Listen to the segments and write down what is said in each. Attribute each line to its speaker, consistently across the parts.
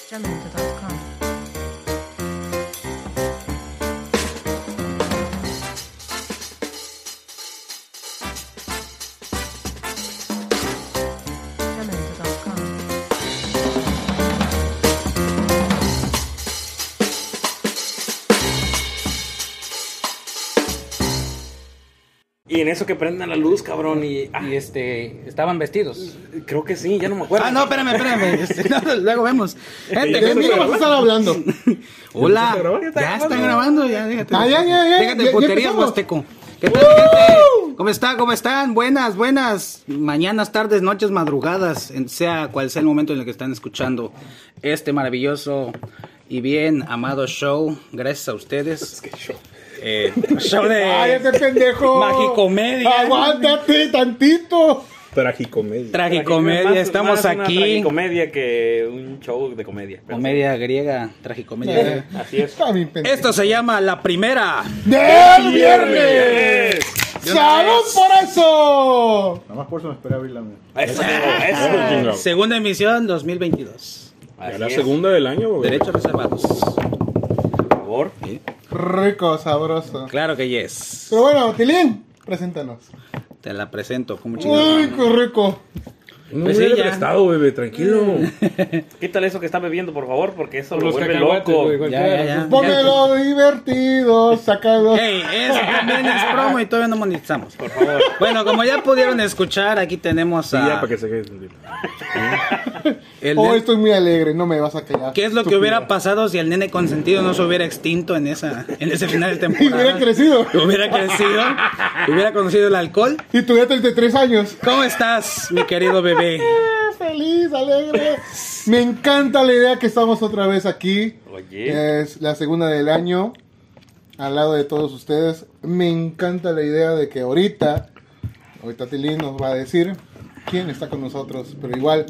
Speaker 1: extramedia.com.
Speaker 2: Y en eso que prendan la luz, cabrón, y... ah,
Speaker 3: Y este, estaban vestidos.
Speaker 2: creo que sí, ya no me acuerdo.
Speaker 4: Ah, no, espérame, espérame. Este, no, luego vemos. Gente,
Speaker 2: Ya
Speaker 4: que
Speaker 2: se
Speaker 4: mira,
Speaker 2: grabó.
Speaker 4: vas a estar hablando. Hola.
Speaker 2: se grabó, ya está
Speaker 4: Ya está
Speaker 2: grabando.
Speaker 4: grabando, ya déjate.
Speaker 5: Ah, ya, ya, ya,
Speaker 4: Déjate
Speaker 5: ya,
Speaker 4: de
Speaker 5: ya
Speaker 4: puterías,
Speaker 5: empezamos.
Speaker 4: Huasteco. ¿Qué tal, gente? ¿Cómo está? ¿Cómo están? Buenas, buenas. Mañanas, tardes, noches, madrugadas, en- sea cual sea el momento en el que están escuchando este maravilloso y bien amado show. Gracias a ustedes. Eh, show de
Speaker 5: ¡Cállate, este pendejo!
Speaker 4: Magicomedia.
Speaker 5: ¡Aguántate tantito!
Speaker 6: Tragicomedia.
Speaker 2: Más-
Speaker 4: tragicomedia. Estamos
Speaker 2: más una
Speaker 4: aquí.
Speaker 2: tragicomedia que un show de comedia. Pero
Speaker 4: Comedia griega, tragicomedia. griega.
Speaker 2: sí, Así es.
Speaker 5: Está bien, pendejo.
Speaker 4: Esto se llama La Primera.
Speaker 5: ¡Del viernes! ¡Salud por eso!
Speaker 6: Nada más por eso me esperé abrir la mía.
Speaker 2: Eso, eso.
Speaker 6: Chingao.
Speaker 4: Segunda emisión 2022.
Speaker 2: Así
Speaker 6: Ya la
Speaker 2: es,
Speaker 6: segunda del año, güey.
Speaker 4: Derechos reservados.
Speaker 2: Por favor.
Speaker 5: Rico, sabroso.
Speaker 4: Claro que yes.
Speaker 5: Pero bueno, Tilín, preséntanos.
Speaker 4: Te la presento con mucho
Speaker 5: ¡Uy, qué rico!
Speaker 4: Pues
Speaker 6: No me
Speaker 4: sí,
Speaker 6: hubiera
Speaker 4: ya.
Speaker 6: prestado, bebé, tranquilo.
Speaker 2: Quítale eso que está bebiendo, por favor, porque eso lo
Speaker 3: Los
Speaker 2: vuelve
Speaker 3: cacahuates,
Speaker 2: loco.
Speaker 3: güey,
Speaker 4: Ya, ya, ya.
Speaker 5: Póngelo divertido, sácalo.
Speaker 4: Ey, eso también es promo y todavía no monetizamos.
Speaker 2: Por favor.
Speaker 4: Bueno, como ya pudieron escuchar, aquí tenemos
Speaker 6: Sí, ya,
Speaker 4: a...
Speaker 6: para que se quede sentido.
Speaker 4: el
Speaker 5: Oh,
Speaker 4: nen-
Speaker 5: estoy muy alegre, no me vas a callar.
Speaker 4: ¿Qué es lo que
Speaker 5: estúpido.
Speaker 4: hubiera pasado si el nene consentido no se hubiera extinto en, esa, en ese final de
Speaker 5: Y hubiera
Speaker 4: temporada?
Speaker 5: crecido.
Speaker 4: Hubiera crecido, hubiera conocido el alcohol.
Speaker 5: Y tuviera 33 años.
Speaker 4: ¿Cómo estás, mi querido bebé?
Speaker 5: ¡Ah, Feliz, alegre. Me encanta la idea que estamos otra vez aquí.
Speaker 2: Oye.
Speaker 5: Es la segunda del año. Al lado de todos ustedes. Me encanta la idea de que ahorita, ahorita Tilín nos va a decir quién está con nosotros. Pero igual,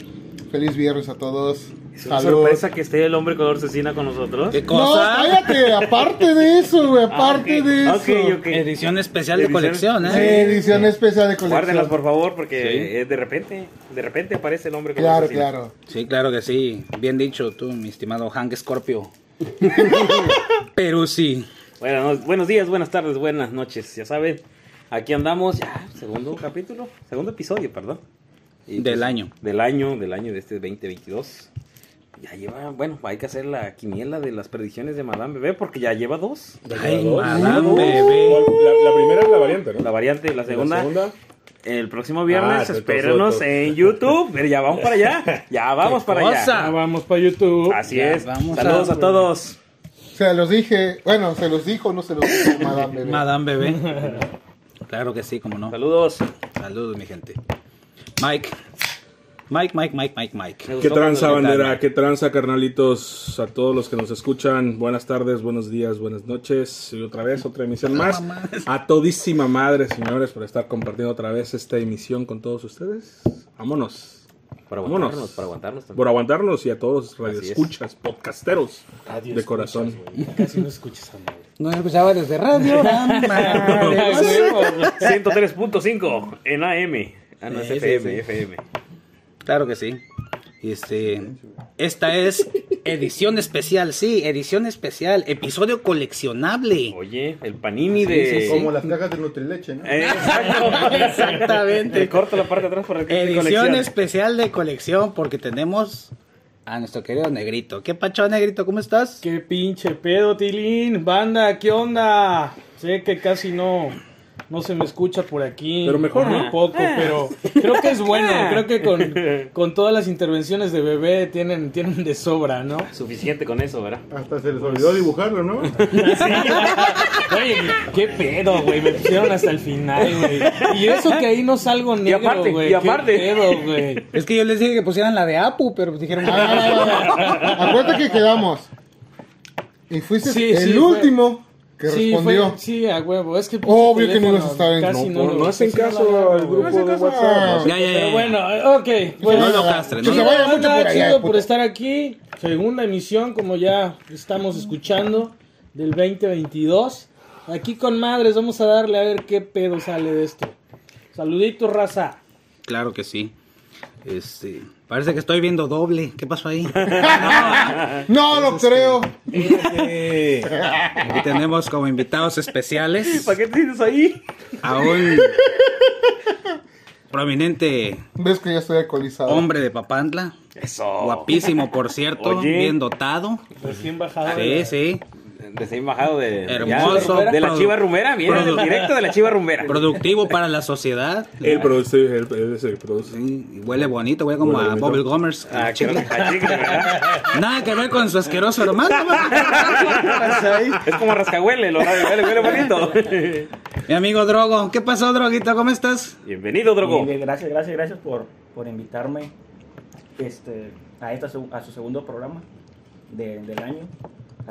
Speaker 5: feliz viernes a todos.
Speaker 2: Es una
Speaker 5: Salud.
Speaker 2: sorpresa que esté el hombre color cecina con nosotros.
Speaker 4: ¿Qué
Speaker 5: No,
Speaker 4: cosa?
Speaker 5: cállate, aparte de eso, güey, aparte
Speaker 2: Ah, ok.
Speaker 5: de eso.
Speaker 2: Ok, ok.
Speaker 4: Edición especial
Speaker 2: Edición-
Speaker 4: de colección,
Speaker 5: Sí,
Speaker 4: ¿eh?
Speaker 5: edición especial de
Speaker 2: Guárdenlas,
Speaker 5: colección.
Speaker 2: por favor, porque eh, de repente, de repente aparece el hombre color
Speaker 5: Claro,
Speaker 2: cecina.
Speaker 5: claro.
Speaker 4: Sí, claro que sí. Bien dicho tú, mi estimado Hank Scorpio. Pero sí.
Speaker 2: Bueno, no- buenos días, buenas tardes, buenas noches. Ya saben, aquí andamos. Ya, segundo capítulo, segundo episodio, perdón. pues,
Speaker 4: Del año.
Speaker 2: Del año, del año de este 2022. Ya lleva, bueno, hay que hacer la quiniela de las predicciones de Madame Bebé porque ya lleva dos.
Speaker 4: Ay,
Speaker 6: Dos.
Speaker 4: madame,
Speaker 6: Dos.
Speaker 4: bebé.
Speaker 6: La, la primera es la variante, ¿no?
Speaker 2: La variante, la segunda.
Speaker 6: La segunda.
Speaker 2: El próximo viernes,
Speaker 6: Ah,
Speaker 2: espérenos
Speaker 6: entonces,
Speaker 2: en YouTube. Pero ya vamos para allá. Ya vamos para allá.
Speaker 4: cosa?
Speaker 3: Ah, vamos para YouTube.
Speaker 2: Así
Speaker 4: Ya
Speaker 2: es.
Speaker 4: vamos
Speaker 2: Saludos
Speaker 4: a-
Speaker 2: a, todos.
Speaker 5: Se los dije, bueno, se los dijo, no se los dijo, madame. Bebé.
Speaker 4: Madame, bebé. Claro que sí, como no.
Speaker 2: Saludos.
Speaker 4: Saludos, mi gente. Mike. Mike, Mike, Mike, Mike,
Speaker 2: Me
Speaker 4: Mike.
Speaker 2: gustó
Speaker 6: ¿Qué tranza,
Speaker 2: cuando-
Speaker 6: bandera? ¿Qué tranza, carnalitos? A todos los que nos escuchan, buenas tardes, buenos días, buenas noches. Y otra vez, otra emisión más. A todísima madre, señores, por estar compartiendo otra vez esta emisión con todos ustedes. Vámonos.
Speaker 2: Por aguantarnos,
Speaker 6: Vámonos.
Speaker 2: por aguantarnos también.
Speaker 6: Por aguantarnos y a todos los
Speaker 2: es.
Speaker 6: radioescuchas, podcasteros de corazón.
Speaker 3: Casi no escuchas a nadie.
Speaker 4: No escuchaba desde radio.
Speaker 3: Ah,
Speaker 2: 103.5 en AM. Ah, no, es
Speaker 4: Sí,
Speaker 2: FM,
Speaker 4: sí, sí.
Speaker 2: FM.
Speaker 4: Claro que sí. Este, esta es edición especial, sí, edición especial, episodio coleccionable.
Speaker 2: Oye, el panini
Speaker 4: Sí,
Speaker 2: de.
Speaker 4: sí, sí.
Speaker 5: las cajas de Nutrileche, ¿no?
Speaker 2: Eh, Exacto.
Speaker 4: Exactamente.
Speaker 2: Le corto la parte de atrás para que
Speaker 4: Edición especial de colección porque tenemos a nuestro querido Negrito. ¿Qué pacho, Negrito? ¿Cómo estás?
Speaker 3: Qué pinche pedo, Tilín. Banda, ¿qué onda? Sé que casi no, no se me escucha por aquí.
Speaker 6: Pero mejor,
Speaker 3: Muy
Speaker 6: ¿no?
Speaker 3: poco, pero creo que es bueno. Creo que con, con todas las intervenciones de bebé tienen, tienen de sobra, ¿no?
Speaker 2: Suficiente con eso, ¿verdad?
Speaker 6: Hasta se les olvidó dibujarlo, ¿no?
Speaker 3: Oye, qué pedo, güey. Me pusieron hasta el final, güey. Y eso que ahí no salgo negro,
Speaker 2: aparte,
Speaker 3: güey.
Speaker 2: y aparte.
Speaker 3: Qué pedo, güey.
Speaker 4: Es que yo les dije que pusieran la de Apu, pero pues dijeron "Ah,
Speaker 5: Acuérdate que quedamos. Y fuiste
Speaker 3: Sí,
Speaker 5: el
Speaker 3: sí, fue-
Speaker 5: último que
Speaker 3: sí,
Speaker 5: respondió.
Speaker 3: fue- sí, a huevo. Es que
Speaker 5: Obvio
Speaker 3: el
Speaker 5: que no ibas a
Speaker 3: teléfono
Speaker 5: estar en-
Speaker 3: casi
Speaker 6: No,
Speaker 3: lo-
Speaker 6: no hacen
Speaker 3: casi no
Speaker 6: caso
Speaker 3: lo
Speaker 6: al
Speaker 3: agarro,
Speaker 6: grupo
Speaker 3: güey.
Speaker 6: de WhatsApp.
Speaker 4: Ya, ya,
Speaker 3: Pero
Speaker 4: ya.
Speaker 3: bueno, ok. Pues,
Speaker 4: No lo castres,
Speaker 5: que
Speaker 4: no
Speaker 5: se
Speaker 4: lo-
Speaker 5: vaya
Speaker 3: Banda,
Speaker 5: mucho por allá,
Speaker 3: chido por
Speaker 5: puto.
Speaker 3: estar aquí. Segunda emisión, como ya estamos escuchando, del 2022. Aquí con madres, vamos a darle a ver qué pedo sale de esto. Saluditos, raza.
Speaker 4: Claro que sí. Este, parece que estoy viendo doble. ¿Qué pasó ahí?
Speaker 5: No lo creo.
Speaker 4: Aquí tenemos como invitados especiales
Speaker 2: ¿Para qué te tienes ahí?
Speaker 4: a un prominente
Speaker 5: Ves que ya estoy alcoholizado.
Speaker 4: hombre de Papantla.
Speaker 2: Eso.
Speaker 4: Guapísimo, por cierto.
Speaker 2: Oh. Oye.
Speaker 4: Bien dotado.
Speaker 3: Recién bajado.
Speaker 4: Sí, sí.
Speaker 2: Recién bajado de,
Speaker 4: Hermoso,
Speaker 2: ya, de la
Speaker 4: produ-
Speaker 2: chiva rumera, viene
Speaker 4: produ-
Speaker 2: directo de la chiva rumera.
Speaker 4: Productivo para la sociedad.
Speaker 6: El produce, el, el- es el produce.
Speaker 4: Sí, y huele bonito, huele como
Speaker 6: Huele
Speaker 4: a
Speaker 6: bonito.
Speaker 4: Bobble Gomers.
Speaker 2: Ah, creo que- ah, chicle, ¿verdad?
Speaker 4: Nada que ver con su asqueroso hermano.
Speaker 2: Es como rascahuele, lo huele, huele bonito.
Speaker 4: Mi amigo Drogo, ¿qué pasó, Droguito? ¿Cómo estás?
Speaker 2: Bienvenido, Drogo.
Speaker 1: Bien, bien, gracias, gracias, gracias por, por invitarme este, a, esta, seg- a su segundo programa de- del año.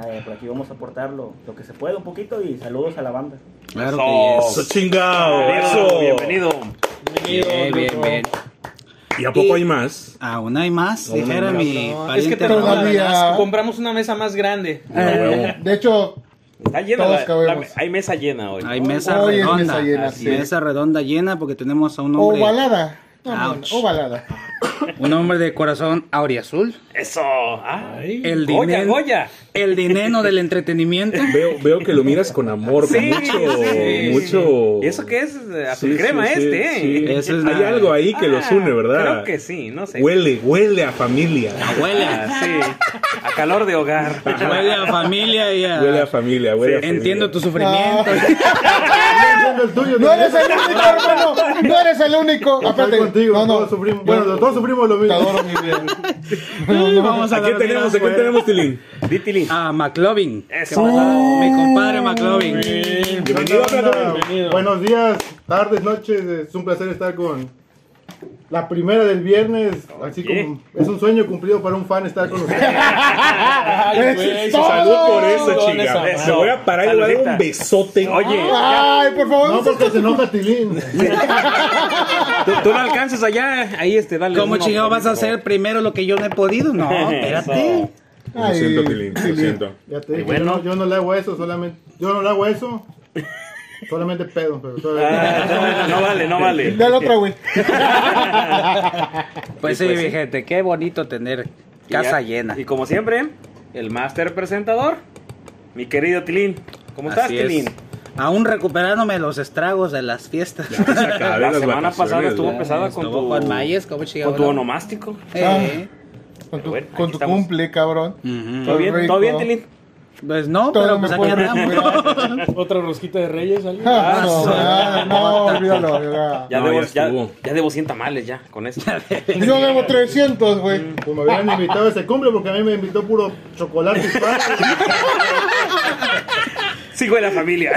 Speaker 1: Eh, por aquí vamos a aportar lo, lo que se puede un poquito y saludos a la banda.
Speaker 4: Claro
Speaker 6: Oh.
Speaker 2: Eso.
Speaker 6: chingado!
Speaker 2: Bienvenido, bienvenido.
Speaker 3: Bienvenido,
Speaker 4: Bien, bien,
Speaker 3: Rodrigo.
Speaker 4: bien.
Speaker 6: ¿Y a poco hay más?
Speaker 4: Aún hay más, dijera
Speaker 3: no,
Speaker 4: mi
Speaker 3: no.
Speaker 4: pariente.
Speaker 3: Es que tenemos-
Speaker 4: Raúl
Speaker 5: todavía-
Speaker 4: Velasco.
Speaker 3: Compramos una mesa más grande.
Speaker 2: Ah.
Speaker 5: De hecho,
Speaker 2: Está llena.
Speaker 5: Todos
Speaker 2: la-
Speaker 5: cabemos.
Speaker 2: la- hay mesa llena hoy.
Speaker 4: Hay mesa
Speaker 5: Hoy es
Speaker 4: redonda.
Speaker 5: mesa llena,
Speaker 4: Así
Speaker 5: sí.
Speaker 4: es, mesa redonda llena porque tenemos a un hombre,
Speaker 5: ovalada. No, no, no,
Speaker 4: Ouch.
Speaker 5: ovalada.
Speaker 4: un hombre de corazón auriazul.
Speaker 2: Eso. Ah,
Speaker 4: El
Speaker 2: Goya,
Speaker 4: dinero,
Speaker 2: Goya.
Speaker 4: el dinero del entretenimiento.
Speaker 6: Veo, veo que lo miras con amor, con mucho,
Speaker 2: sí.
Speaker 6: mucho.
Speaker 2: ¿Y eso qué es?
Speaker 6: Sí, sí,
Speaker 2: crema
Speaker 6: sí,
Speaker 2: este,
Speaker 6: sí.
Speaker 2: ¿eh?
Speaker 4: Eso es
Speaker 6: Hay
Speaker 4: nada.
Speaker 6: algo ahí que los
Speaker 2: Ah,
Speaker 6: une, ¿verdad?
Speaker 2: Creo que sí, no sé.
Speaker 6: Huele, huele a familia.
Speaker 4: Huele,
Speaker 2: Ah, sí. A calor de hogar.
Speaker 4: huele a familia y a...
Speaker 6: Huele a familia, huele a familia.
Speaker 4: Entiendo tu sufrimiento.
Speaker 5: No eres el único, hermano. No eres el único. Aparte,
Speaker 7: contigo,
Speaker 5: no, no.
Speaker 7: todos sufrimos- bueno,
Speaker 5: Yo-
Speaker 7: todos sufrimos lo
Speaker 5: Te
Speaker 7: mismo.
Speaker 5: adoro, mi vida.
Speaker 4: Vamos a
Speaker 6: ¿A quién
Speaker 4: dormir
Speaker 6: tenemos? ¿A quién
Speaker 4: afuera.
Speaker 6: tenemos, Tilín?
Speaker 2: Ditilín.
Speaker 4: A McLovin.
Speaker 2: Eso. Oh,
Speaker 4: Mi compadre McLovin.
Speaker 6: Bienvenido,
Speaker 7: Banda,
Speaker 6: Brandon.
Speaker 3: bienvenido.
Speaker 7: Buenos días, tardes, noches. Es un placer estar con la primera del viernes. Así
Speaker 2: Oye.
Speaker 7: como es un sueño cumplido para un fan estar con ustedes.
Speaker 3: Ay, güey,
Speaker 5: todo.
Speaker 6: Salud por
Speaker 3: Con
Speaker 6: eso,
Speaker 3: esa
Speaker 6: chica.
Speaker 3: mano.
Speaker 6: Me voy a parar y le voy a dar un
Speaker 2: Saludita.
Speaker 6: besote.
Speaker 2: Oye,
Speaker 5: Ay, por favor.
Speaker 7: No porque se enoja Tilín.
Speaker 2: tú, tú no alcanzas allá. Ahí este, dale.
Speaker 4: ¿Cómo
Speaker 2: uno,
Speaker 4: chingado
Speaker 2: por
Speaker 4: vas a
Speaker 2: favor.
Speaker 4: hacer primero lo que yo no he podido? No, espérate.
Speaker 2: Eso.
Speaker 6: Lo siento, Tilín, lo
Speaker 5: Tilín.
Speaker 6: siento.
Speaker 7: Ya te dije,
Speaker 2: bueno.
Speaker 7: yo, no, yo no le hago eso, solamente. Yo no le hago eso. Solamente pedo, pero todavía.
Speaker 2: Ah, no, no vale, no vale.
Speaker 5: Dale otra, güey.
Speaker 4: Pues
Speaker 2: Sí,
Speaker 4: sí,
Speaker 2: pues,
Speaker 4: mi
Speaker 2: sí.
Speaker 4: gente, qué bonito tener casa llena.
Speaker 2: Y como siempre, el máster presentador, mi querido Tilín. ¿Cómo estás,
Speaker 4: Así es.
Speaker 2: Tilín?
Speaker 4: Aún recuperándome los estragos de las fiestas.
Speaker 6: Acabé
Speaker 2: La semana
Speaker 6: las Ah, vacaciones,
Speaker 2: pasada estuvo
Speaker 6: ¿verdad?
Speaker 2: pesada con
Speaker 4: Estuvo
Speaker 2: tu.
Speaker 4: Juan Mayes, ¿cómo
Speaker 2: Con
Speaker 4: chingado?
Speaker 2: tu onomástico.
Speaker 4: Eh,
Speaker 5: Con
Speaker 2: Pero
Speaker 5: tu,
Speaker 2: bueno,
Speaker 5: con
Speaker 2: aquí
Speaker 5: tu
Speaker 2: estamos.
Speaker 5: cumple, cabrón.
Speaker 4: ujú.
Speaker 2: ¿Todo bien?
Speaker 5: rico.
Speaker 2: ¿Todo bien, Tilín?
Speaker 4: Pues no,
Speaker 5: Todo
Speaker 4: pero
Speaker 5: me
Speaker 4: pues aquí
Speaker 5: pone-
Speaker 4: andamos.
Speaker 3: Otra rosquita de reyes, ¿alguien?
Speaker 5: Ah, no,
Speaker 4: sí.
Speaker 5: ah, no, olvídalo, olvídalo.
Speaker 2: Ya,
Speaker 6: No,
Speaker 2: debo,
Speaker 6: ya
Speaker 2: ya,
Speaker 6: estuvo.
Speaker 2: ya debo 100 tamales ya con eso.
Speaker 5: Yo debo 300, güey. Pues
Speaker 7: Como habían invitado a ese cumple, porque a mí me invitó puro chocolate y pan.
Speaker 2: Sigo en la familia.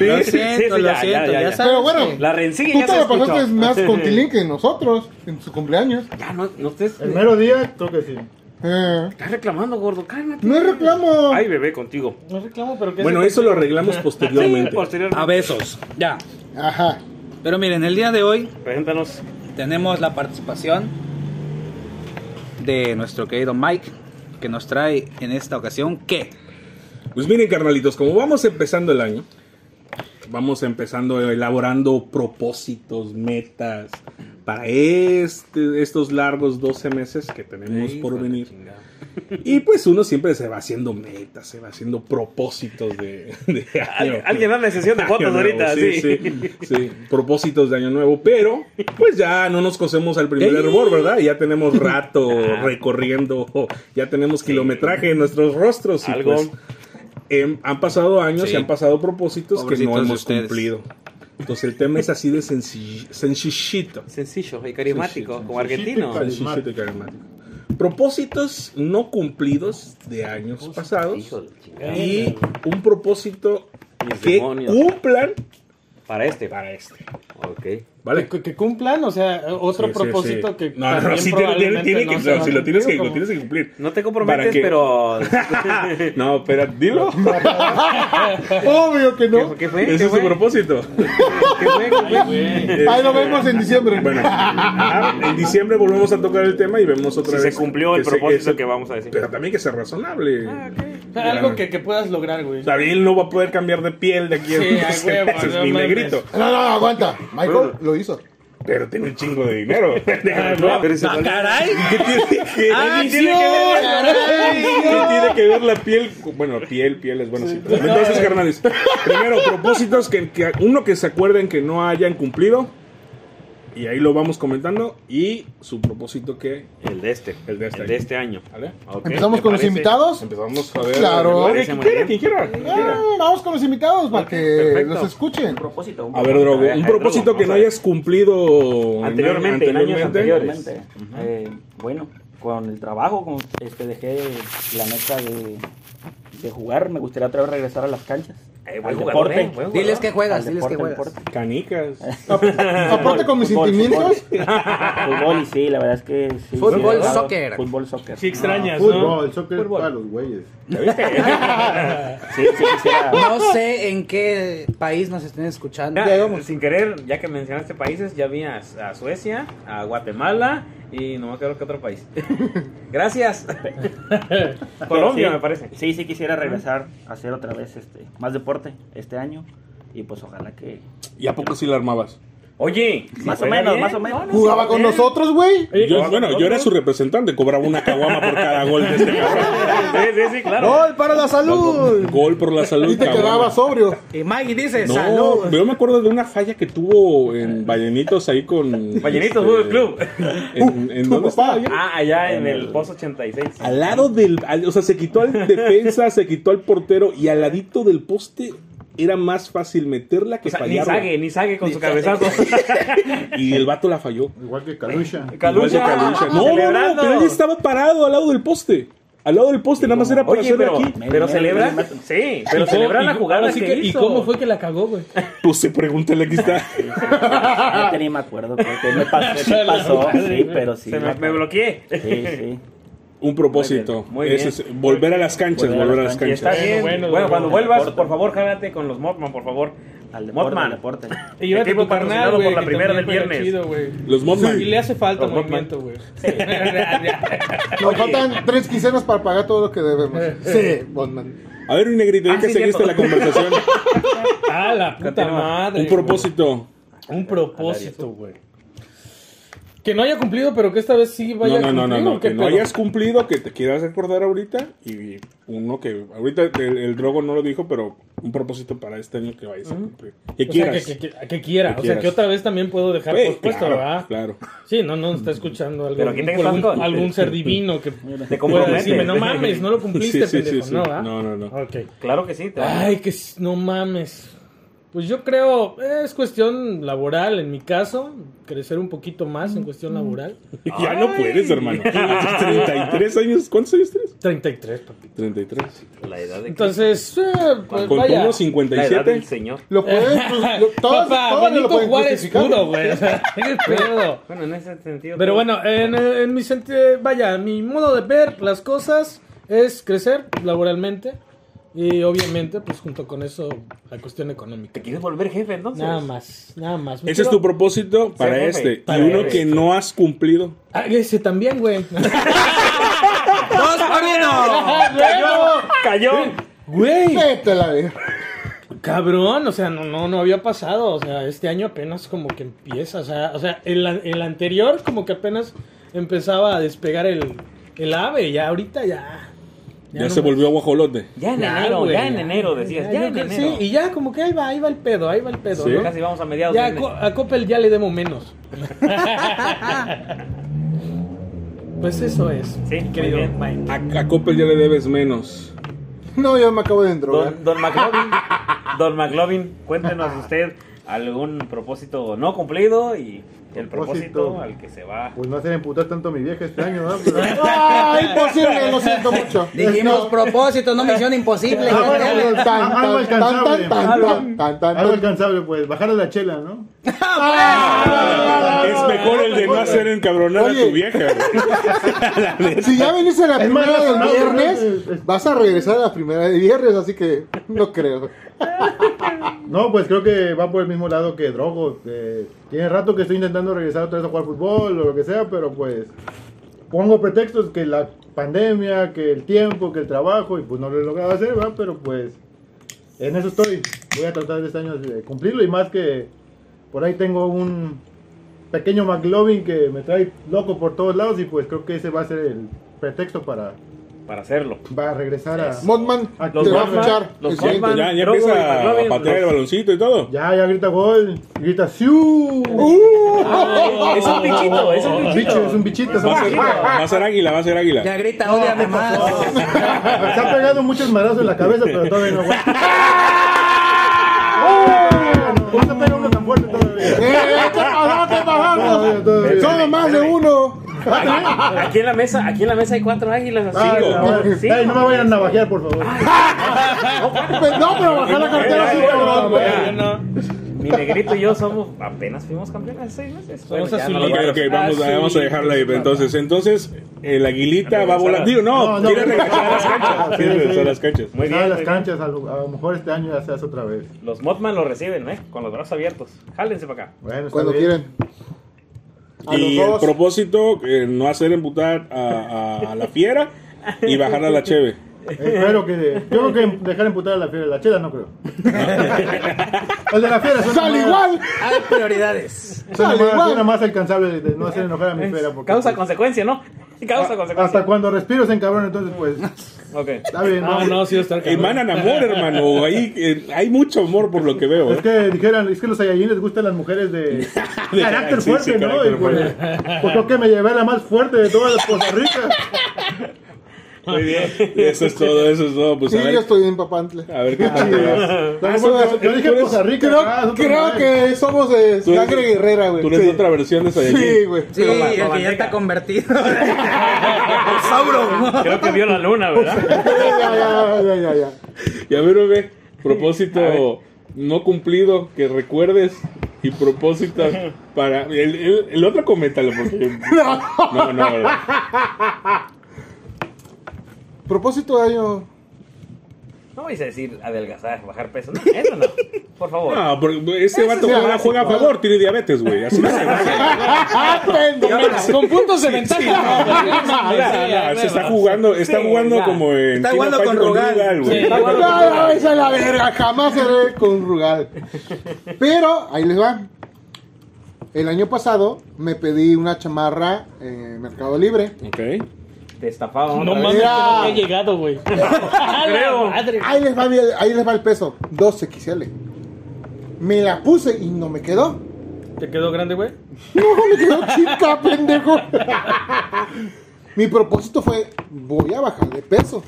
Speaker 4: Lo
Speaker 2: Sí, sí,
Speaker 4: siento,
Speaker 2: sí,
Speaker 4: lo siento, ya sabes.
Speaker 5: Pero bueno,
Speaker 2: La rencilla
Speaker 5: tú
Speaker 2: ya
Speaker 5: te
Speaker 2: se
Speaker 5: la pasaste
Speaker 2: escuchó.
Speaker 5: más con Tilín que nosotros en su cumpleaños.
Speaker 2: Ya, no, no estés...
Speaker 7: El mero día, creo que sí.
Speaker 5: Eh,
Speaker 2: Estás reclamando, gordo, cálmate.
Speaker 5: no es reclamo.
Speaker 2: Ay, bebé, contigo.
Speaker 3: No reclamo, pero que
Speaker 6: Bueno, eh, eso lo arreglamos posteriormente.
Speaker 2: Posteriormente.
Speaker 4: A besos, ya.
Speaker 5: Ajá.
Speaker 4: Pero miren, el día de hoy
Speaker 2: Preséntanos.
Speaker 4: tenemos la participación de nuestro querido Mike, que nos trae en esta ocasión qué.
Speaker 6: Pues miren, carnalitos, como vamos empezando el año, vamos empezando eh, elaborando propósitos, metas para este, estos largos 12 meses que tenemos por venir. Y pues uno siempre se va haciendo metas, se va haciendo propósitos de, de año.
Speaker 2: Al- Alguien anda en sesión de
Speaker 6: Año
Speaker 2: fotos
Speaker 6: nuevo,
Speaker 2: ahorita, sí.
Speaker 6: sí, sí. propósitos de año nuevo, pero pues ya no nos cosemos al primer
Speaker 4: ¡Ey!
Speaker 6: hervor, ¿verdad? Ya tenemos rato recorriendo, ya tenemos kilometraje en nuestros rostros. y,
Speaker 2: Algo.
Speaker 6: pues, em, han pasado años
Speaker 4: Sí.
Speaker 6: y han pasado propósitos que
Speaker 4: Pobrecitos
Speaker 6: no
Speaker 4: de
Speaker 6: hemos
Speaker 4: ustedes.
Speaker 6: cumplido. Entonces el tema es así de senci- sencillito.
Speaker 2: Sencillo y carismático,
Speaker 6: Sencillo,
Speaker 2: como argentino.
Speaker 7: sencillo
Speaker 6: Sencillito y carismático. Propósitos no cumplidos de años pasados
Speaker 2: Hijo de chingada.
Speaker 6: y un propósito
Speaker 2: Mis
Speaker 6: que
Speaker 2: demonios.
Speaker 6: cumplan
Speaker 2: Para este.
Speaker 6: para este.
Speaker 2: Ok.
Speaker 6: ¿Vale?
Speaker 3: Que, que cumplan, o sea, otro
Speaker 6: Sí, sí,
Speaker 3: propósito
Speaker 6: sí.
Speaker 3: que.
Speaker 6: No, no,
Speaker 3: también
Speaker 6: sí, tiene- tiene-
Speaker 3: probablemente
Speaker 6: tiene que-
Speaker 3: no se
Speaker 6: no,
Speaker 3: va
Speaker 6: sí,
Speaker 3: a
Speaker 6: lo tienes que
Speaker 3: cumplir,
Speaker 6: lo tienes que cumplir.
Speaker 2: No te
Speaker 6: ¿Para
Speaker 2: comprometes,
Speaker 6: qué?
Speaker 2: pero.
Speaker 6: No, espera, dilo.
Speaker 5: Obvio que no.
Speaker 2: ¿Qué, qué fue?
Speaker 6: Ese
Speaker 2: ¿Qué
Speaker 6: es su
Speaker 2: fue?
Speaker 6: propósito.
Speaker 2: ¿Qué fue? ¿Qué fue?
Speaker 5: Ahí lo vemos en diciembre.
Speaker 6: Eh, Bueno, ajá, en diciembre volvemos a tocar el tema y vemos otra
Speaker 2: Si se
Speaker 6: vez.
Speaker 2: cumplió el
Speaker 6: se-
Speaker 2: propósito
Speaker 6: se-
Speaker 2: que vamos a decir.
Speaker 6: Pero también que sea razonable.
Speaker 3: Ah, como- Algo que, que puedas lograr, güey.
Speaker 6: David no va a poder cambiar de piel de aquí a
Speaker 3: Sí, a
Speaker 6: unos
Speaker 3: huevo,
Speaker 6: meses,
Speaker 3: no
Speaker 6: mi
Speaker 3: mames.
Speaker 6: negrito.
Speaker 5: No, no, no, aguanta. Michael lo hizo.
Speaker 6: Pero tiene un chingo de dinero. Pero ese
Speaker 3: ¡Ah,
Speaker 6: vale-
Speaker 3: caray!
Speaker 6: ¿Qué tiene que,
Speaker 3: ¡Ah,
Speaker 6: ¿qué tiene que ver?
Speaker 3: caray!
Speaker 6: ¿Qué tiene que ver la piel? Bueno, piel, piel es bueno, sí. pero- Entonces, carnales, primero, propósitos que, que- uno que se acuerden que no hayan cumplido. Y ahí lo vamos comentando. Y su propósito que.
Speaker 2: El de este.
Speaker 6: El de este
Speaker 2: El de este año.
Speaker 6: ¿Vale?
Speaker 2: Ok,
Speaker 5: ¿Empezamos
Speaker 2: ¿te
Speaker 5: con los
Speaker 2: parece?
Speaker 5: invitados?
Speaker 6: Empezamos a ver.
Speaker 5: Claro.
Speaker 6: a ver, quien
Speaker 2: Muy
Speaker 6: quiera,
Speaker 2: bien.
Speaker 6: quien quiera, quien quiera.
Speaker 5: Ah, vamos con los invitados para
Speaker 2: Ok,
Speaker 5: que
Speaker 2: perfecto.
Speaker 5: los escuchen.
Speaker 1: propósito.
Speaker 6: A ver, Drogo,
Speaker 2: Ah,
Speaker 6: un propósito que no hayas cumplido en-
Speaker 2: Anteriormente, en años anteriores.
Speaker 1: Realmente, eh, bueno, con el trabajo, con, este, dejé la meta de, de jugar. Me gustaría otra vez regresar a las canchas.
Speaker 2: Eh, buen
Speaker 1: al
Speaker 2: jugador,
Speaker 1: deporte.
Speaker 2: eh, buen jugador.
Speaker 4: Diles que juegas,
Speaker 1: Al
Speaker 4: diles que
Speaker 1: deporte,
Speaker 4: juegas.
Speaker 1: al
Speaker 6: Canicas.
Speaker 5: Aparte con mis
Speaker 1: Fútbol,
Speaker 5: sentimientos,
Speaker 1: Fútbol y sí, la verdad es que sí.
Speaker 4: Fútbol,
Speaker 1: sí, he jugado.
Speaker 4: soccer.
Speaker 1: Fútbol, soccer.
Speaker 8: Sí extrañas, ¿no?
Speaker 7: Fútbol, soccer para los güeyes.
Speaker 2: ¿Ya viste?
Speaker 1: Sí, sí, quisiera.
Speaker 4: No sé en qué país nos estén escuchando.
Speaker 2: Ya, sin querer, ya que mencionaste países, ya vi a, a Suecia, a Guatemala y no me acuerdo qué otro país. Gracias. Colombia,
Speaker 1: Sí,
Speaker 2: me parece.
Speaker 1: Sí, sí quisiera regresar a hacer otra vez este más deporte este año y pues ojalá que
Speaker 6: Ah, ¿Y a poco sí la armabas?
Speaker 2: Oye,
Speaker 1: Más
Speaker 2: ¿se
Speaker 1: o
Speaker 2: juega
Speaker 1: menos,
Speaker 2: bien?
Speaker 1: más o menos.
Speaker 5: jugaba
Speaker 2: ¿Eh?
Speaker 5: con nosotros, güey.
Speaker 6: Yo, bueno, yo era su representante, cobraba una caguama por cada gol de este cabrón.
Speaker 2: Sí, sí, sí, claro.
Speaker 5: ¡Gol para la salud!
Speaker 6: Gol por la salud.
Speaker 5: Y te
Speaker 6: caguama.
Speaker 5: quedabas sobrio.
Speaker 4: Y Maggie dice,
Speaker 6: No,
Speaker 4: salud.
Speaker 6: yo me acuerdo de una falla que tuvo en Vallenitos ahí con.
Speaker 2: Vallenito Fútbol
Speaker 6: este,
Speaker 2: Club.
Speaker 5: Uh,
Speaker 6: ¿En, en dónde estaba? bien?
Speaker 2: Ah, allá en el Pozo 86.
Speaker 6: Al lado del. al- o sea, se quitó al defensa, se quitó al portero y al ladito del poste era más fácil meterla que
Speaker 2: O sea, ni
Speaker 6: fallarla.
Speaker 2: sague, ni sague con su cabezazo.
Speaker 6: Y el vato la falló.
Speaker 7: Igual que Calusha.
Speaker 2: Calucha,
Speaker 6: Igual que Calucha. No, no, no,
Speaker 2: celebrando.
Speaker 6: pero él estaba parado al lado del poste. Al lado del poste, nada más era para
Speaker 2: Oye,
Speaker 6: hacerle
Speaker 2: pero,
Speaker 6: aquí.
Speaker 2: pero celebra. Sí, pero celebra la jugada
Speaker 3: así
Speaker 2: que,
Speaker 3: ¿Y
Speaker 2: hizo.
Speaker 3: cómo fue que la cagó, güey?
Speaker 6: Pues se pregúntale aquí está.
Speaker 1: Ya tenía me acuerdo que que me pasó, me pasó, sí, pero sí.
Speaker 2: Se me,
Speaker 1: la-
Speaker 2: me bloqueé.
Speaker 1: Sí, sí.
Speaker 6: Un propósito.
Speaker 2: Muy bien, muy
Speaker 6: Ese es volver a las canchas, volver, a las
Speaker 2: Y
Speaker 6: canchas.
Speaker 2: está bien. Bueno,
Speaker 8: bueno,
Speaker 2: cuando
Speaker 8: bueno.
Speaker 2: vuelvas, por favor, jálate con los Motman, por favor.
Speaker 1: Al deporte,
Speaker 2: Motman.
Speaker 1: al deporte.
Speaker 8: Y llévate
Speaker 2: Equipo
Speaker 8: tu carnal,
Speaker 2: patrocinado
Speaker 8: güey,
Speaker 2: por la
Speaker 8: que
Speaker 2: primera
Speaker 8: también
Speaker 2: del
Speaker 8: juega
Speaker 2: viernes.
Speaker 8: chido, güey.
Speaker 6: Los Mobman.
Speaker 8: Y le hace falta
Speaker 2: Los
Speaker 8: movimiento, güey.
Speaker 5: Nos faltan tres quisenas para pagar todo lo que debemos. Sí, Bondman.
Speaker 6: A ver, un negrito, ya
Speaker 2: Ah,
Speaker 6: que
Speaker 2: sí,
Speaker 6: seguiste
Speaker 2: cierto.
Speaker 6: la conversación.
Speaker 3: ¡Ah, la puta
Speaker 2: Continúa.
Speaker 3: madre!
Speaker 6: un propósito.
Speaker 3: güey. Un propósito, güey. Que no haya cumplido, pero que esta vez sí vaya
Speaker 6: No, no, no,
Speaker 3: a cumplir.
Speaker 6: no,
Speaker 3: ¿o
Speaker 6: no.
Speaker 3: qué
Speaker 6: Que no
Speaker 3: pedo?
Speaker 6: hayas cumplido, que te quieras recordar ahorita. Y uno que. Ahorita el, el drogo no lo dijo, pero un propósito para este año que vayas a cumplir. Que
Speaker 3: O sea,
Speaker 6: quieras.
Speaker 3: que, que- que- que quiera.
Speaker 6: Que
Speaker 3: o sea, que
Speaker 6: quieras.
Speaker 3: otra vez también puedo dejar
Speaker 6: Güey,
Speaker 3: pospuesto,
Speaker 6: claro,
Speaker 3: ¿verdad?
Speaker 6: claro.
Speaker 3: Sí, no, no, está escuchando algo,
Speaker 2: Pero aquí tengo
Speaker 3: algún,
Speaker 2: Franco.
Speaker 3: algún ser divino que te
Speaker 2: comprometes.
Speaker 3: decirme, pues, no mames, no lo cumpliste,
Speaker 6: Sí, sí, sí,
Speaker 3: pendejo,
Speaker 6: sí.
Speaker 3: ¿no, va?
Speaker 6: No, no, no.
Speaker 3: Ok.
Speaker 2: Claro que sí. te-
Speaker 3: Ay, que s- no mames. Pues yo creo, eh, es cuestión laboral en mi caso, crecer un poquito más en cuestión laboral.
Speaker 6: Ya no puedes, hermano. Tienes 33 años. ¿Cuántos años tienes?
Speaker 3: 33, papi.
Speaker 6: 33.
Speaker 2: La edad de
Speaker 3: Entonces, eh, pues
Speaker 6: Con
Speaker 3: vaya.
Speaker 2: La
Speaker 6: uno
Speaker 2: edad del
Speaker 6: 57.
Speaker 2: señor.
Speaker 5: Lo pueden. pues, lo- todas-
Speaker 3: Papá,
Speaker 5: todas lo
Speaker 3: Benito
Speaker 5: pueden
Speaker 3: Juárez
Speaker 5: justificar.
Speaker 3: puro, güey. O sea, qué pedo.
Speaker 2: Bueno, en ese sentido.
Speaker 3: Pero
Speaker 2: todo-
Speaker 3: bueno, en, en mi sentido, vaya, mi modo de ver las cosas es crecer laboralmente y obviamente, pues junto con eso, la cuestión económica.
Speaker 2: ¿Te quieres volver jefe entonces?
Speaker 3: Nada más, nada más. Me
Speaker 6: Ese es
Speaker 3: quiero-
Speaker 6: tu propósito para
Speaker 2: jefe.
Speaker 6: este. Y
Speaker 2: Para
Speaker 6: uno
Speaker 2: este.
Speaker 6: que no has cumplido.
Speaker 3: Ah, ese también, güey.
Speaker 4: ¡Dos por uno!
Speaker 2: ¡Cayó! ¡Cayó!
Speaker 3: Güey,
Speaker 5: Vete a la verga.
Speaker 3: cabrón, o sea, no, no, no había pasado, o sea, este año apenas como que empieza, o sea, o sea, el, an- el anterior como que apenas empezaba a despegar el, el ave, ya ahorita ya.
Speaker 6: Ya,
Speaker 3: no
Speaker 6: se
Speaker 3: me-
Speaker 6: volvió guajolote.
Speaker 2: Ya en
Speaker 3: Ya,
Speaker 2: enero,
Speaker 3: güey.
Speaker 2: ya en enero decías. Ya
Speaker 3: yo
Speaker 2: en
Speaker 3: creo-
Speaker 2: enero.
Speaker 3: Sí, y ya como que ahí va, ahí va el pedo, ahí va el pedo,
Speaker 6: Sí.
Speaker 3: ¿no?
Speaker 2: Casi vamos a mediados.
Speaker 3: Ya
Speaker 2: de
Speaker 3: a, Co-
Speaker 2: enero.
Speaker 3: a Coppel ya le demos menos. pues eso es.
Speaker 2: Sí, muy
Speaker 3: querido
Speaker 2: bien.
Speaker 3: Mike.
Speaker 6: A, a Coppel ya le debes menos.
Speaker 5: No, yo me acabo de drogar.
Speaker 2: Don, don McLovin, don McLovin, cuéntenos usted algún propósito no cumplido y el propósito,
Speaker 7: Propósito.
Speaker 2: al que se va.
Speaker 7: Pues no hacer emputar tanto a mi vieja este año, ¿no? Pero-
Speaker 5: ¡Ah, imposible! Lo siento mucho.
Speaker 4: Dijimos propósito, no misión imposible.
Speaker 7: Ah, bueno,
Speaker 4: Dale.
Speaker 7: pues, tan,
Speaker 5: Algo
Speaker 7: tan, tan,
Speaker 5: alcanzable.
Speaker 7: tan, tan, tan, tan, tan,
Speaker 5: Algo
Speaker 7: Algo alcanzable, pues. Bajarle la chela, ¿no?
Speaker 6: es mejor el de no hacer encabronar a
Speaker 5: Oye.
Speaker 6: tu vieja. güey.
Speaker 5: Si ya viniste la
Speaker 7: Es más,
Speaker 5: primera del
Speaker 7: no, no,
Speaker 5: viernes, vas a regresar a la primera de viernes, así que no creo.
Speaker 7: No, pues creo que va por el mismo lado que Drogo. eh, tiene rato que estoy intentando regresar otra vez a jugar fútbol o lo que sea, pero pues pongo pretextos que la pandemia, que el tiempo, que el trabajo, y pues no lo he logrado hacer, ¿verdad? Pero pues en eso estoy. Voy a tratar este año de cumplirlo y más que por ahí tengo un, pequeño McLovin que me trae loco por todos lados y pues creo que ese va a ser el pretexto para,
Speaker 2: para hacerlo.
Speaker 7: para regresar a...
Speaker 5: Modman,
Speaker 7: Los
Speaker 5: te va a
Speaker 7: Mothman,
Speaker 5: fichar.
Speaker 2: los
Speaker 5: el siguiente.
Speaker 2: Mothman.
Speaker 6: Ya, ya
Speaker 2: Drogo y
Speaker 6: empieza a
Speaker 2: McLovin,
Speaker 6: patear el
Speaker 2: los-
Speaker 6: baloncito y todo.
Speaker 7: Ya, ya grita gol, grita ¡Siu!
Speaker 6: Uh.
Speaker 2: Es un bichito, es un
Speaker 7: Bicho, es un bichito. es un
Speaker 6: Va a ser,
Speaker 7: bichito.
Speaker 6: va a ser águila, va a ser águila.
Speaker 4: Ya grita, odiame más.
Speaker 7: Se ha pegado muchos madrazos en la cabeza, pero todavía no aguanta. ¡Oh! No, no pega uno tan fuerte todavía.
Speaker 5: Eh, ¿Qué pasó? ¿Qué
Speaker 7: Todavía,
Speaker 5: pasó?
Speaker 7: todavía.
Speaker 5: Solo más de uno.
Speaker 2: Aquí en la mesa, aquí en la mesa hay cuatro águilas.
Speaker 7: Ay,
Speaker 2: Cinco.
Speaker 7: no, ay,
Speaker 2: Cinco.
Speaker 7: no me vayan a navajear, por favor.
Speaker 5: No, pero bajar la cartera sí, cabrón, güey.
Speaker 2: Ya, Mi negrito y yo somos apenas fuimos campeones hace seis meses.
Speaker 3: Somos
Speaker 2: ya no
Speaker 6: Ok,
Speaker 2: lo
Speaker 6: ok, vamos,
Speaker 2: Ah,
Speaker 6: a- vamos a dejarla ahí. Entonces, entonces, el aguilita va
Speaker 2: Regresar.
Speaker 6: a volar. Digo, no,
Speaker 7: No, no.
Speaker 6: quiere regresar a las canchas. Quiere regresar a las canchas.
Speaker 2: Muy
Speaker 7: Nada,
Speaker 2: bien,
Speaker 7: las
Speaker 2: muy
Speaker 7: canchas, a lo, a lo mejor este año ya se hace otra vez.
Speaker 2: Los Mothman lo reciben, ¿eh? Con los brazos abiertos. Jálense para acá.
Speaker 7: Bueno, está
Speaker 5: Cuando
Speaker 7: bien.
Speaker 5: quieren. A
Speaker 6: Y
Speaker 5: los
Speaker 6: el
Speaker 5: dos.
Speaker 6: propósito, eh, no hacer emputar a, a- a la fiera y bajar a la cheve.
Speaker 7: Espero que. Yo creo que dejar emputar a la fiera. La chela no creo. El de la fiera suena
Speaker 5: ¡Sale
Speaker 7: más-
Speaker 5: igual!
Speaker 4: Hay prioridades.
Speaker 7: Suena
Speaker 5: Sale
Speaker 7: más,
Speaker 5: igual.
Speaker 7: suena más alcanzable de, de no hacer enojar a mi fiera. Porque,
Speaker 2: Causa
Speaker 7: pues,
Speaker 2: consecuencia, ¿no?
Speaker 3: Ah,
Speaker 2: Causa consecuencia.
Speaker 7: Hasta cuando respiro se encabrona, entonces pues. Está
Speaker 2: Ok. Ah,
Speaker 7: bien, ¿no?
Speaker 3: No, no, sí, está
Speaker 6: Emanan amor, hermano. Ahí, eh, hay mucho amor por lo que veo.
Speaker 7: Es
Speaker 6: ¿eh?
Speaker 7: que dijeran, es que los Saiyajin les gustan las mujeres de carácter
Speaker 6: sí,
Speaker 7: fuerte,
Speaker 6: sí,
Speaker 7: ¿no?
Speaker 6: carácter
Speaker 7: Y, pues, pues, creo que me llevé la más fuerte de todas las Costa Rica.
Speaker 2: Muy bien.
Speaker 6: Eso es todo, eso es todo. Pues
Speaker 5: Sí,
Speaker 6: a ver,
Speaker 5: yo estoy en Papantle.
Speaker 6: a ver qué
Speaker 7: Sí,
Speaker 6: tal.
Speaker 5: Ah,
Speaker 7: no, yo- yo dije Costa Rica. ah,
Speaker 5: Creo,
Speaker 7: es otro
Speaker 5: creo
Speaker 7: nivel.
Speaker 5: que somos de
Speaker 6: Tú eres-
Speaker 5: sangre guerrera, güey.
Speaker 6: Tú eres
Speaker 5: Sí.
Speaker 6: otra versión de Saiyajin.
Speaker 5: Sí, güey.
Speaker 4: Sí,
Speaker 2: Pero la- la
Speaker 4: el que ya
Speaker 2: manteca.
Speaker 4: está convertido. Sauro.
Speaker 2: Creo que vio la luna, ¿verdad?
Speaker 5: Ya, ya, Ah, ya, ya, ya.
Speaker 6: Y a ver, bebé, propósito no cumplido que recuerdes y propósito para... El, el- el otro coméntalo porque... No, no, ¿verdad?
Speaker 5: Propósito de año.
Speaker 2: No vais a decir adelgazar, bajar peso. No, eso no. Por favor.
Speaker 6: No, porque ese
Speaker 5: es
Speaker 6: vato juega,
Speaker 5: básico.
Speaker 6: juega a favor, tiene diabetes, güey. Así no se va.
Speaker 3: Con puntos de ventaja.
Speaker 6: se está jugando, está
Speaker 2: Sí,
Speaker 6: jugando
Speaker 2: ya.
Speaker 6: como en...
Speaker 4: Está
Speaker 6: King
Speaker 4: jugando
Speaker 6: of
Speaker 4: con
Speaker 6: Fighters
Speaker 4: Rugal.
Speaker 6: güey.
Speaker 2: Sí.
Speaker 5: No, no, esa es la verga. Jamás seré con Rugal. Pero, ahí les va. El año pasado me pedí una chamarra en Mercado Libre.
Speaker 6: Ok.
Speaker 2: Destapado.
Speaker 3: No
Speaker 2: otra
Speaker 3: mames,
Speaker 2: vez.
Speaker 3: que no había llegado, güey. A la
Speaker 2: Creo.
Speaker 3: madre.
Speaker 5: Ahí les va, bien- ahí les va el peso. 2XL. Me la puse y no me quedó.
Speaker 3: ¿Te quedó grande, güey?
Speaker 5: No, me quedó chica, pendejo. Mi propósito fue, voy a bajar de peso.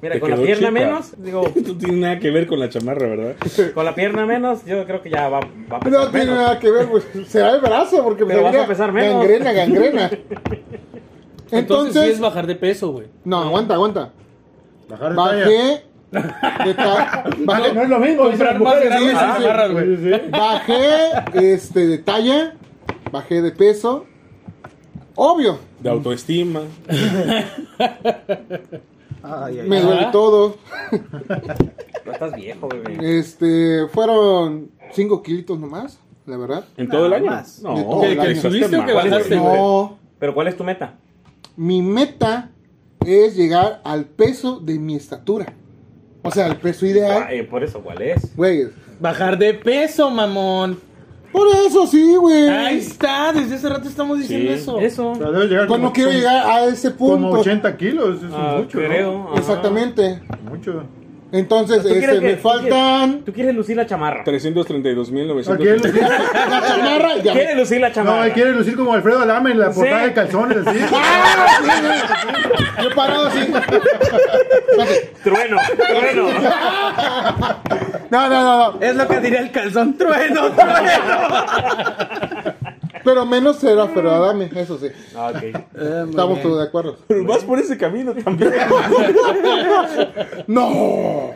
Speaker 2: Mira,
Speaker 6: Te
Speaker 2: con la
Speaker 6: quedó
Speaker 2: pierna
Speaker 6: chica.
Speaker 2: menos, digo,
Speaker 6: Esto tiene nada que ver con la chamarra, ¿verdad?
Speaker 2: con la pierna menos, yo creo que ya va, va a pesar
Speaker 5: No tiene
Speaker 2: menos.
Speaker 5: nada que ver, güey. Será el brazo, porque me
Speaker 2: Pero vas a
Speaker 5: diría,
Speaker 2: pesar menos.
Speaker 5: Gangrena, gangrena.
Speaker 3: Entonces, sí es
Speaker 5: Entonces,
Speaker 3: bajar de peso, güey.
Speaker 5: no, aguanta, aguanta.
Speaker 7: Bajar de talla.
Speaker 5: Bajé. de ta-
Speaker 7: Vale, no
Speaker 5: bajé,
Speaker 7: es lo mismo. dicen
Speaker 3: Comprar
Speaker 7: las
Speaker 3: más
Speaker 7: mujeres,
Speaker 3: grandes
Speaker 5: sí, sí, sí.
Speaker 3: amarras, güey.
Speaker 7: Sí, sí, sí.
Speaker 5: bajé, este, de talla, bajé de peso. Obvio,
Speaker 6: De autoestima.
Speaker 5: me duele
Speaker 3: Ajá.
Speaker 5: todo.
Speaker 2: No estás viejo, bebé.
Speaker 5: Este, fueron 5 kilitos nomás, la verdad.
Speaker 6: ¿En todo el año?
Speaker 4: más.
Speaker 6: No,
Speaker 5: De todo el
Speaker 6: ¿que-
Speaker 5: año.
Speaker 6: que estás
Speaker 3: ¿Subiste o que
Speaker 6: mal, güey.
Speaker 3: bajaste?
Speaker 5: No,
Speaker 2: Pero ¿cuál es tu meta?
Speaker 5: mi meta es llegar al peso de mi estatura. O sea, el peso
Speaker 2: Ah,
Speaker 5: ideal.
Speaker 2: eh, por eso, ¿cuál es?
Speaker 5: Güey,
Speaker 3: Bajar de peso, mamón.
Speaker 5: por eso sí,
Speaker 3: Ahí
Speaker 5: güey.
Speaker 3: está, desde hace rato estamos diciendo
Speaker 6: Sí.
Speaker 3: eso.
Speaker 2: Eso.
Speaker 7: Pero debe llegar
Speaker 5: Pues no
Speaker 7: como-
Speaker 5: quiero llegar a ese
Speaker 7: Como
Speaker 5: punto.
Speaker 7: 80 kilos, eso es
Speaker 2: Ah,
Speaker 7: mucho. ¿no?
Speaker 2: creo. ajá.
Speaker 5: Exactamente.
Speaker 7: Mucho.
Speaker 5: Entonces,
Speaker 2: ¿Tú quieres
Speaker 5: este,
Speaker 2: que-
Speaker 5: me
Speaker 2: tú
Speaker 5: faltan
Speaker 2: quieres- Tú quieres lucir la chamarra.
Speaker 6: 332.900.
Speaker 7: Aquí él lucir-
Speaker 5: la chamarra. Ya
Speaker 2: Quieres lucir la
Speaker 7: no,
Speaker 2: chamarra.
Speaker 7: él quiere lucir como Alfredo Adame en la
Speaker 2: Sí.
Speaker 7: portada de calzones, así. Ah,
Speaker 5: Ah, Yo he parado así.
Speaker 2: Trueno, trueno.
Speaker 5: No, no, no, no.
Speaker 4: Es lo que diría el calzón trueno, trueno.
Speaker 5: Pero menos será, pero dame, eso sí.
Speaker 2: Ah, ok.
Speaker 5: Estamos todos de acuerdo.
Speaker 6: Pero vas por ese camino también.
Speaker 5: ¡No!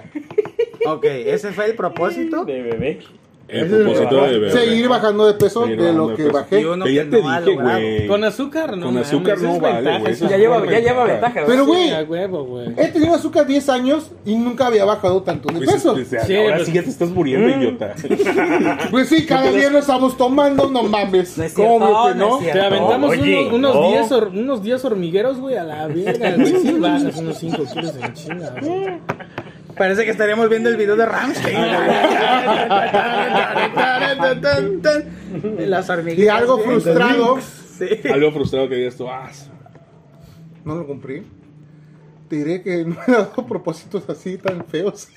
Speaker 4: Ok, ese fue el propósito.
Speaker 2: De bebé.
Speaker 6: El propósito de bebé.
Speaker 5: Seguir bajando de peso
Speaker 6: Seguir
Speaker 5: de
Speaker 6: bajando
Speaker 5: lo
Speaker 6: de
Speaker 5: que
Speaker 6: peso.
Speaker 5: bajé.
Speaker 4: uno
Speaker 6: Que
Speaker 4: que
Speaker 6: ya te
Speaker 4: no ha
Speaker 6: dije,
Speaker 4: logrado.
Speaker 6: güey.
Speaker 3: Con azúcar, no.
Speaker 6: Con
Speaker 3: mames,
Speaker 6: azúcar no
Speaker 3: es
Speaker 6: vale,
Speaker 3: ventaja,
Speaker 6: güey,
Speaker 3: eso
Speaker 6: eso
Speaker 3: es
Speaker 2: Ya lleva,
Speaker 6: Forma
Speaker 2: ya
Speaker 6: y
Speaker 2: lleva
Speaker 6: chamarra.
Speaker 2: ventaja. ¿verdad?
Speaker 5: Pero, güey,
Speaker 3: Sí, a huevo, güey. Eh,
Speaker 5: He tenido azúcar 10 años y nunca había bajado tanto de
Speaker 6: Pues,
Speaker 5: peso.
Speaker 6: pues, ya,
Speaker 3: Sí,
Speaker 6: ahora
Speaker 3: pues-
Speaker 6: sí ya te estás muriendo, idiota.
Speaker 5: Pues sí, cada viernes estamos tomando, no mames.
Speaker 4: No es cierto,
Speaker 5: ¿Cómo que
Speaker 4: no
Speaker 5: no?
Speaker 4: es
Speaker 3: Te
Speaker 4: cierto.
Speaker 3: aventamos
Speaker 2: Oye,
Speaker 3: uno- unos,
Speaker 2: no.
Speaker 3: 10 hor- unos 10 hormigueros, güey, Ah. a la verga, güey. Sí, bajas unos 5 kilos en chinga, güey.
Speaker 4: Parece que estaríamos viendo el video de Ramstein. De Las hormiguitas.
Speaker 5: Y algo frustrado.
Speaker 4: Sí.
Speaker 6: Algo frustrado que digas tú, ah, su-
Speaker 5: No lo cumplí. Te diré que no he dado propósitos así tan feos.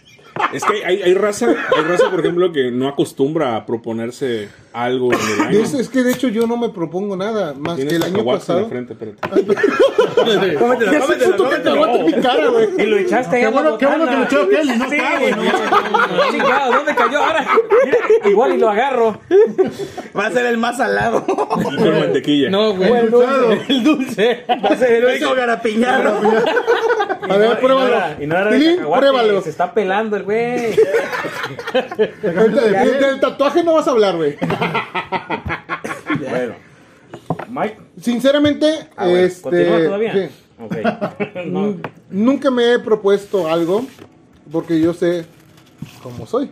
Speaker 6: Es que hay, hay raza, hay raza, por ejemplo, que no acostumbra a proponerse algo en el año.
Speaker 5: Es, es que de hecho yo no me propongo nada más Ah, que
Speaker 6: Tienes
Speaker 5: el año
Speaker 6: cacahuates en la
Speaker 5: pasado.
Speaker 6: frente, espérate.
Speaker 2: Cómetelo,
Speaker 5: Ya sé,
Speaker 2: cómetelo,
Speaker 5: puto, que te
Speaker 2: cómetelo.
Speaker 5: aguante mi cara, güey.
Speaker 2: Y lo echaste ahí
Speaker 7: Qué
Speaker 2: a la
Speaker 7: bueno, qué bueno que lo
Speaker 2: botana.
Speaker 7: echó Kelly, no
Speaker 2: Sí,
Speaker 3: Ah,
Speaker 7: está, güey.
Speaker 2: no, Chingado, ¿dónde cayó ahora? Mira, igual y lo agarro.
Speaker 4: Va a ser el más salado.
Speaker 6: Y con mantequilla.
Speaker 3: No, güey. El dulce. El dulce.
Speaker 4: Va a ser el único garapiñado.
Speaker 5: A ver, pruébalo.
Speaker 2: Y no era
Speaker 5: Tilín,
Speaker 2: de cacahuate,
Speaker 5: pruébalo.
Speaker 2: Se está pelando el güey.
Speaker 5: Del, del- del tatuaje no vas a hablar, güey.
Speaker 2: Bueno. Mike.
Speaker 5: Sinceramente,
Speaker 2: Ah, bueno,
Speaker 5: este.
Speaker 2: ¿Continúa todavía?
Speaker 5: sí.
Speaker 2: Ok. No.
Speaker 5: Nunca me he propuesto algo porque yo sé cómo soy.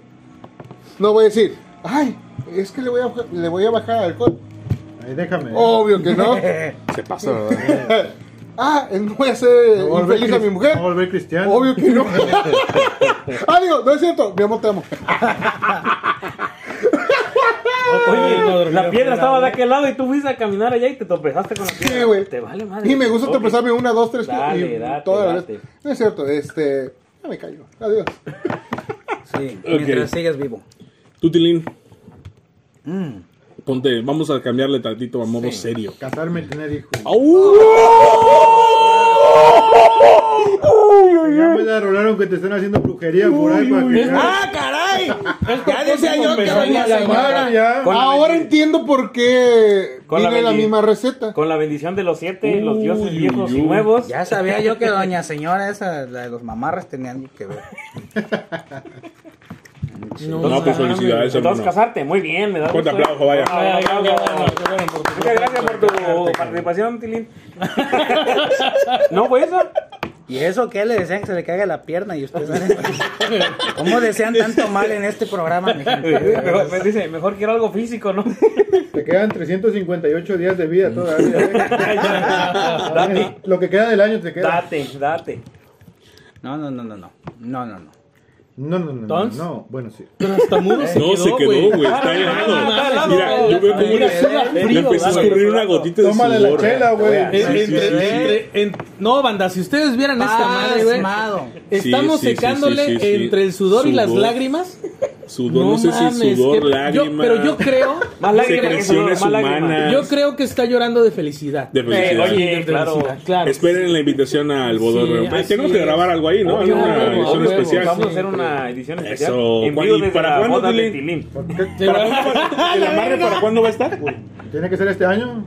Speaker 5: No voy a decir, ay, es que le voy a, bajar- le voy a bajar al alcohol.
Speaker 7: Ahí déjame.
Speaker 5: Obvio que no.
Speaker 6: Se pasa, ¿verdad?
Speaker 5: ah, no voy a hacer
Speaker 7: No volver
Speaker 5: infeliz a mi
Speaker 7: cris-
Speaker 5: mujer.
Speaker 7: no volver cristiano.
Speaker 5: Obvio que no. ah, digo, no es cierto. Mi amor, te amo.
Speaker 2: Oye,
Speaker 3: no dormí,
Speaker 2: la piedra
Speaker 3: no,
Speaker 2: estaba
Speaker 3: no.
Speaker 2: de aquel lado y tú fuiste a caminar allá y te topezaste con la piedra.
Speaker 5: Sí, güey.
Speaker 2: Te vale madre.
Speaker 5: Y me gusta tropezarme una, dos, tres,
Speaker 2: Dale,
Speaker 5: y
Speaker 2: date,
Speaker 5: toda la
Speaker 2: date.
Speaker 5: vez. No es cierto, este. Ya me cayó. Adiós.
Speaker 4: Sí,
Speaker 6: Ok.
Speaker 4: mientras sigas vivo.
Speaker 6: Tutilín.
Speaker 3: Mm.
Speaker 6: Ponte, vamos a cambiarle tantito a modo serio.
Speaker 7: Casarme y tener hijos. Ya me la rolaron que te están haciendo brujería por ahí para que. ya-
Speaker 4: ¡Ah, caray! Ya decía yo que
Speaker 3: compensar
Speaker 4: venía
Speaker 3: la
Speaker 4: señora.
Speaker 7: Ahora ya.
Speaker 2: Con la
Speaker 5: Ahora
Speaker 2: bendición.
Speaker 5: entiendo por qué
Speaker 2: Con la
Speaker 5: viene la
Speaker 2: bendición.
Speaker 5: misma receta.
Speaker 2: Con la bendición de los siete, los dioses
Speaker 6: Uy,
Speaker 2: viejos
Speaker 6: uy,
Speaker 2: y
Speaker 6: uy.
Speaker 2: nuevos.
Speaker 4: Ya sabía yo que doña señora esa, la de los mamarras, tenía algo que ver.
Speaker 6: No, pues felicidades,
Speaker 2: ah, Entonces,
Speaker 6: hermano.
Speaker 2: casarte, muy bien, me da
Speaker 6: Fuerte
Speaker 2: gusto.
Speaker 6: aplauso, vaya.
Speaker 2: Ah,
Speaker 3: Ay,
Speaker 2: bravo.
Speaker 3: qué bueno, qué bueno por tu
Speaker 2: Muchas gracias por tu participación, Tilín. ¿No fue eso?
Speaker 4: Y eso que le decían que se le caiga la pierna y ustedes ¿Cómo desean tanto mal en este programa, mi gente?
Speaker 2: Mejor- Dice, mejor quiero algo físico, ¿no?
Speaker 7: Te quedan 358 días de vida todavía. ¿eh?
Speaker 2: date,
Speaker 7: Lo que queda del año te queda.
Speaker 2: date, date.
Speaker 4: No, no, no, no, no. No, no, no.
Speaker 7: No, no, no, no.
Speaker 3: ¿Entonces?
Speaker 7: No, bueno, sí.
Speaker 3: Pero hasta mudo se
Speaker 6: No,
Speaker 3: quedó,
Speaker 6: se quedó, güey. Está
Speaker 2: Ah, está
Speaker 6: helado.
Speaker 2: helado,
Speaker 6: Mira,
Speaker 2: güey.
Speaker 6: yo veo como
Speaker 3: Mira,
Speaker 6: una.
Speaker 3: suda
Speaker 6: Le
Speaker 3: frío,
Speaker 6: empezó a
Speaker 3: dale.
Speaker 6: escurrir una gotita de
Speaker 7: Tómale la
Speaker 6: pues, sudor.
Speaker 7: chela, güey.
Speaker 3: Eh,
Speaker 6: Sí, sí,
Speaker 3: entre-
Speaker 6: sí.
Speaker 3: entre- en- no, banda, si ustedes
Speaker 2: Ah,
Speaker 3: vieran esta madre, güey.
Speaker 4: Pasmado.
Speaker 3: Estamos
Speaker 6: Sí, sí, sí,
Speaker 3: secándole
Speaker 6: sí, sí, sí.
Speaker 3: entre el sudor, y las
Speaker 6: Sudor.
Speaker 3: lágrimas.
Speaker 6: Sudor, no, sé si sudor,
Speaker 3: qué- yo-
Speaker 6: lágrima.
Speaker 3: pero yo creo,
Speaker 2: Más lágrimas que sudor,
Speaker 6: Secreciones
Speaker 2: más lágrimas.
Speaker 6: humanas.
Speaker 3: yo creo que está llorando de felicidad.
Speaker 6: De
Speaker 2: Eh,
Speaker 6: felicidad.
Speaker 2: oye, claro.
Speaker 3: felicidad, claro.
Speaker 6: Esperen la invitación al
Speaker 3: Sí,
Speaker 6: Bodorreo.
Speaker 3: así
Speaker 6: Tenemos que
Speaker 3: es.
Speaker 6: grabar algo ahí, ¿no?
Speaker 2: Obvio,
Speaker 6: una
Speaker 2: huevo,
Speaker 6: edición
Speaker 2: huevo.
Speaker 6: especial.
Speaker 2: Vamos a
Speaker 6: Sí.
Speaker 2: hacer una edición especial.
Speaker 6: Eso.
Speaker 2: En
Speaker 6: ¿Cuándo-
Speaker 2: vivo
Speaker 6: y
Speaker 2: desde
Speaker 6: para
Speaker 2: la
Speaker 6: cuándo,
Speaker 2: boda de
Speaker 6: Tilín?
Speaker 2: Tilín.
Speaker 3: Te va-
Speaker 6: ¿El amarre para cuándo va a estar?
Speaker 7: ¿Tiene que ser este año?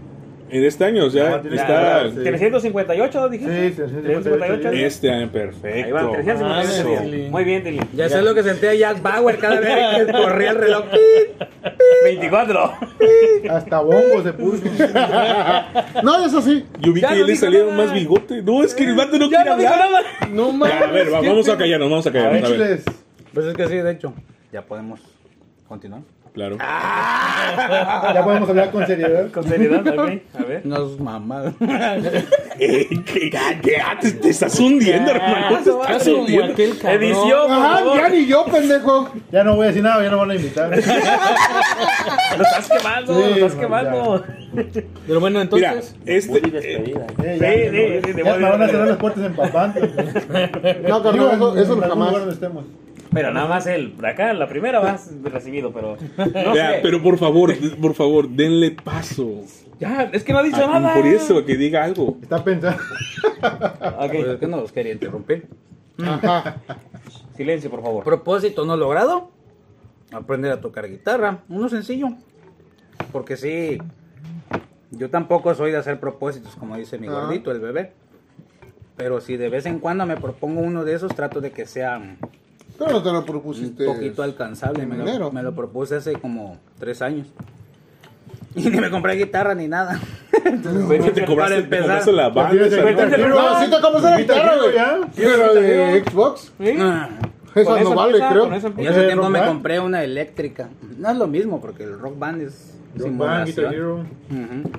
Speaker 6: En este año, o sea,
Speaker 7: Ah, tiene
Speaker 6: está.
Speaker 7: que ser, sí.
Speaker 2: 358, dijiste.
Speaker 7: Sí, 358.
Speaker 6: Este año,
Speaker 2: Ahí van,
Speaker 6: perfecto.
Speaker 2: 358
Speaker 3: Eso.
Speaker 2: días. Muy bien, Tilín.
Speaker 4: Ya sé lo que sentía Jack Bauer cada vez que corría el reloj.
Speaker 2: 24.
Speaker 7: Hasta bombo se puso.
Speaker 5: No, eso sí.
Speaker 6: Yo vi
Speaker 2: Ya
Speaker 6: que
Speaker 2: no
Speaker 6: le
Speaker 2: dijo
Speaker 6: salieron
Speaker 2: nada.
Speaker 6: más bigote. No, es que el vato no
Speaker 2: Ya
Speaker 6: quiere
Speaker 2: no dijo
Speaker 6: hablar.
Speaker 2: nada. este
Speaker 3: No
Speaker 6: Ya,
Speaker 3: mames.
Speaker 6: a ver, va-
Speaker 3: qué
Speaker 6: vamos a
Speaker 3: pedo.
Speaker 6: callarnos, vamos a callarnos. A ver.
Speaker 7: Pinches.
Speaker 4: Pues es que sí, de hecho. Ya podemos continuar.
Speaker 6: Claro.
Speaker 2: Ah.
Speaker 7: Ah, Ya podemos hablar con seriedad.
Speaker 2: Con seriedad, ok. A ver.
Speaker 4: Nos mamá.
Speaker 6: Eh, que- que- ah, te, te estás hundiendo, hermano. Te
Speaker 3: Estás
Speaker 6: estás
Speaker 3: como
Speaker 6: hundiendo.
Speaker 3: aquel cabrón.
Speaker 2: Edición, por
Speaker 5: Ajá,
Speaker 2: favor.
Speaker 5: ya ni yo, pendejo.
Speaker 7: Ya no voy a decir nada, ya no van a invitar.
Speaker 2: Lo estás quemando,
Speaker 7: Sí,
Speaker 2: lo estás
Speaker 7: no,
Speaker 2: quemando.
Speaker 3: Pero bueno,
Speaker 6: Mira,
Speaker 3: entonces.
Speaker 1: Muy
Speaker 6: este. eh,
Speaker 1: despedida.
Speaker 7: Eh,
Speaker 2: Sí, sí, sí,
Speaker 7: ya,
Speaker 2: te
Speaker 7: ya,
Speaker 2: voy a-
Speaker 7: me van a cerrar las puertas en papá.
Speaker 5: No, carnal, eso, eso no jamás.
Speaker 7: estemos.
Speaker 2: Pero nada más el, por acá, la primera vas recibido, pero. No
Speaker 6: vea,
Speaker 2: sé.
Speaker 6: pero por favor, por favor, denle paso.
Speaker 2: Ya, es que no ha dicho
Speaker 6: Ah,
Speaker 2: nada.
Speaker 6: Por eso, que diga algo.
Speaker 7: Está pensando.
Speaker 2: Ok,
Speaker 4: Pues Es que no los quería interrumpir.
Speaker 2: silencio, por favor.
Speaker 4: Propósito no logrado. Aprender a tocar guitarra. Uno sencillo. Porque sí. Yo tampoco soy de hacer propósitos, como dice mi
Speaker 5: Ajá.
Speaker 4: gordito, el bebé. Pero si de vez en cuando me propongo uno de esos, trato de que sea un
Speaker 5: Pero no te lo propusiste.
Speaker 4: poquito alcanzable. Me
Speaker 5: Primero.
Speaker 4: lo, me lo propuse hace como tres años. Y ni me compré guitarra ni nada.
Speaker 6: Te compraste, te
Speaker 4: empezar.
Speaker 6: compraste la banda.
Speaker 7: Tienes
Speaker 6: esa,
Speaker 7: en cuenta el
Speaker 6: ¿no?
Speaker 7: tiro,
Speaker 5: No, sí te compras la guitarra, güey. ¿eh?
Speaker 7: ya.
Speaker 5: Pero de Xbox.
Speaker 2: ¿Sí?
Speaker 4: Ah.
Speaker 2: Con
Speaker 5: Esa
Speaker 2: eso
Speaker 5: no vale,
Speaker 2: empieza,
Speaker 5: creo.
Speaker 2: con eso
Speaker 4: Y
Speaker 2: empieza.
Speaker 4: hace
Speaker 7: Eh,
Speaker 4: tiempo
Speaker 7: Rock
Speaker 4: me
Speaker 7: Band.
Speaker 4: compré una eléctrica. No es lo mismo, porque el rock band es
Speaker 7: Rock Band, Guitar
Speaker 4: simulación.
Speaker 7: Hero.
Speaker 4: Ujú.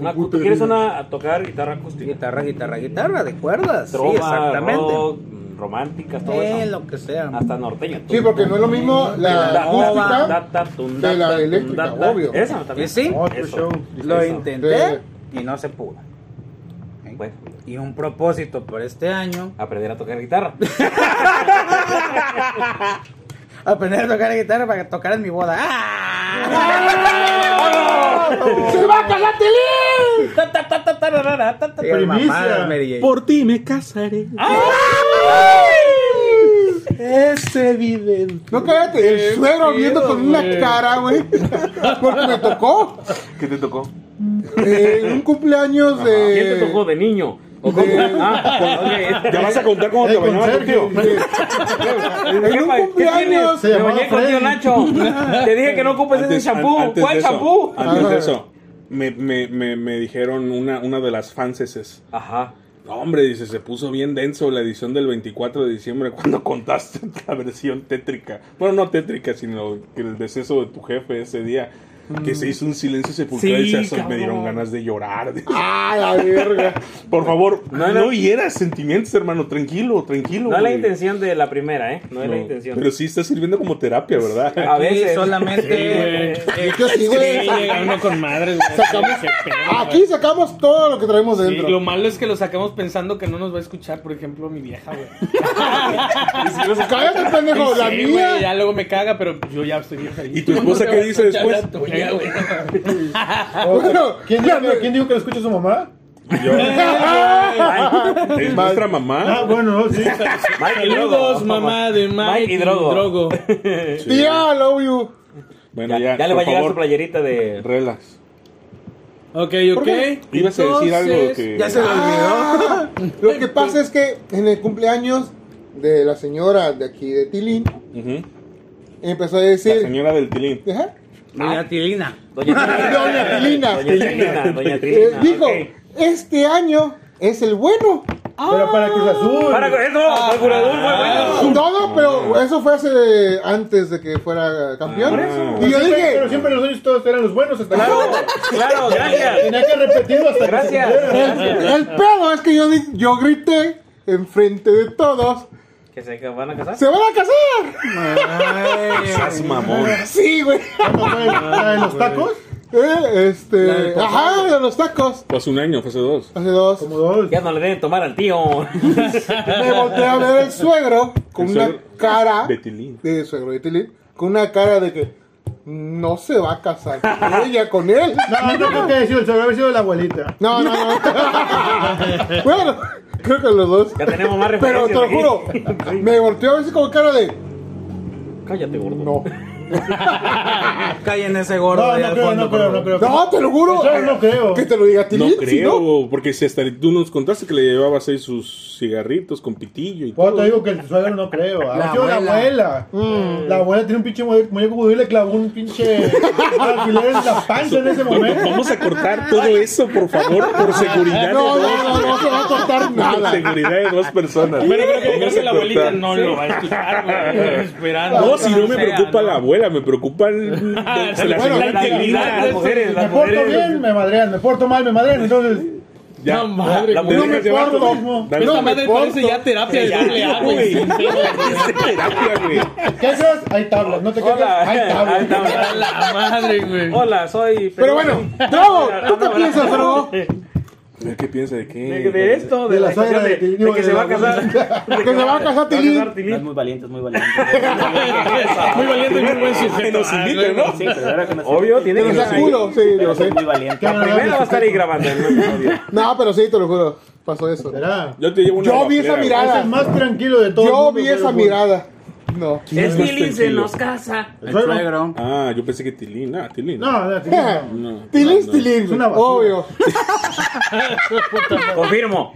Speaker 2: Una- ¿Tú quieres una a tocar guitarra acústica?
Speaker 4: Guitarra, guitarra, guitarra, de cuerdas. sí,
Speaker 2: Trova,
Speaker 4: exactamente.
Speaker 2: rock, románticas, todo
Speaker 4: Eh,
Speaker 2: eso.
Speaker 4: lo que sea.
Speaker 2: Hasta norteño.
Speaker 5: Sí, porque no es lo mismo
Speaker 2: Da-
Speaker 5: la
Speaker 2: da-
Speaker 5: acústica
Speaker 2: da- da- tun-
Speaker 5: de
Speaker 2: da-
Speaker 5: la
Speaker 2: tun-
Speaker 5: eléctrica,
Speaker 2: da- da-
Speaker 5: obvio.
Speaker 2: Esa también.
Speaker 4: Y sí,
Speaker 7: Otro
Speaker 2: Eso.
Speaker 7: show.
Speaker 4: lo
Speaker 7: Eso.
Speaker 4: intenté
Speaker 5: Sí.
Speaker 4: y no se pudo.
Speaker 2: Eh, Bueno,
Speaker 4: Y un propósito por este año,
Speaker 2: aprender a tocar guitarra.
Speaker 4: aprender a tocar guitarra para tocar en mi boda.
Speaker 5: ¡Se va a cagar Tilín!
Speaker 7: Primicia.
Speaker 4: Por
Speaker 6: Por ti me casaré.
Speaker 4: ese video.
Speaker 5: No, cállate, el suegro viendo con una cara, güey. Porque me tocó
Speaker 2: ¿Qué te tocó?
Speaker 5: eh, en un cumpleaños de...
Speaker 2: ¿Quién te tocó de niño? ¿O cómo? Ah, ok.
Speaker 6: ¿Ya vas a contar cómo te
Speaker 5: Eh,
Speaker 6: bañaba
Speaker 5: con
Speaker 6: tu tío?
Speaker 5: Sergio. En un
Speaker 2: ¿Qué pa- qué tienes?
Speaker 5: cumpleaños.
Speaker 7: se
Speaker 2: Me
Speaker 7: llamaba
Speaker 2: bañé con tío
Speaker 7: Freddy.
Speaker 2: Nacho. Te dije que no ocupes ese
Speaker 6: an-
Speaker 2: champú.
Speaker 6: antes
Speaker 2: ¿Cuál
Speaker 6: de eso,
Speaker 2: champú?
Speaker 6: Antes
Speaker 5: Ajá.
Speaker 6: de eso, me, me, me, me dijeron una, una de las fanses.
Speaker 2: Ajá.
Speaker 6: No, hombre, dice, se puso bien denso la edición del 24 de diciembre cuando contaste la versión tétrica. Bueno, no tétrica, sino que el deceso de tu jefe ese día. Que se hizo un silencio sepulcral
Speaker 2: Sí,
Speaker 6: y se asomó, me dieron
Speaker 2: cabrón.
Speaker 6: ganas de llorar.
Speaker 5: ¡Ah, la verga!
Speaker 6: Por favor,
Speaker 2: No
Speaker 6: no,
Speaker 2: era-
Speaker 6: hieras sentimientos, hermano. Tranquilo, tranquilo.
Speaker 2: No es la
Speaker 6: güey.
Speaker 2: intención de la primera, ¿eh? No es la
Speaker 6: No,
Speaker 2: intención.
Speaker 6: Pero sí está sirviendo como terapia, ¿verdad?
Speaker 2: A veces.
Speaker 4: solamente.
Speaker 5: Yo sí, güey.
Speaker 3: uno con madres, güey. Qué pedo, güey.
Speaker 5: Aquí sacamos todo lo que traemos
Speaker 3: Sí,
Speaker 5: Ah,
Speaker 3: lo
Speaker 5: dentro.
Speaker 3: malo es que lo sacamos pensando que no nos va a escuchar, por ejemplo, mi vieja, güey.
Speaker 5: Cállate, pendejo, la
Speaker 3: Sí, güey,
Speaker 5: mía.
Speaker 3: ya luego me caga, pero yo ya estoy vieja.
Speaker 6: ¿Y tu esposa qué dice después?
Speaker 3: tuya, güey.
Speaker 5: Bueno,
Speaker 7: ¿Quién dijo, que, ¿Quién dijo que lo escucha su mamá?
Speaker 6: Yo- Ay, ¿Es nuestra
Speaker 7: Ah,
Speaker 6: mamá?
Speaker 7: bueno, no, sí.
Speaker 2: Mike y Drogo.
Speaker 3: Saludos, mamá de Mike,
Speaker 2: Mike y Drogo.
Speaker 5: Tía, I love you.
Speaker 6: Bueno,
Speaker 2: Ya,
Speaker 6: ya,
Speaker 2: ya le va a
Speaker 6: por
Speaker 2: llegar
Speaker 6: favor,
Speaker 2: su playerita de.
Speaker 6: Relax.
Speaker 3: Ok,
Speaker 5: ¿Por
Speaker 3: ok.
Speaker 5: qué?
Speaker 6: Ibas a decir algo
Speaker 3: Entonces,
Speaker 6: que...
Speaker 4: Ya se lo olvidó.
Speaker 5: Ah, Lo que pasa es que en el cumpleaños de la señora de aquí de Tilín
Speaker 6: Ujú.
Speaker 5: empezó a
Speaker 6: La
Speaker 5: decir.
Speaker 6: señora del tilín.
Speaker 5: Ajá.
Speaker 4: Mira, Tilina.
Speaker 2: Doña
Speaker 5: Doña Tilina.
Speaker 2: Doña Tilina. Doña
Speaker 5: Eh,
Speaker 2: Tilina.
Speaker 5: dijo,
Speaker 2: ok.
Speaker 5: este año es el bueno.
Speaker 7: Pero para Cruz Azul.
Speaker 2: Para con eso, el curador
Speaker 5: Ah,
Speaker 2: fue bueno.
Speaker 5: No, no, pero eso fue hace antes de que fuera campeón. Y yo
Speaker 7: Siempre-
Speaker 5: dije,
Speaker 7: Pero siempre los dueños todos eran los buenos. Hasta
Speaker 2: Claro,
Speaker 7: luego.
Speaker 2: claro, gracias.
Speaker 7: Tenía que repetirlo hasta
Speaker 2: Gracias.
Speaker 7: que se pudiera.
Speaker 5: el, el pedo es que yo, di- yo grité enfrente de todos,
Speaker 2: ¿Que se van a casar?
Speaker 5: ¡se van a casar!
Speaker 6: Estás mamón.
Speaker 5: Sí, güey.
Speaker 7: ¿Cuándo fue? ¿La de los tacos?
Speaker 5: Eh,
Speaker 4: La del
Speaker 5: este,
Speaker 4: pasado.
Speaker 5: ajá, de los tacos.
Speaker 6: Fue hace un año, fue hace dos.
Speaker 5: Hace dos.
Speaker 7: Como dos.
Speaker 2: Ya no le deben tomar al tío.
Speaker 5: Me volteé a ver el suegro con
Speaker 6: El
Speaker 5: una
Speaker 6: suegro
Speaker 5: cara
Speaker 6: de Tilín.
Speaker 5: de suegro de Tilín, con una cara de que no se va a casar ella con él.
Speaker 7: No, no creo que haya sido el suegro, haber sido la abuelita.
Speaker 5: No, no, no. bueno, creo que los dos.
Speaker 2: Ya tenemos más
Speaker 5: Pero
Speaker 2: referencias.
Speaker 5: te lo
Speaker 2: aquí.
Speaker 5: juro, me volteó a ver si con cara de
Speaker 2: Cállate, gordo.
Speaker 5: no.
Speaker 4: Callen ese gordo
Speaker 7: No,
Speaker 4: ahí
Speaker 7: no
Speaker 4: al
Speaker 7: creo,
Speaker 4: fondo.
Speaker 7: no creo,
Speaker 4: por favor.
Speaker 7: no creo.
Speaker 5: No, te lo juro.
Speaker 7: Yo no creo.
Speaker 5: Que te lo diga a ti.
Speaker 6: No
Speaker 5: si
Speaker 6: creo, porque si hasta tú nos contaste que le llevabas ahí sus cigarritos con pitillo y
Speaker 7: Por te digo que el suegro no creo. Ha
Speaker 4: La
Speaker 7: sido la
Speaker 4: abuela.
Speaker 7: abuela.
Speaker 5: Mm.
Speaker 7: La abuela tiene un pinche mue- muñeco judío y le clavó un pinche alfiler en la panza en ese
Speaker 5: ¿eh?
Speaker 7: momento.
Speaker 6: Vamos a cortar todo eso, por favor, por seguridad. de
Speaker 5: No,
Speaker 6: dos-
Speaker 5: no, no, no se va a cortar
Speaker 6: Por
Speaker 5: nada.
Speaker 6: seguridad de dos personas.
Speaker 3: Bueno, pero que, creo
Speaker 6: Vamos
Speaker 3: que
Speaker 6: a
Speaker 3: la abuelita
Speaker 6: cortar.
Speaker 3: no lo va a escuchar, güey. Esperando.
Speaker 6: No, si no me
Speaker 3: O sea,
Speaker 6: preocupa
Speaker 3: Ah, no.
Speaker 6: la abuela, me preocupa el, la
Speaker 3: sí, bueno,
Speaker 6: señora
Speaker 2: La
Speaker 6: que
Speaker 2: dignidad,
Speaker 6: grita.
Speaker 2: las mujeres,
Speaker 7: Me
Speaker 2: las
Speaker 7: porto
Speaker 2: mujeres.
Speaker 7: bien, me madrean. Me porto mal, me madrean. Entonces,
Speaker 6: Ya,
Speaker 3: No, madre,
Speaker 6: la
Speaker 3: güey.
Speaker 6: mujer
Speaker 5: No me
Speaker 6: que lleva
Speaker 5: porto.
Speaker 6: lo mismo. Dale,
Speaker 3: Esta
Speaker 5: No me
Speaker 3: madre
Speaker 5: porto.
Speaker 3: parece ya terapia de
Speaker 6: Ya,
Speaker 3: doble A,
Speaker 6: güey.
Speaker 3: güey.
Speaker 6: terapia, güey.
Speaker 7: ¿te quejas? Hay tablas. No te
Speaker 2: Hola.
Speaker 7: quejas. Hay
Speaker 2: Ahí
Speaker 7: tablas.
Speaker 2: está.
Speaker 3: A la madre, güey.
Speaker 2: Hola, soy.
Speaker 5: Pero bueno, Drago, ¿tú qué piensas, Drago?
Speaker 6: Mira, ¿Qué piensa de qué?
Speaker 2: De, de esto, de,
Speaker 7: De la
Speaker 2: la cuestión
Speaker 7: suegra
Speaker 2: de,
Speaker 7: de-
Speaker 2: de
Speaker 7: digo,
Speaker 2: que
Speaker 7: de
Speaker 2: se
Speaker 7: la
Speaker 2: va a casar. De
Speaker 5: Que se va a casar Tilín.
Speaker 1: No es muy valiente, es muy valiente.
Speaker 3: Muy valiente y muy buen sujeto.
Speaker 6: Que nos invite, ¿no?
Speaker 1: Sí, pero ahora que me-
Speaker 2: Obvio, tiene que
Speaker 5: Pero sea
Speaker 2: ser.
Speaker 5: culo, sí,
Speaker 1: Pero
Speaker 5: lo
Speaker 1: soy
Speaker 5: sé.
Speaker 1: muy valiente.
Speaker 7: Qué
Speaker 2: Primero va a estar ahí grabando el episodio.
Speaker 5: No, pero sí, te lo juro. Pasó eso.
Speaker 7: Será.
Speaker 6: Yo te llevo una
Speaker 5: Yo vi
Speaker 6: papelera,
Speaker 5: esa
Speaker 6: güey.
Speaker 5: mirada.
Speaker 7: Es el más tranquilo de todos.
Speaker 5: Yo vi esa mirada. No.
Speaker 2: Es
Speaker 6: más
Speaker 2: Tilín, se
Speaker 6: tranquilo?
Speaker 2: nos casa.
Speaker 4: El suegro.
Speaker 6: Ah, yo pensé que Tilín. Ah, Tilín.
Speaker 7: No, no, sí, no.
Speaker 5: Tilín,
Speaker 6: no.
Speaker 5: tilín,
Speaker 7: Es una basura.
Speaker 5: obvio.
Speaker 2: Confirmo.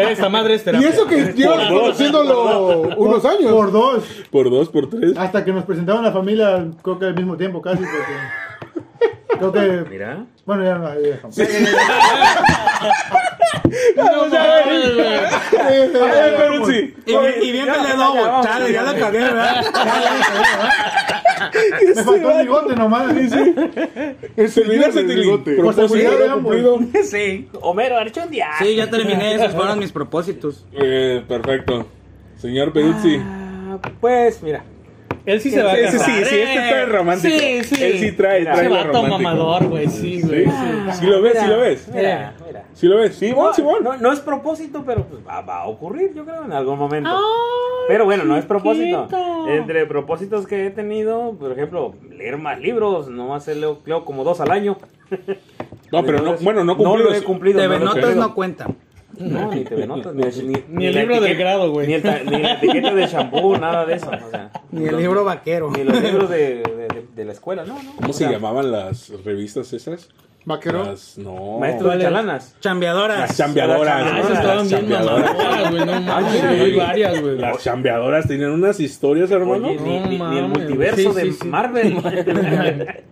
Speaker 3: Esta madre es
Speaker 5: Y
Speaker 3: terapia.
Speaker 5: eso que llevas conociéndolo unos años.
Speaker 7: Por dos.
Speaker 6: Por dos, por tres.
Speaker 7: Hasta que nos presentaron la familia, creo que al mismo tiempo casi. Porque... Creo que.
Speaker 2: Mira.
Speaker 7: Bueno, ya no. ahí dejamos.
Speaker 3: No mames, güey.
Speaker 6: Ah, pero sí.
Speaker 4: Y bien, y bien peleado, güey. Chale, ya la cagué, ¿verdad?
Speaker 7: Me faltó el bigote nomás. ¿eh?
Speaker 6: Se olvidas de Tilín. Propósito
Speaker 7: seguridad de
Speaker 6: no
Speaker 7: ambos.
Speaker 6: cumplido.
Speaker 4: Sí.
Speaker 2: Homero Archundia.
Speaker 4: Sí, ya terminé. Esos fueron mis propósitos.
Speaker 6: Eh, perfecto. Señor Peduzzi.
Speaker 2: Ah, pues mira,
Speaker 3: Él sí se va a
Speaker 6: Ese sí,
Speaker 3: casar.
Speaker 6: sí, este trae romántico.
Speaker 3: Sí, sí.
Speaker 6: Él sí trae,
Speaker 3: Ese
Speaker 6: trae lo
Speaker 3: vato
Speaker 6: romántico.
Speaker 3: mamador, güey, sí, güey.
Speaker 6: Sí, sí. Sí lo ves, Pues, sí lo ves.
Speaker 2: mira, mira.
Speaker 6: Sí lo ves. Sí,
Speaker 2: Ah, No,
Speaker 6: bueno, sí, bueno.
Speaker 2: no, no es propósito, pero pues va, va a ocurrir, yo creo, en algún momento.
Speaker 3: Ay,
Speaker 2: Pero bueno, no es propósito.
Speaker 3: chiquito.
Speaker 2: Entre propósitos que he tenido, por ejemplo, leer más libros, no más leo, leo como dos al año.
Speaker 6: No, pero no, bueno, no
Speaker 2: No
Speaker 6: cumplió.
Speaker 2: lo he cumplido. no
Speaker 4: TV
Speaker 2: lo he
Speaker 4: Notas
Speaker 2: cumplido.
Speaker 4: no cuentan.
Speaker 2: No, ni TV Notas, ni, ni-
Speaker 3: Ni el
Speaker 2: la
Speaker 3: libro del
Speaker 2: etiqueta-
Speaker 3: grado, güey.
Speaker 2: Ni, el ta- ni la etiqueta de shampoo, nada de eso. o sea,
Speaker 4: Ni el
Speaker 2: los-
Speaker 4: libro vaquero.
Speaker 2: Ni los libros de, de- de- de la escuela, no, no.
Speaker 6: ¿Cómo
Speaker 2: o
Speaker 6: se
Speaker 2: sea,
Speaker 6: llamaban las revistas esas?
Speaker 5: Vaquero.
Speaker 6: Las, no.
Speaker 2: Maestro de chalanas.
Speaker 6: Las
Speaker 4: Chambeadoras.
Speaker 3: Ah,
Speaker 6: chambeadoras.
Speaker 3: esas
Speaker 2: Las
Speaker 3: estaban bien
Speaker 6: chambeadoras.
Speaker 3: mamadoras, güey, no mames.
Speaker 2: mira,
Speaker 3: Sí,
Speaker 2: güey.
Speaker 3: varias, güey.
Speaker 6: Ah, Las chambeadoras tenían unas historias, hermano.
Speaker 2: Oye, ni,
Speaker 3: No
Speaker 2: ni- ni el
Speaker 3: mames.
Speaker 2: multiverso
Speaker 3: Sí,
Speaker 2: de
Speaker 3: sí, sí.
Speaker 2: Marvel.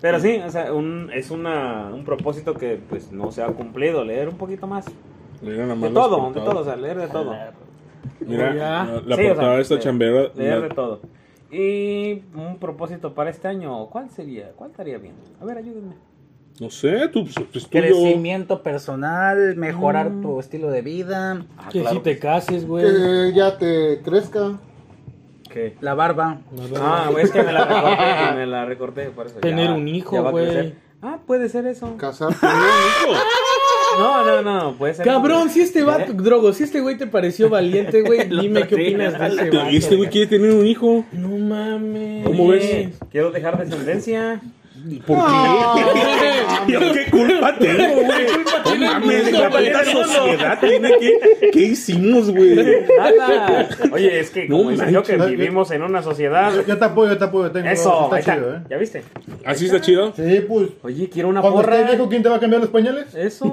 Speaker 2: Pero sí, o sea, un- es una, un propósito que pues no se ha cumplido, leer un poquito más.
Speaker 6: Mira
Speaker 2: De
Speaker 6: nada más las
Speaker 2: todo, de
Speaker 6: portadas.
Speaker 2: todo, o sea, leer de todo.
Speaker 6: Mira,
Speaker 3: Ya.
Speaker 6: la- la
Speaker 2: Sí, o
Speaker 6: portada
Speaker 2: sea,
Speaker 6: de esta
Speaker 2: le-
Speaker 6: chambeadora.
Speaker 2: Leer
Speaker 6: la-
Speaker 2: de todo. Y un propósito para este año, ¿cuál sería? ¿Cuál estaría bien? A ver, ayúdenme.
Speaker 6: No sé, tú, pues, pues, tú, yo-
Speaker 4: Crecimiento personal, mejorar tu estilo de vida,
Speaker 2: Ah,
Speaker 3: Que si
Speaker 2: claro.
Speaker 3: te cases, güey.
Speaker 5: Que ya te crezca.
Speaker 2: ¿Qué?
Speaker 4: la barba.
Speaker 2: Ah, güey, es que me la recorté, me la recorté, por eso.
Speaker 3: Tener un hijo,
Speaker 2: ya va a
Speaker 3: güey.
Speaker 2: crecer. Ah, puede ser eso.
Speaker 5: Casarte.
Speaker 2: No, no, no, puede ser.
Speaker 3: Cabrón,
Speaker 2: eso.
Speaker 3: si
Speaker 6: ¿Eh?
Speaker 3: este vato, drogo, si este güey te pareció valiente, güey, dime qué opinas de ese
Speaker 6: Y
Speaker 3: vato.
Speaker 6: este güey quiere tener un hijo.
Speaker 3: No mames.
Speaker 6: ¿Cómo
Speaker 2: Oye, Quiero dejar descendencia.
Speaker 6: ¿Por qué? Yo qué culpa tengo, güey. No
Speaker 3: tiene el
Speaker 6: mames,
Speaker 3: mundo,
Speaker 6: la
Speaker 3: güey,
Speaker 6: puta
Speaker 3: el mundo?
Speaker 6: sociedad tiene que. ¿Qué hicimos, güey?
Speaker 2: Nada. Oye, es que
Speaker 6: No
Speaker 2: como dice yo que
Speaker 5: manches.
Speaker 2: vivimos en una sociedad.
Speaker 7: Yo te apoyo, yo te apoyo. Tengo,
Speaker 2: Eso,
Speaker 7: está
Speaker 2: ahí está.
Speaker 7: chido, ¿eh?
Speaker 2: ¿Ya viste?
Speaker 6: ¿Así está chido?
Speaker 7: Sí, pues.
Speaker 2: Oye, quiero una
Speaker 7: Cuando estés
Speaker 2: porra. Eh.
Speaker 7: viejo, ¿quién te va a cambiar los pañales?
Speaker 2: Eso.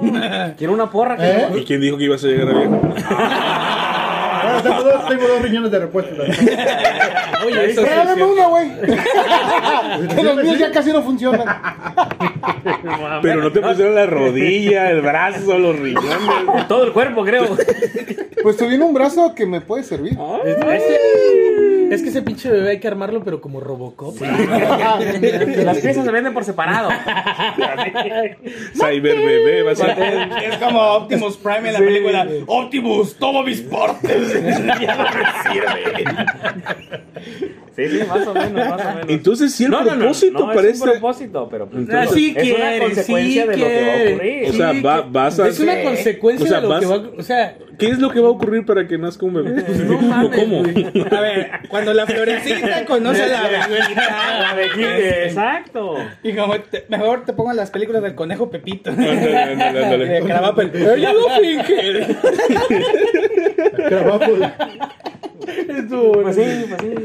Speaker 2: Quiero una porra. que-
Speaker 7: ¿Eh?
Speaker 6: ¿Y quién dijo que ibas a llegar a viejo?
Speaker 7: Bueno, tengo, dos, pues, tengo dos riñones de repuesto. también.
Speaker 3: Oye, eso sí es
Speaker 5: Regálame
Speaker 3: cierto.
Speaker 5: una, güey. que los míos ya casi no funcionan.
Speaker 6: Pero no te pusieron la rodilla, el brazo, los riñones.
Speaker 2: Todo el cuerpo, creo.
Speaker 5: Pues te viene un brazo que me puede servir.
Speaker 3: Ese- Es que ese pinche bebé hay que armarlo, pero como Robocop.
Speaker 2: Ah,
Speaker 3: Ah,
Speaker 2: Las piezas se venden por separado.
Speaker 6: Cyber bebé, va a ser.
Speaker 4: Es como Optimus Prime en la película. Optimus, toma mis partes.
Speaker 2: Sí, sí, más o menos, más o menos.
Speaker 6: Entonces, sí, el
Speaker 2: no, no, no,
Speaker 6: propósito
Speaker 2: no,
Speaker 6: para
Speaker 2: es un
Speaker 6: este.
Speaker 2: propósito, pero pues,
Speaker 6: Entonces,
Speaker 2: es
Speaker 3: sí
Speaker 2: una
Speaker 3: quiere,
Speaker 2: consecuencia
Speaker 3: sí
Speaker 2: de lo que va a ocurrir.
Speaker 3: quiere.
Speaker 6: O sea,
Speaker 3: Sí,
Speaker 6: va-
Speaker 3: que-
Speaker 6: vas a.
Speaker 3: Es una consecuencia
Speaker 6: O sea,
Speaker 3: de lo
Speaker 6: vas-
Speaker 3: que va. O sea,
Speaker 6: ¿Qué es lo que va a ocurrir para que nazca un bebé?
Speaker 3: no mames.
Speaker 6: ¿Cómo?
Speaker 3: güey.
Speaker 4: A ver, cuando la florecita conoce a la abejita.
Speaker 2: La de Quique, Exacto.
Speaker 4: Y como te- mejor te pongo las películas del conejo Pepito.
Speaker 6: Ándale, ándale, ándale.
Speaker 4: De Carapel. Pero ya lo finge.
Speaker 7: Trabajo.
Speaker 2: Pues sí, pues sí.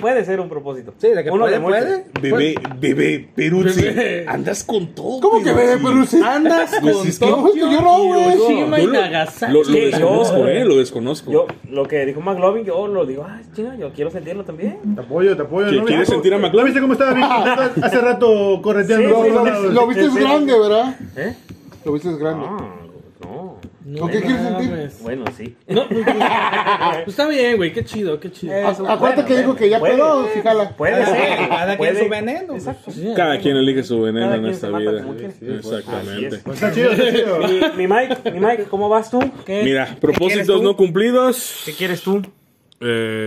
Speaker 2: Puede ser un propósito.
Speaker 4: Sí, de que
Speaker 2: Uno
Speaker 4: puede,
Speaker 2: de muchos.
Speaker 4: puede.
Speaker 6: Bebé, bebé, Peruzzi. Andas con todo. ¿Cómo
Speaker 5: que bebé, Peruzzi?
Speaker 4: Andas con
Speaker 6: Pues es que-
Speaker 4: todo.
Speaker 5: No, es que yo no, güey.
Speaker 3: Hiroshima y
Speaker 6: Yo lo-
Speaker 3: Nagasaki.
Speaker 6: Lo, lo
Speaker 2: Sí,
Speaker 6: desconozco,
Speaker 2: yo-
Speaker 6: eh, lo desconozco.
Speaker 2: Yo, lo que dijo McLovin, yo lo digo, ah, chinga, yo quiero sentirlo también.
Speaker 7: Te apoyo, te apoyo.
Speaker 6: ¿Qui-
Speaker 7: ¿no?
Speaker 6: quieres
Speaker 7: ¿Viste
Speaker 6: sentir a
Speaker 7: cómo-
Speaker 6: McLovin?
Speaker 7: ¿No viste cómo estaba bien? Hace rato correteando.
Speaker 2: Sí,
Speaker 7: por
Speaker 2: sí,
Speaker 7: todos
Speaker 2: sí,
Speaker 7: lados.
Speaker 5: Lo viste es
Speaker 7: Sí, sí.
Speaker 5: grande, ¿verdad?
Speaker 2: ¿Eh?
Speaker 5: Lo viste es grande.
Speaker 2: Ah, no.
Speaker 3: No
Speaker 5: qué quieres
Speaker 3: mames.
Speaker 2: Bueno, sí.
Speaker 3: No, pues, pues, está bien, güey, qué chido, qué chido.
Speaker 5: A- Acuérdate que dijo que ya
Speaker 2: puede.
Speaker 5: quedó, si jala.
Speaker 2: Puede ser.
Speaker 4: Cada quien
Speaker 2: puede-
Speaker 4: su veneno.
Speaker 2: Exacto.
Speaker 6: Cada quien elige su veneno
Speaker 2: Cada
Speaker 6: en
Speaker 2: quien
Speaker 6: esta
Speaker 2: se mata
Speaker 6: vida.
Speaker 2: como quiere. pues. Sí, pues,
Speaker 6: Exactamente.
Speaker 2: así
Speaker 7: Está chido, está chido.
Speaker 2: Mi, mi Mike, mi Mike, ¿cómo vas tú? ¿Qué,
Speaker 6: Mira,
Speaker 4: quieres
Speaker 6: propósitos
Speaker 4: tú?
Speaker 6: no cumplidos.
Speaker 2: ¿Qué quieres tú?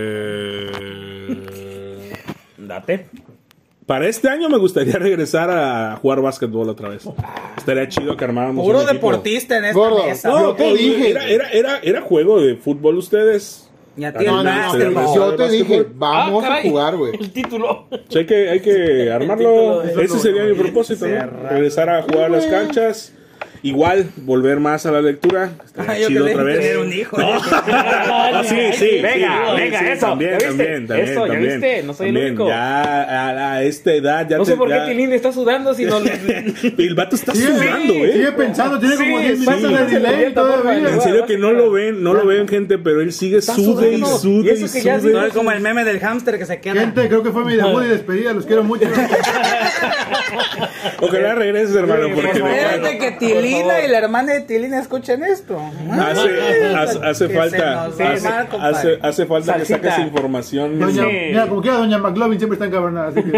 Speaker 6: Eh,
Speaker 2: Date.
Speaker 6: para este año me gustaría regresar a jugar básquetbol otra vez. Estaría chido que armáramos.
Speaker 4: Puro
Speaker 6: un equipo.
Speaker 4: deportista en esta
Speaker 5: Gordo.
Speaker 4: mesa.
Speaker 6: No,
Speaker 5: Yo te
Speaker 6: pues,
Speaker 5: dije.
Speaker 6: Era, era, era, era juego de fútbol ustedes.
Speaker 4: Y a ti
Speaker 6: No,
Speaker 4: el
Speaker 6: no,
Speaker 4: máster,
Speaker 6: no,
Speaker 4: güey.
Speaker 5: Yo te
Speaker 6: ¿Básquetbol?
Speaker 5: dije, vamos
Speaker 3: Ah,
Speaker 5: a
Speaker 3: caray.
Speaker 5: jugar, güey.
Speaker 3: El título.
Speaker 6: O sea, hay que, hay que armarlo. Ese sería mi propósito, ¿no? Regresar a jugar a las canchas. Igual, volver más a la lectura. Estaría
Speaker 4: Ah, yo
Speaker 6: chido
Speaker 4: quería
Speaker 6: otra vez.
Speaker 4: tener un hijo.
Speaker 6: Ah, sí, sí.
Speaker 2: Venga,
Speaker 6: sí,
Speaker 2: venga,
Speaker 6: sí,
Speaker 2: eso,
Speaker 6: También,
Speaker 2: ¿ya viste?
Speaker 6: también, también.
Speaker 2: Eso, ¿ya
Speaker 6: también,
Speaker 2: viste? No soy el
Speaker 6: también.
Speaker 2: único.
Speaker 6: Ya a, a esta edad ya
Speaker 2: No sé
Speaker 6: te-
Speaker 2: por qué
Speaker 6: ya-
Speaker 2: Tilín está sudando si no le...
Speaker 6: El vato está
Speaker 7: Sigue,
Speaker 6: sudando,
Speaker 7: sigue,
Speaker 6: ¿eh?
Speaker 7: sigue pensando, tiene como
Speaker 2: Sí,
Speaker 7: 10 minutos de
Speaker 2: pásale
Speaker 7: delay
Speaker 2: servilleta, porfa,
Speaker 7: todavía.
Speaker 6: En
Speaker 2: güey.
Speaker 6: serio que no lo ven, no lo ven, gente, pero él sigue sude y
Speaker 2: sudando. Y
Speaker 6: sude
Speaker 2: eso
Speaker 6: y
Speaker 2: que ya
Speaker 6: sude.
Speaker 4: No es como el meme del hámster que se queda.
Speaker 7: Gente, creo que fue mi debut y despedida, los quiero mucho.
Speaker 2: eh,
Speaker 6: Ojalá regreses, hermano, porque me
Speaker 4: Espérate que
Speaker 6: encanta.
Speaker 4: Tilina y la hermana de Tilina escuchen esto.
Speaker 6: Ah,
Speaker 4: pues,
Speaker 6: Hace, hace, hace
Speaker 4: Que
Speaker 6: falta,
Speaker 4: se nos
Speaker 6: hace,
Speaker 4: va, compadre.
Speaker 6: hace- hace falta que
Speaker 2: Salsita.
Speaker 6: saques información.
Speaker 7: Doña, Mira, como quiera, doña McLovin siempre está encabronada, así que...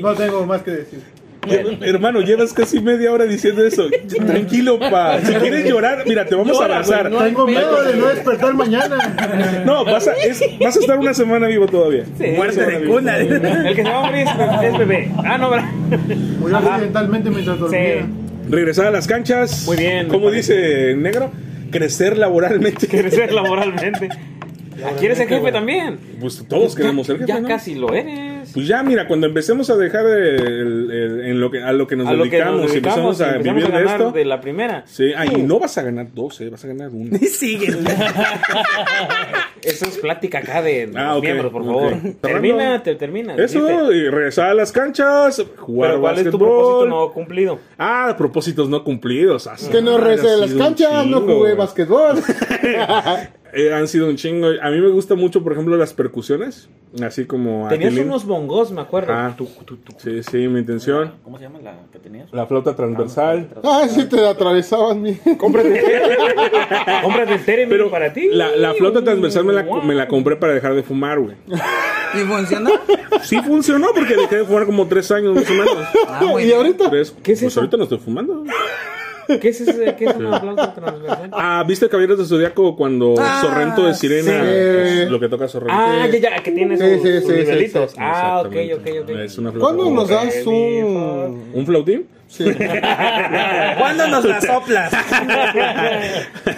Speaker 7: No tengo más que decir.
Speaker 6: Lle- Hermano, llevas casi media hora diciendo eso. Tranquilo, pa. Si quieres llorar, mira, te vamos a abrazar.
Speaker 3: no hay
Speaker 7: Tengo
Speaker 3: pedo,
Speaker 7: miedo de no despertar mañana.
Speaker 6: No, vas a, es- vas a estar una semana vivo todavía.
Speaker 4: Muerte de cuna.
Speaker 2: El que se va a morir es, es bebé. Ah, no, ¿verdad?
Speaker 7: Murió accidentalmente mientras dormía.
Speaker 2: Sí.
Speaker 6: Regresar a las canchas.
Speaker 2: Muy bien, me
Speaker 6: Como
Speaker 2: parece.
Speaker 6: dice el negro, crecer laboralmente.
Speaker 2: Crecer laboralmente. Ah, ¿Quieres ser jefe también?
Speaker 6: Pues todos queremos ser jefe,
Speaker 2: Ya
Speaker 6: ¿no?
Speaker 2: casi lo eres.
Speaker 6: Pues ya, mira, cuando empecemos a dejar el- el- en lo que, a lo que nos
Speaker 2: A lo que
Speaker 6: dedicamos
Speaker 2: nos
Speaker 6: y empezamos
Speaker 2: dedicamos
Speaker 6: a vivir de
Speaker 2: ganar
Speaker 6: esto.
Speaker 2: de la primera.
Speaker 6: Sí, ay, y no vas a ganar dos, eh, vas a ganar uno.
Speaker 4: Sigue.
Speaker 2: Eso es plática acá de los
Speaker 6: Ah, ok,
Speaker 2: miembros, por
Speaker 6: ok.
Speaker 2: favor.
Speaker 6: Fernando.
Speaker 2: Termina, te, termina.
Speaker 6: Eso,
Speaker 2: dijiste.
Speaker 6: y regresar a las canchas, jugar
Speaker 2: Pero ¿cuál es tu
Speaker 6: básquetbol.
Speaker 2: propósito no cumplido?
Speaker 6: Ah, propósitos no cumplidos. Ah,
Speaker 5: Que no
Speaker 6: madre,
Speaker 5: recé
Speaker 6: ha
Speaker 5: de las
Speaker 6: sido un
Speaker 5: canchas, no
Speaker 6: chingo,
Speaker 5: jugué
Speaker 6: güey.
Speaker 5: basquetbol.
Speaker 6: Eh, han sido un chingo. A mí me gusta mucho, por ejemplo, las percusiones. Así como. a
Speaker 2: Tenías
Speaker 6: Tilín.
Speaker 2: unos bongos, me acuerdo.
Speaker 6: Ah, Sí, sí, mi intención.
Speaker 1: ¿Cómo se llama la que tenías?
Speaker 6: La flauta transversal.
Speaker 5: Ah, sí te atravesaban mi.
Speaker 2: Cómprate el Teremín
Speaker 6: Pero
Speaker 2: para ti.
Speaker 6: La, la flauta transversal me la,
Speaker 2: Wow.
Speaker 6: me la compré para dejar de fumar, güey.
Speaker 4: ¿Y funciona?
Speaker 6: Sí funcionó porque dejé de fumar como tres años más o menos.
Speaker 4: Ah, muy
Speaker 5: y
Speaker 4: bien.
Speaker 5: ahorita.
Speaker 6: Tres.
Speaker 2: ¿Qué es
Speaker 6: pues
Speaker 2: eso?
Speaker 6: ahorita no estoy fumando.
Speaker 2: ¿Qué es, ese, ¿Qué es una flauta transversal?
Speaker 6: Ah, ¿viste Caballeros de Zodíaco cuando
Speaker 4: Ah,
Speaker 6: Sorrento de Sirena
Speaker 5: sí.
Speaker 6: es lo que toca Sorrento?
Speaker 2: Ah, ya, ya, que tiene sus,
Speaker 5: Sí, sí,
Speaker 2: sus
Speaker 5: sí, sí,
Speaker 2: nivelitos.
Speaker 5: sí.
Speaker 2: Ah, ok,
Speaker 6: Exactamente.
Speaker 2: ok, ok.
Speaker 6: Es una flauta.
Speaker 5: ¿Cuándo nos das un.?
Speaker 6: ¿Un flautín?
Speaker 5: Sí.
Speaker 4: ¿Cuándo nos la soplas?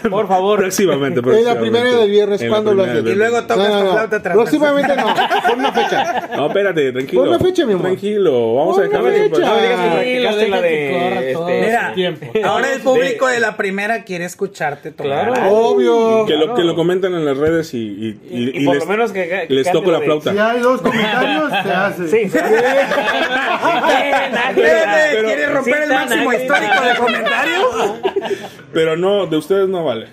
Speaker 2: Por favor.
Speaker 6: Próximamente,
Speaker 5: En la
Speaker 6: próximamente.
Speaker 5: primera del viernes,
Speaker 6: En la
Speaker 5: ¿cuándo lo
Speaker 6: primera
Speaker 5: haces?
Speaker 6: del
Speaker 4: Y luego
Speaker 5: No,
Speaker 4: tocas
Speaker 5: no,
Speaker 4: tu
Speaker 5: no.
Speaker 4: flauta transversal.
Speaker 5: Próximamente no. Pon una fecha.
Speaker 6: No, espérate, tranquilo.
Speaker 5: Pon una fecha, mi amor.
Speaker 6: Tranquilo, vamos a
Speaker 5: Pon
Speaker 6: dejar
Speaker 5: una
Speaker 6: de-
Speaker 2: No
Speaker 5: fecha.
Speaker 2: digas que practicaste la de.
Speaker 3: que corra todo.
Speaker 2: este,
Speaker 4: Mira,
Speaker 3: Tiempo.
Speaker 4: ahora el público de la primera quiere escucharte tocar.
Speaker 2: Claro.
Speaker 5: Obvio.
Speaker 6: Que lo, que lo comentan en las redes y, y, y-
Speaker 2: Y
Speaker 6: y
Speaker 2: por
Speaker 6: les,
Speaker 2: lo menos que- que
Speaker 6: les
Speaker 2: cante
Speaker 6: toco la
Speaker 2: la de-
Speaker 6: flauta.
Speaker 7: Si hay dos comentarios, se hace.
Speaker 2: Sí, sí.
Speaker 4: Espérate,
Speaker 2: Pero-
Speaker 4: Ah, ¿Quiere romper el
Speaker 2: Sí,
Speaker 4: máximo
Speaker 2: tan-
Speaker 4: histórico de comentarios?
Speaker 6: Pero no, de ustedes no vale.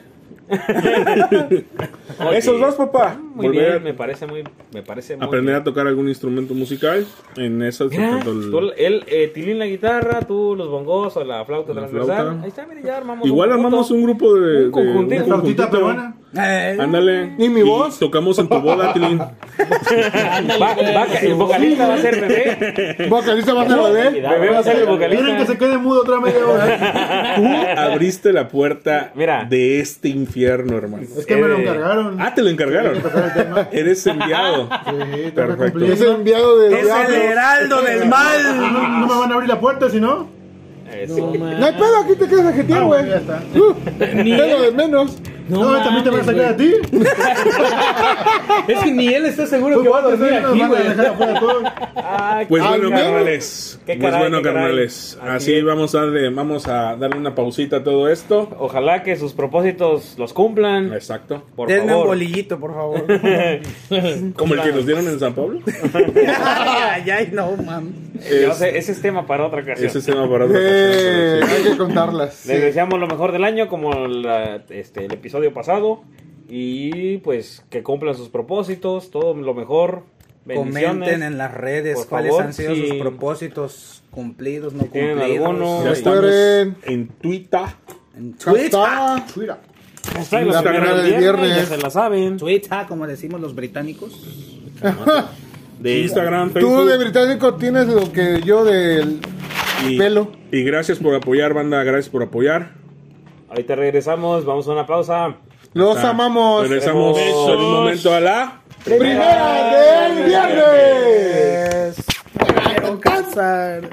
Speaker 6: Esos dos, papá.
Speaker 2: Ah, Muy
Speaker 6: Volver
Speaker 2: bien, me parece muy. Me parece
Speaker 6: a
Speaker 2: muy.
Speaker 6: aprender a tocar algún instrumento musical. En eso se
Speaker 2: Mira,
Speaker 6: trató el-
Speaker 2: tú, él, eh, Tilín la guitarra, tú los bongos o la flauta
Speaker 6: La
Speaker 2: transversal.
Speaker 6: flauta.
Speaker 2: Ahí está, mire, ya armamos.
Speaker 6: Igual
Speaker 2: un
Speaker 6: armamos
Speaker 2: conjunto.
Speaker 6: un grupo de.
Speaker 2: Un conjuntito.
Speaker 6: de- un conjuntito.
Speaker 7: Flautita peruana.
Speaker 4: Eh,
Speaker 6: Ándale.
Speaker 5: ¿Y mi voz?
Speaker 6: Tocamos en tu boda, Tilín.
Speaker 2: Va- va- el vocalista va a ser bebé.
Speaker 5: Vocalista va a ser bebé.
Speaker 2: Bebé va a ser el vocalista.
Speaker 7: Miren que se quede mudo otra media hora.
Speaker 6: Tú abriste la puerta
Speaker 2: Mira.
Speaker 6: de este infierno, hermano.
Speaker 7: Es que me lo
Speaker 2: Eh,
Speaker 7: encargaron.
Speaker 6: Ah, te lo encargaron. Eres enviado.
Speaker 7: Sí, tengo que
Speaker 6: Perfecto.
Speaker 7: cumplir.
Speaker 5: Es enviado de
Speaker 4: Es el
Speaker 5: diablo.
Speaker 4: heraldo del
Speaker 7: No,
Speaker 4: mal.
Speaker 7: no me van a abrir la puerta, si no.
Speaker 2: Eh, sí.
Speaker 3: No, man.
Speaker 5: No hay pedo, aquí te quedas
Speaker 7: Ah,
Speaker 5: agitado,
Speaker 7: bueno,
Speaker 5: güey.
Speaker 7: ya está.
Speaker 5: Uh, Es lo de menos.
Speaker 7: No,
Speaker 3: mames,
Speaker 7: también te van a sacar a
Speaker 3: güey.
Speaker 7: ti.
Speaker 3: Es que ni él está seguro
Speaker 7: Tú
Speaker 3: que va a
Speaker 7: vas a
Speaker 3: dormir
Speaker 7: salir, nos
Speaker 3: aquí,
Speaker 7: van a
Speaker 3: güey.
Speaker 7: dejar afuera todos.
Speaker 2: Ay,
Speaker 6: Pues bueno,
Speaker 5: Al menos.
Speaker 6: carnales.
Speaker 2: Qué
Speaker 6: Pues
Speaker 2: caray,
Speaker 6: bueno,
Speaker 2: qué caray.
Speaker 6: carnales.
Speaker 2: Así
Speaker 6: Así
Speaker 2: es.
Speaker 6: vamos a, darle, vamos a darle una pausita a todo esto.
Speaker 2: Ojalá que sus propósitos los cumplan.
Speaker 6: Exacto.
Speaker 2: Por
Speaker 4: Denme un
Speaker 2: favor.
Speaker 4: bolillito, por favor.
Speaker 6: Como el que nos dieron en San Pablo.
Speaker 4: Ay, ay, no, mami.
Speaker 2: Yo sé, ese es tema para otra ocasión.
Speaker 6: Ese se va para otra
Speaker 5: Eh,
Speaker 6: ocasión,
Speaker 5: hay que contarlas.
Speaker 2: Les
Speaker 5: sí.
Speaker 2: deseamos lo mejor del año, como la- este, el episodio pasado. Y pues que cumplan sus propósitos, todo lo mejor. Bendiciones.
Speaker 4: Comenten en las redes
Speaker 2: Por
Speaker 4: cuáles
Speaker 2: favor,
Speaker 4: han sido
Speaker 2: sí.
Speaker 4: sus propósitos cumplidos, no
Speaker 2: tienen
Speaker 4: cumplidos.
Speaker 2: alguno.
Speaker 6: Ya estamos
Speaker 5: Recuerden.
Speaker 6: en Twitter.
Speaker 4: En Twitter,
Speaker 5: Hasta-
Speaker 2: Hashtag los
Speaker 5: La
Speaker 2: que
Speaker 5: primera
Speaker 2: ganan
Speaker 5: del
Speaker 2: viernes,
Speaker 5: viernes.
Speaker 2: ya se la saben.
Speaker 4: Twitter, como decimos los británicos.
Speaker 6: De Instagram,
Speaker 5: Tú de
Speaker 6: Facebook.
Speaker 5: británico tienes lo que yo del
Speaker 6: y,
Speaker 5: pelo.
Speaker 6: y gracias por apoyar, banda. Gracias por apoyar.
Speaker 2: Ahorita regresamos, vamos a una pausa.
Speaker 5: Los
Speaker 6: Ah,
Speaker 5: amamos.
Speaker 6: Regresamos en un momento a la.
Speaker 5: Primera del viernes.
Speaker 4: Quiero casar.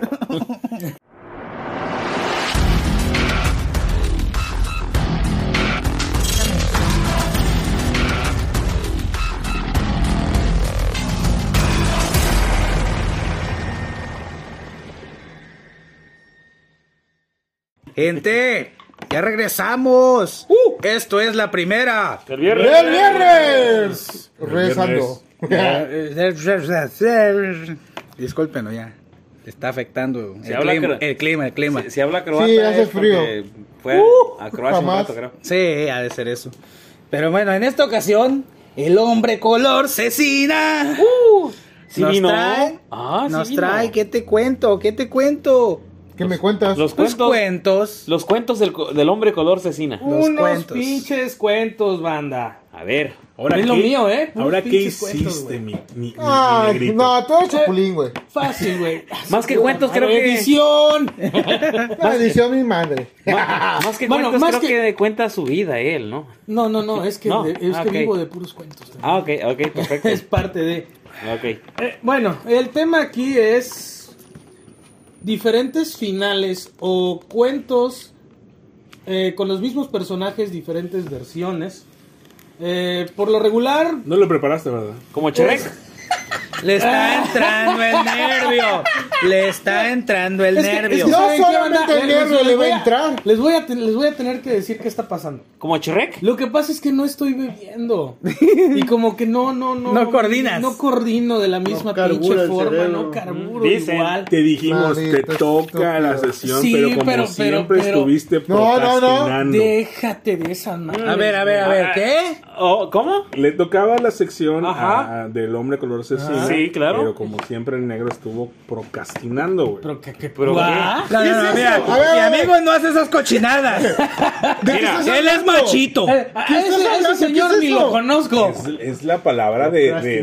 Speaker 4: Gente, ya regresamos.
Speaker 2: Uh.
Speaker 4: Esto es la primera.
Speaker 2: El viernes.
Speaker 5: ¡Del viernes! Rezando. Discúlpenlo ya. Está afectando
Speaker 2: Se
Speaker 4: el
Speaker 2: habla
Speaker 4: clima,
Speaker 2: que-
Speaker 4: el clima, el clima.
Speaker 2: Si, si habla croata.
Speaker 5: Sí, hace
Speaker 2: es porque Fue a Croacia un
Speaker 5: jamás.
Speaker 2: rato, creo.
Speaker 4: Sí, ha de ser eso. Pero bueno, en esta ocasión, el hombre color cecina.
Speaker 2: sí
Speaker 4: nos
Speaker 2: vino.
Speaker 4: trae,
Speaker 2: Ah, sí
Speaker 4: nos
Speaker 2: vino.
Speaker 4: trae, ¿qué te cuento? ¿Qué te cuento?
Speaker 5: ¿Qué me cuentas?
Speaker 2: Los
Speaker 4: Los
Speaker 2: cuentos,
Speaker 4: cuentos.
Speaker 2: los cuentos del, co- del hombre color cecina.
Speaker 4: Los
Speaker 3: Unos
Speaker 4: cuentos.
Speaker 3: pinches cuentos, banda.
Speaker 2: A ver,
Speaker 6: Ahora
Speaker 3: Es lo
Speaker 6: qué-
Speaker 3: mío, ¿eh? Puros
Speaker 6: Ahora qué
Speaker 3: pinches cuentos,
Speaker 6: hiciste,
Speaker 3: güey.
Speaker 6: mi, mi- mi- mi
Speaker 5: Ay,
Speaker 6: negrito?
Speaker 5: no, tú eres chapulín, güey.
Speaker 3: Fácil, güey.
Speaker 2: Más que cuentos, creo que-
Speaker 3: Edición.
Speaker 5: La edición mi madre.
Speaker 2: más, más que
Speaker 3: Bueno,
Speaker 2: cuentos,
Speaker 3: más
Speaker 2: creo que...
Speaker 3: que-
Speaker 2: de cuenta su vida él, ¿no?
Speaker 3: No, no, no, es que,
Speaker 2: No,
Speaker 3: de- es
Speaker 2: ah,
Speaker 3: que
Speaker 2: ok.
Speaker 3: vivo de puros cuentos. también.
Speaker 2: Ah, ok, ok, perfecto.
Speaker 3: Es parte de...
Speaker 2: Ok.
Speaker 3: Eh, bueno, el tema aquí es diferentes finales o cuentos eh, con los mismos personajes, diferentes versiones. Eh, por lo regular,
Speaker 6: No lo preparaste, ¿verdad?
Speaker 2: Como Shrek.
Speaker 4: Le está entrando el nervio. Le está entrando el
Speaker 3: Es que-
Speaker 4: nervio.
Speaker 3: es que
Speaker 5: No
Speaker 3: ¿saben qué,
Speaker 5: solamente
Speaker 3: banda?
Speaker 5: el nervio
Speaker 3: les
Speaker 5: le
Speaker 3: voy
Speaker 5: va a entrar.
Speaker 3: Les voy a, ten- les voy a tener que decir qué está pasando.
Speaker 2: Como Shrek.
Speaker 3: Lo que pasa es que no estoy bebiendo. Y como que no, no, no.
Speaker 4: No coordinas.
Speaker 3: No coordino de la misma
Speaker 7: carbura
Speaker 3: pinche
Speaker 7: el
Speaker 3: forma,
Speaker 7: cerebro.
Speaker 3: no carburo
Speaker 2: Dicen.
Speaker 3: igual.
Speaker 6: Te dijimos, te
Speaker 5: Maldito
Speaker 6: toca la
Speaker 5: estúpido.
Speaker 6: sesión,
Speaker 3: Sí,
Speaker 6: pero como
Speaker 3: pero- pero-
Speaker 6: siempre
Speaker 3: pero-
Speaker 6: estuviste
Speaker 5: No, no, no.
Speaker 6: procrastinando.
Speaker 3: Déjate de esa
Speaker 2: Mm.
Speaker 3: madre.
Speaker 4: A ver, a ver, a ver, ¿qué?
Speaker 2: Oh, ¿Cómo?
Speaker 6: Le tocaba la sección
Speaker 2: Ajá.
Speaker 6: a- del hombre color asesino.
Speaker 2: Ah. Sí, claro.
Speaker 6: Pero como siempre el negro estuvo procrastinando, güey.
Speaker 3: Pero que, que
Speaker 2: Pero
Speaker 3: ¿Guau?
Speaker 4: No, no, no, mira,
Speaker 5: A ver, a
Speaker 4: mi
Speaker 5: ver.
Speaker 4: amigo no hace esas cochinadas.
Speaker 2: Mira,
Speaker 4: Él es machito.
Speaker 3: Eh, a
Speaker 5: estás
Speaker 3: ese, a ese
Speaker 5: hablando? ¿Qué
Speaker 3: señor
Speaker 5: es
Speaker 3: ni
Speaker 5: eso?
Speaker 3: lo conozco.
Speaker 6: Es, es la palabra de... de- de-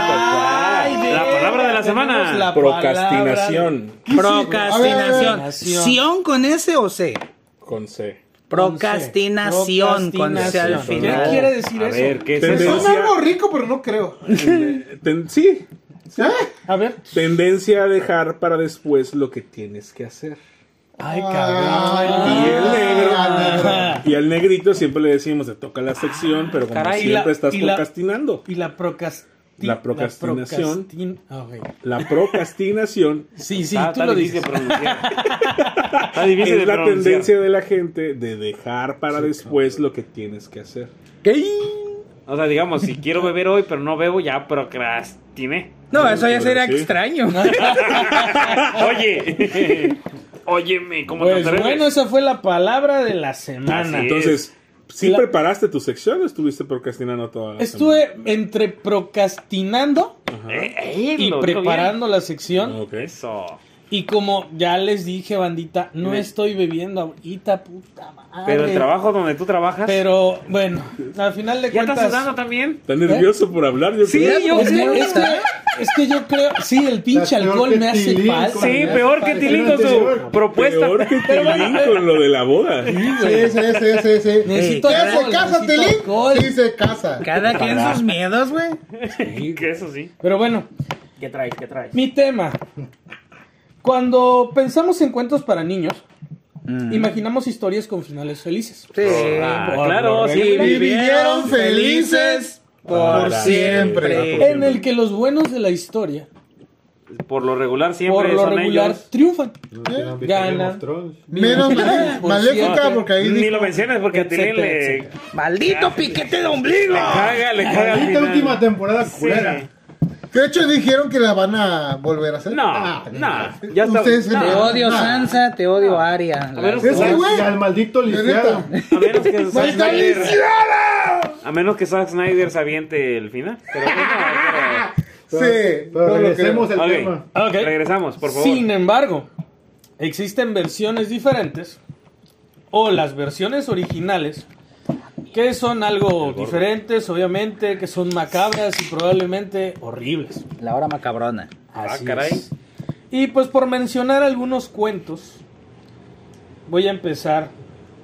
Speaker 5: Ah,
Speaker 2: La palabra de la semana.
Speaker 3: Tenemos Ah, la
Speaker 6: procrastinación.
Speaker 5: A ver, a
Speaker 4: Procrastinación.
Speaker 5: ver.
Speaker 4: ¿Sion con S o C?
Speaker 6: Con C.
Speaker 4: Procrastinación con C al
Speaker 3: Procrastinación. ¿Qué
Speaker 4: final.
Speaker 3: quiere decir
Speaker 2: a
Speaker 3: eso?
Speaker 2: ver, ¿qué es
Speaker 6: Tendencia.
Speaker 5: Eso es
Speaker 2: eso?
Speaker 5: algo rico, pero no creo.
Speaker 6: Ten- sí.
Speaker 5: ¿Eh?
Speaker 3: A ver.
Speaker 6: Tendencia a dejar para después lo que tienes que hacer.
Speaker 3: Ay,
Speaker 5: Ah,
Speaker 6: Y el negro.
Speaker 5: ah,
Speaker 6: Y al negrito siempre le decimos, te toca la sección, pero como
Speaker 3: Caray, y
Speaker 6: siempre
Speaker 3: la-
Speaker 6: estás
Speaker 3: y la-
Speaker 6: procrastinando.
Speaker 3: Y la procrastinación.
Speaker 6: La procrastinación.
Speaker 3: Ah, ok.
Speaker 6: La procrastinación
Speaker 3: Sí, sí,
Speaker 2: está,
Speaker 3: tú
Speaker 2: está
Speaker 3: lo
Speaker 2: difícil
Speaker 3: dices.
Speaker 2: de pronunciar. Está difícil de
Speaker 6: es la
Speaker 2: pronunciar.
Speaker 6: tendencia de la gente de dejar para después lo que tienes que hacer.
Speaker 2: O sea, digamos, si quiero beber hoy, pero no bebo, ya procrastiné.
Speaker 4: No, eso ya sería
Speaker 6: Sí.
Speaker 4: extraño.
Speaker 2: Oye, óyeme, ¿cómo
Speaker 3: Pues
Speaker 2: te atreves?
Speaker 3: bueno, esa fue la palabra de la semana.
Speaker 2: Así es.
Speaker 6: Entonces, si
Speaker 3: La-
Speaker 6: preparaste tu sección o estuviste procrastinando toda la semana?
Speaker 3: Estuve entre procrastinando
Speaker 2: Eh, eh,
Speaker 3: y
Speaker 2: lo digo
Speaker 3: preparando la sección.
Speaker 6: Ok.
Speaker 2: bien. Eso.
Speaker 3: Y como ya les dije, bandita, no
Speaker 2: Me-
Speaker 3: estoy bebiendo ahorita, puta madre.
Speaker 2: Pero el trabajo donde tú trabajas.
Speaker 3: Pero bueno, al final de
Speaker 2: ¿Ya estás
Speaker 3: cuentas.
Speaker 2: sudando también?
Speaker 6: ¿Estás nervioso por hablar? Yo
Speaker 2: Sí,
Speaker 6: creo.
Speaker 2: yo
Speaker 3: Es
Speaker 2: creo.
Speaker 3: que, es que- es que yo creo, sí, el pinche
Speaker 5: Está peor
Speaker 3: alcohol
Speaker 5: que
Speaker 3: me hace
Speaker 5: Tilín,
Speaker 3: falta.
Speaker 2: Sí,
Speaker 5: Vale,
Speaker 2: peor que
Speaker 5: vale,
Speaker 2: Tilín con su
Speaker 5: anterior.
Speaker 2: propuesta.
Speaker 6: Peor que Tilín con lo de la boda.
Speaker 5: Sí, sí, sí, sí, sí.
Speaker 3: Necesito
Speaker 5: ¿Ya
Speaker 3: alcohol,
Speaker 5: se casa,
Speaker 3: necesito
Speaker 5: Telín?
Speaker 3: alcohol.
Speaker 5: Sí, se casa.
Speaker 4: Cada quien sus miedos, güey.
Speaker 2: que eso sí.
Speaker 3: Pero bueno,
Speaker 1: ¿Qué traes? ¿Qué traes?
Speaker 3: mi tema. Cuando pensamos en cuentos para niños,
Speaker 2: Mm.
Speaker 3: imaginamos historias con finales felices.
Speaker 2: Ah, claro,
Speaker 3: por-
Speaker 2: siempre.
Speaker 5: Y vivieron felices por
Speaker 6: Para
Speaker 5: siempre.
Speaker 6: siempre.
Speaker 4: Eh,
Speaker 3: En el que los buenos de la historia,
Speaker 2: Por lo regular, siempre
Speaker 3: por lo
Speaker 2: son
Speaker 3: regular,
Speaker 2: ellos.
Speaker 3: triunfan. Gana.
Speaker 7: Gana.
Speaker 5: Menos male-
Speaker 3: Por
Speaker 5: maléfica,
Speaker 3: siempre.
Speaker 5: porque ahí
Speaker 2: Ni
Speaker 5: dijo,
Speaker 2: lo mencionas porque a Tilín
Speaker 3: Etcétera,
Speaker 2: le, le
Speaker 3: etcétera.
Speaker 4: Maldito piquete de ombligo.
Speaker 2: caga, le caga. al
Speaker 7: Esta
Speaker 2: final.
Speaker 7: última temporada
Speaker 2: Sí.
Speaker 7: culera.
Speaker 5: De hecho, dijeron que la van a volver a hacer.
Speaker 2: No,
Speaker 5: Ah,
Speaker 2: no. Ya está.
Speaker 5: Ustedes- Ah,
Speaker 4: Te
Speaker 2: no.
Speaker 4: odio Sansa, te odio Aria.
Speaker 2: A menos que
Speaker 5: Ese
Speaker 2: sea-
Speaker 5: güey.
Speaker 7: Y al maldito lisiado.
Speaker 2: a menos que Zack
Speaker 5: ¡Maldita
Speaker 2: Snyder-
Speaker 5: lisiada!
Speaker 2: A menos que Zack Snyder se aviente el final. Pero bueno,
Speaker 5: Sí,
Speaker 7: Pero
Speaker 5: todo lo
Speaker 7: regresemos
Speaker 5: que-
Speaker 7: al
Speaker 2: Ah, Ok.
Speaker 7: tema.
Speaker 3: Ok.
Speaker 2: Regresamos, por favor.
Speaker 3: Sin embargo, existen versiones diferentes o las versiones originales que son algo diferentes, obviamente, que son macabras y probablemente horribles.
Speaker 4: La hora macabrona.
Speaker 2: Ah,
Speaker 3: Así
Speaker 2: caray.
Speaker 3: es. Y pues por mencionar algunos cuentos, voy a empezar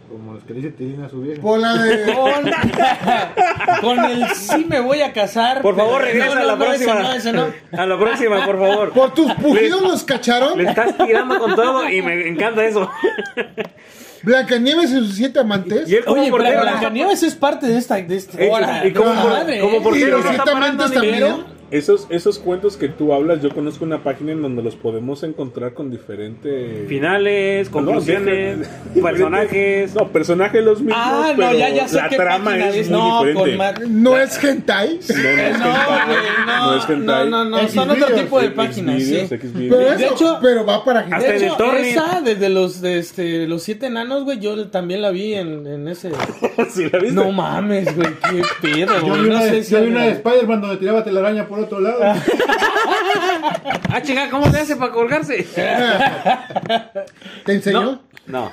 Speaker 7: Como los que le dice Tilín a su vieja.
Speaker 5: Por la de.
Speaker 3: con, con el sí me voy a casar.
Speaker 2: Por favor,
Speaker 3: pero-
Speaker 2: regresa
Speaker 3: No,
Speaker 2: a
Speaker 3: no,
Speaker 2: la
Speaker 3: no, ese
Speaker 2: próxima.
Speaker 3: no, ese no.
Speaker 2: A la próxima, por favor.
Speaker 5: Por tus pujidos
Speaker 2: Le-
Speaker 5: los cacharon.
Speaker 2: Le estás tirando con todo y me encanta eso.
Speaker 5: Blancanieves y sus siete amantes.
Speaker 2: Y él como
Speaker 3: Oye,
Speaker 2: por
Speaker 3: pero Blancanieves es parte de esta, de esta
Speaker 2: Eh,
Speaker 3: hora.
Speaker 2: y como
Speaker 3: No,
Speaker 2: por-
Speaker 3: madre,
Speaker 2: como
Speaker 3: ¿eh?
Speaker 2: por-
Speaker 5: Y
Speaker 2: qué no
Speaker 5: los
Speaker 2: está
Speaker 5: siete
Speaker 2: parando
Speaker 5: amantes
Speaker 2: dinero?
Speaker 5: también.
Speaker 6: Esos, esos cuentos que tú hablas, yo conozco una página en donde los podemos encontrar con diferente...
Speaker 2: Finales,
Speaker 6: No,
Speaker 2: conclusiones,
Speaker 6: diferente-
Speaker 2: personajes.
Speaker 6: No, personajes los mismos.
Speaker 3: Ah, no,
Speaker 6: pero
Speaker 3: ya, ya sé
Speaker 6: La
Speaker 3: qué
Speaker 6: trama
Speaker 3: página
Speaker 6: es,
Speaker 3: es.
Speaker 6: muy
Speaker 3: No,
Speaker 6: diferente.
Speaker 3: con Matt.
Speaker 5: No es hentai.
Speaker 6: No, no es
Speaker 3: No,
Speaker 6: hentai,
Speaker 3: güey, no.
Speaker 6: no es hentai.
Speaker 3: No, no, no, son
Speaker 7: Xvideos,
Speaker 3: otro tipo de
Speaker 6: Xvideos,
Speaker 3: páginas, sí.
Speaker 6: Xvideos.
Speaker 5: Pero,
Speaker 3: De
Speaker 5: eso-
Speaker 3: hecho-
Speaker 5: pero va para hentai.
Speaker 2: Hasta
Speaker 3: De
Speaker 2: en el
Speaker 3: hecho,
Speaker 2: torrent.
Speaker 3: esa desde los de este, los siete enanos, güey, yo también la vi en, en ese.
Speaker 6: ¿Sí la viste?
Speaker 3: No mames, güey, qué pedo,
Speaker 7: Yo
Speaker 3: güey.
Speaker 7: vi
Speaker 3: No
Speaker 7: una,
Speaker 3: sé
Speaker 7: de,
Speaker 3: si
Speaker 7: yo vi
Speaker 3: alguien-
Speaker 7: una de Spider-Man donde tiraba telaraña por otro lado.
Speaker 2: Ah, chinga, ¿cómo le hace para colgarse?
Speaker 5: ¿Te enseñó?
Speaker 3: No,
Speaker 2: No.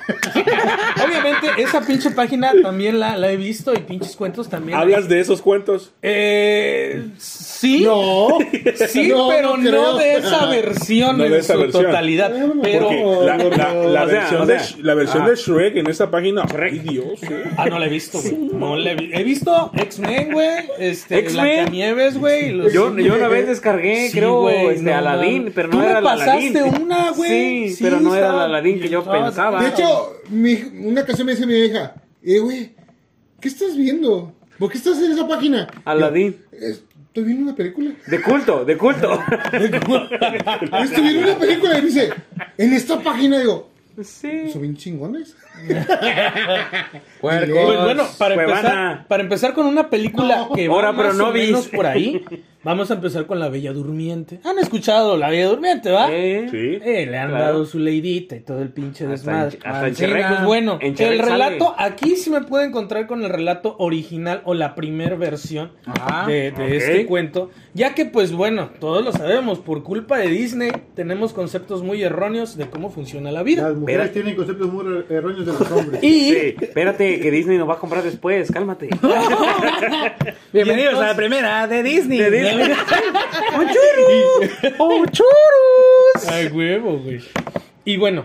Speaker 3: Obviamente, esa pinche página también la, la he visto y pinches cuentos también.
Speaker 6: ¿Hablas de esos cuentos?
Speaker 3: Eh, sí,
Speaker 5: No.
Speaker 3: sí,
Speaker 5: No,
Speaker 3: pero no,
Speaker 5: creo.
Speaker 3: de esa versión
Speaker 6: No
Speaker 3: en
Speaker 6: de esa
Speaker 3: su
Speaker 6: versión.
Speaker 3: totalidad. Pero
Speaker 6: Porque la, la- la
Speaker 2: O sea,
Speaker 6: versión,
Speaker 2: o sea,
Speaker 6: de, Sh- la versión
Speaker 2: ah.
Speaker 6: de Shrek en esa página. ¡Ay, Dios! eh.
Speaker 3: Ah, no la he visto, güey. No la he vi- He visto X-Men, güey. Este,
Speaker 2: X-Men.
Speaker 3: Blancanieves, güey. y los-
Speaker 2: Yo, yo una vez descargué,
Speaker 3: Sí,
Speaker 2: creo,
Speaker 3: güey,
Speaker 2: este,
Speaker 3: no
Speaker 2: Aladdin,
Speaker 3: mames.
Speaker 2: pero
Speaker 3: Tú
Speaker 2: no
Speaker 3: me
Speaker 2: era el Aladdin.
Speaker 3: pasaste una, güey.
Speaker 2: Sí,
Speaker 3: Sí,
Speaker 2: pero no era el
Speaker 3: estaba-
Speaker 2: Aladdin que yo
Speaker 3: estaba-
Speaker 2: pensaba.
Speaker 3: De
Speaker 5: De hecho, mi, una canción me dice mi vieja, eh, güey, ¿qué estás viendo? ¿Por qué estás en esa página?
Speaker 2: Aladdin.
Speaker 5: Yo, "Es- Estoy viendo una película. Ah,
Speaker 2: De culto, de culto.
Speaker 5: Estoy viendo una película y me dice, en esta página digo,
Speaker 2: sí.
Speaker 5: ¿son bien chingones?
Speaker 3: Pues, bueno, para
Speaker 2: Cuevana.
Speaker 3: empezar, para empezar con una película
Speaker 5: No.
Speaker 3: que va
Speaker 2: Ahora,
Speaker 3: más
Speaker 2: pero no
Speaker 3: o
Speaker 2: vi.
Speaker 3: menos por ahí, vamos a empezar con La Bella Durmiente. ¿Han escuchado La Bella Durmiente, va?
Speaker 2: Eh,
Speaker 6: Sí.
Speaker 3: Eh, le han
Speaker 2: Claro.
Speaker 3: dado su leidita y todo el pinche
Speaker 2: Hasta
Speaker 3: desmadre.
Speaker 2: en- hasta en
Speaker 3: Mancina.
Speaker 2: Shrek es-
Speaker 3: bueno,
Speaker 2: en Shrek
Speaker 3: el relato,
Speaker 2: sale.
Speaker 3: aquí sí me puedo encontrar con el relato original o la primer versión
Speaker 4: Ajá,
Speaker 3: de, de
Speaker 2: Ah, ok.
Speaker 3: este cuento. Ya que, pues bueno, todos lo sabemos, por culpa de Disney tenemos conceptos muy erróneos de cómo funciona la vida.
Speaker 7: Las mujeres
Speaker 2: Espera.
Speaker 7: tienen conceptos muy er- erróneos de los hombres.
Speaker 3: Y
Speaker 2: Sí, espérate, que Disney nos va a comprar después, cálmate.
Speaker 4: Bienvenidos
Speaker 3: entonces-
Speaker 4: a la primera de Disney.
Speaker 2: De Disney.
Speaker 4: ¡Oh, churros!
Speaker 3: Ay, huevo, güey. Y bueno,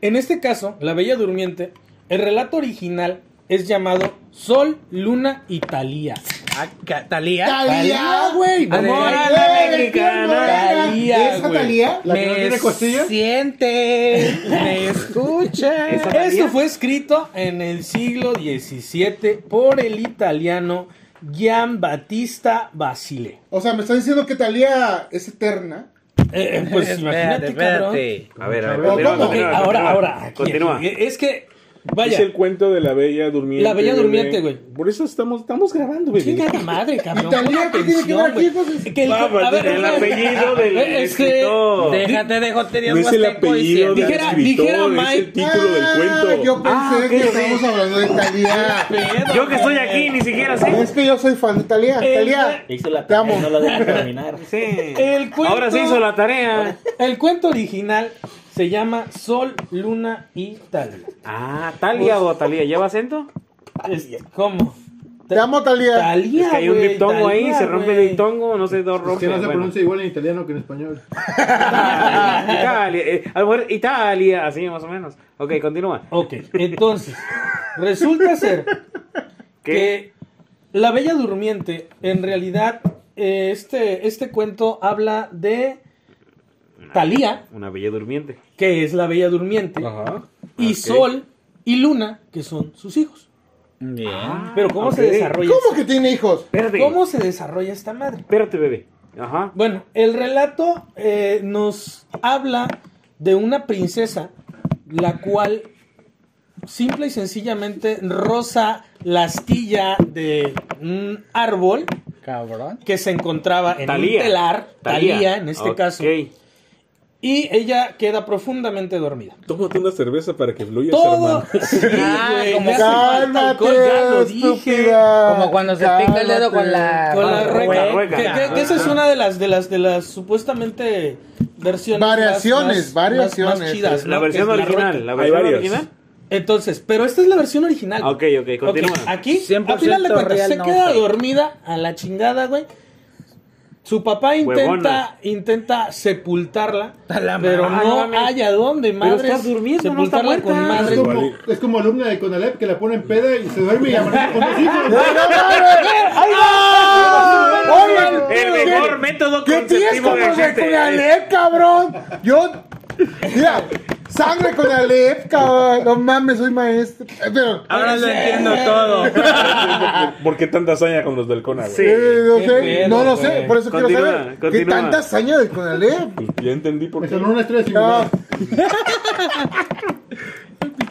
Speaker 3: en este caso, La Bella Durmiente, el relato original es llamado Sol, Luna y Talía.
Speaker 4: Ah, ca- ¿Talía?
Speaker 5: ¡Talía, güey!
Speaker 4: Adel-
Speaker 2: Mora
Speaker 5: Güey,
Speaker 2: la
Speaker 5: ¿quién
Speaker 2: mexicana.
Speaker 5: era?
Speaker 3: Talía,
Speaker 5: ¿Esa
Speaker 3: güey.
Speaker 5: Talía?
Speaker 7: ¿La que no tiene costillas?
Speaker 4: siente, me escucha.
Speaker 2: Esa-
Speaker 3: Esto fue escrito en el siglo XVII por el italiano Gian Battista Basile.
Speaker 5: O sea, me estás diciendo que Talía es eterna.
Speaker 3: Eh, pues imagínate, cabrón.
Speaker 2: A ver, a ver,
Speaker 7: Pero
Speaker 2: continúa,
Speaker 5: ¿cómo?
Speaker 3: Ok,
Speaker 2: continúa,
Speaker 3: ahora,
Speaker 2: continúa.
Speaker 3: ahora. aquí,
Speaker 2: Continúa.
Speaker 3: aquí. Es que, vaya,
Speaker 6: Es el cuento de la Bella Durmiente.
Speaker 3: La Bella
Speaker 6: bebé.
Speaker 3: Durmiente, güey.
Speaker 6: Por eso estamos, estamos grabando, bebé.
Speaker 3: Chingada madre, cabrón.
Speaker 5: Italia, ¿qué tiene
Speaker 3: pon
Speaker 5: que
Speaker 3: atención,
Speaker 5: ver aquí,
Speaker 3: güey.
Speaker 5: pues?
Speaker 3: Que el-
Speaker 6: Vamos,
Speaker 3: a ver,
Speaker 2: El
Speaker 3: güey.
Speaker 2: apellido del
Speaker 3: Eh, es que
Speaker 2: escritor.
Speaker 4: Déjate de joterías
Speaker 6: No es el
Speaker 4: huasteco y
Speaker 6: apellido del
Speaker 4: siente.
Speaker 3: Dijera-
Speaker 6: escritor,
Speaker 3: dijera
Speaker 6: es
Speaker 3: Mike.
Speaker 6: el título
Speaker 5: Ah,
Speaker 6: del cuento.
Speaker 5: Yo pensé
Speaker 2: Ah, ok,
Speaker 5: que
Speaker 2: ok.
Speaker 5: estábamos hablando de Talía.
Speaker 2: Yo que estoy aquí, ni siquiera sé.
Speaker 5: es que yo soy fan de Talía.
Speaker 3: El-
Speaker 5: Talía.
Speaker 1: Hizo la
Speaker 5: Te amo.
Speaker 1: tarea y no la dejan terminar.
Speaker 2: Sí.
Speaker 3: El cuento-
Speaker 2: Ahora se hizo la tarea.
Speaker 3: El cuento original se llama Sol, Luna y Talia.
Speaker 2: Ah, Talia o Talia, ¿lleva acento?
Speaker 3: Es- ¿Cómo?
Speaker 5: Te amo, Talía.
Speaker 3: Talia,
Speaker 2: Es que hay un
Speaker 3: güey,
Speaker 2: diptongo ahí,
Speaker 3: Talia,
Speaker 2: se rompe
Speaker 3: güey.
Speaker 2: el diptongo, no sé, dos
Speaker 7: Es
Speaker 2: rompe.
Speaker 7: que no se
Speaker 2: bueno.
Speaker 7: pronuncia igual en italiano que en español.
Speaker 2: Italia, eh, a lo mejor Italia, así más o menos. Ok, continúa.
Speaker 3: Ok, entonces, resulta ser
Speaker 2: ¿Qué?
Speaker 3: que La Bella Durmiente, en realidad, eh, este, este cuento habla de Talía,
Speaker 2: Una bella durmiente.
Speaker 3: que es la Bella Durmiente,
Speaker 6: Ajá.
Speaker 3: y
Speaker 6: ok.
Speaker 3: Sol y Luna, que son sus hijos.
Speaker 4: Bien.
Speaker 3: Pero ¿cómo se
Speaker 2: Ah, ok.
Speaker 3: desarrolla?
Speaker 5: ¿Cómo que tiene hijos?
Speaker 2: Espérate.
Speaker 3: ¿Cómo se desarrolla esta madre?
Speaker 2: Espérate, bebé. Ajá.
Speaker 3: Bueno, el relato eh, nos habla de una princesa la cual simple y sencillamente roza la astilla de un árbol
Speaker 4: Cabrón.
Speaker 3: que se encontraba en
Speaker 2: Talía.
Speaker 3: un telar, Talía, en este
Speaker 2: Ok.
Speaker 3: caso, y ella queda profundamente dormida.
Speaker 6: Tómate una cerveza para que fluya,
Speaker 3: Todo,
Speaker 6: hermano.
Speaker 3: sí,
Speaker 4: Ah,
Speaker 3: güey,
Speaker 4: como
Speaker 3: le hace falta alcohol, ya lo dije.
Speaker 4: Como cuando se pica el dedo con la-
Speaker 3: Con la
Speaker 4: Ah,
Speaker 3: rueca.
Speaker 2: rueca.
Speaker 3: Que, que- que esa es una de las de las de las supuestamente versiones más-
Speaker 5: Variaciones,
Speaker 3: más-
Speaker 5: variaciones.
Speaker 3: más chidas,
Speaker 2: La
Speaker 3: ¿no?
Speaker 2: versión
Speaker 3: Que es la
Speaker 2: original.
Speaker 3: rueca.
Speaker 2: La versión
Speaker 6: varias.
Speaker 2: original.
Speaker 3: Entonces, pero esta es la versión original.
Speaker 2: Ah, ok, ok,
Speaker 3: Ok,
Speaker 2: continúa.
Speaker 3: Aquí, al
Speaker 4: 100%
Speaker 3: final de cuentas,
Speaker 4: real,
Speaker 3: se
Speaker 4: no,
Speaker 3: queda
Speaker 4: güey.
Speaker 3: dormida a la chingada, güey. Su papá
Speaker 2: Huevona.
Speaker 3: intenta, intenta sepultarla,
Speaker 4: A la
Speaker 3: pero
Speaker 4: madre.
Speaker 3: no
Speaker 2: Ah, no mames.
Speaker 3: haya dónde, madre.
Speaker 2: está durmiendo, no está
Speaker 3: sepultarla
Speaker 2: muerta.
Speaker 3: con
Speaker 7: Es
Speaker 3: madre.
Speaker 7: como, es como alumna de Conalep que la pone en peda y se duerme y amanece con dos hijos.
Speaker 5: Oye,
Speaker 2: El
Speaker 5: ¿qué-
Speaker 2: mejor método
Speaker 5: ¿Qué tienes
Speaker 2: conceptivo
Speaker 5: como
Speaker 2: que
Speaker 5: de con
Speaker 2: existe.
Speaker 5: Alep, cabrón? Yo. Mira, sangre con Alep, cabrón. No mames, soy maestro. Eh, Pero.
Speaker 4: Ahora lo entiendo todo.
Speaker 6: ¿Por qué tanta hazaña con los del Cona, güey?
Speaker 2: Sí.
Speaker 5: eh, no
Speaker 3: Qué
Speaker 5: sé,
Speaker 3: pedo,
Speaker 5: no lo
Speaker 3: güey.
Speaker 5: sé, por eso
Speaker 2: Continúa,
Speaker 5: quiero saber. ¿Qué
Speaker 2: continúa.
Speaker 5: tanta hazaña del Conalep?
Speaker 6: Pues ya entendí por
Speaker 7: Me
Speaker 6: qué.
Speaker 7: sonó una estrella
Speaker 5: No.
Speaker 7: singular.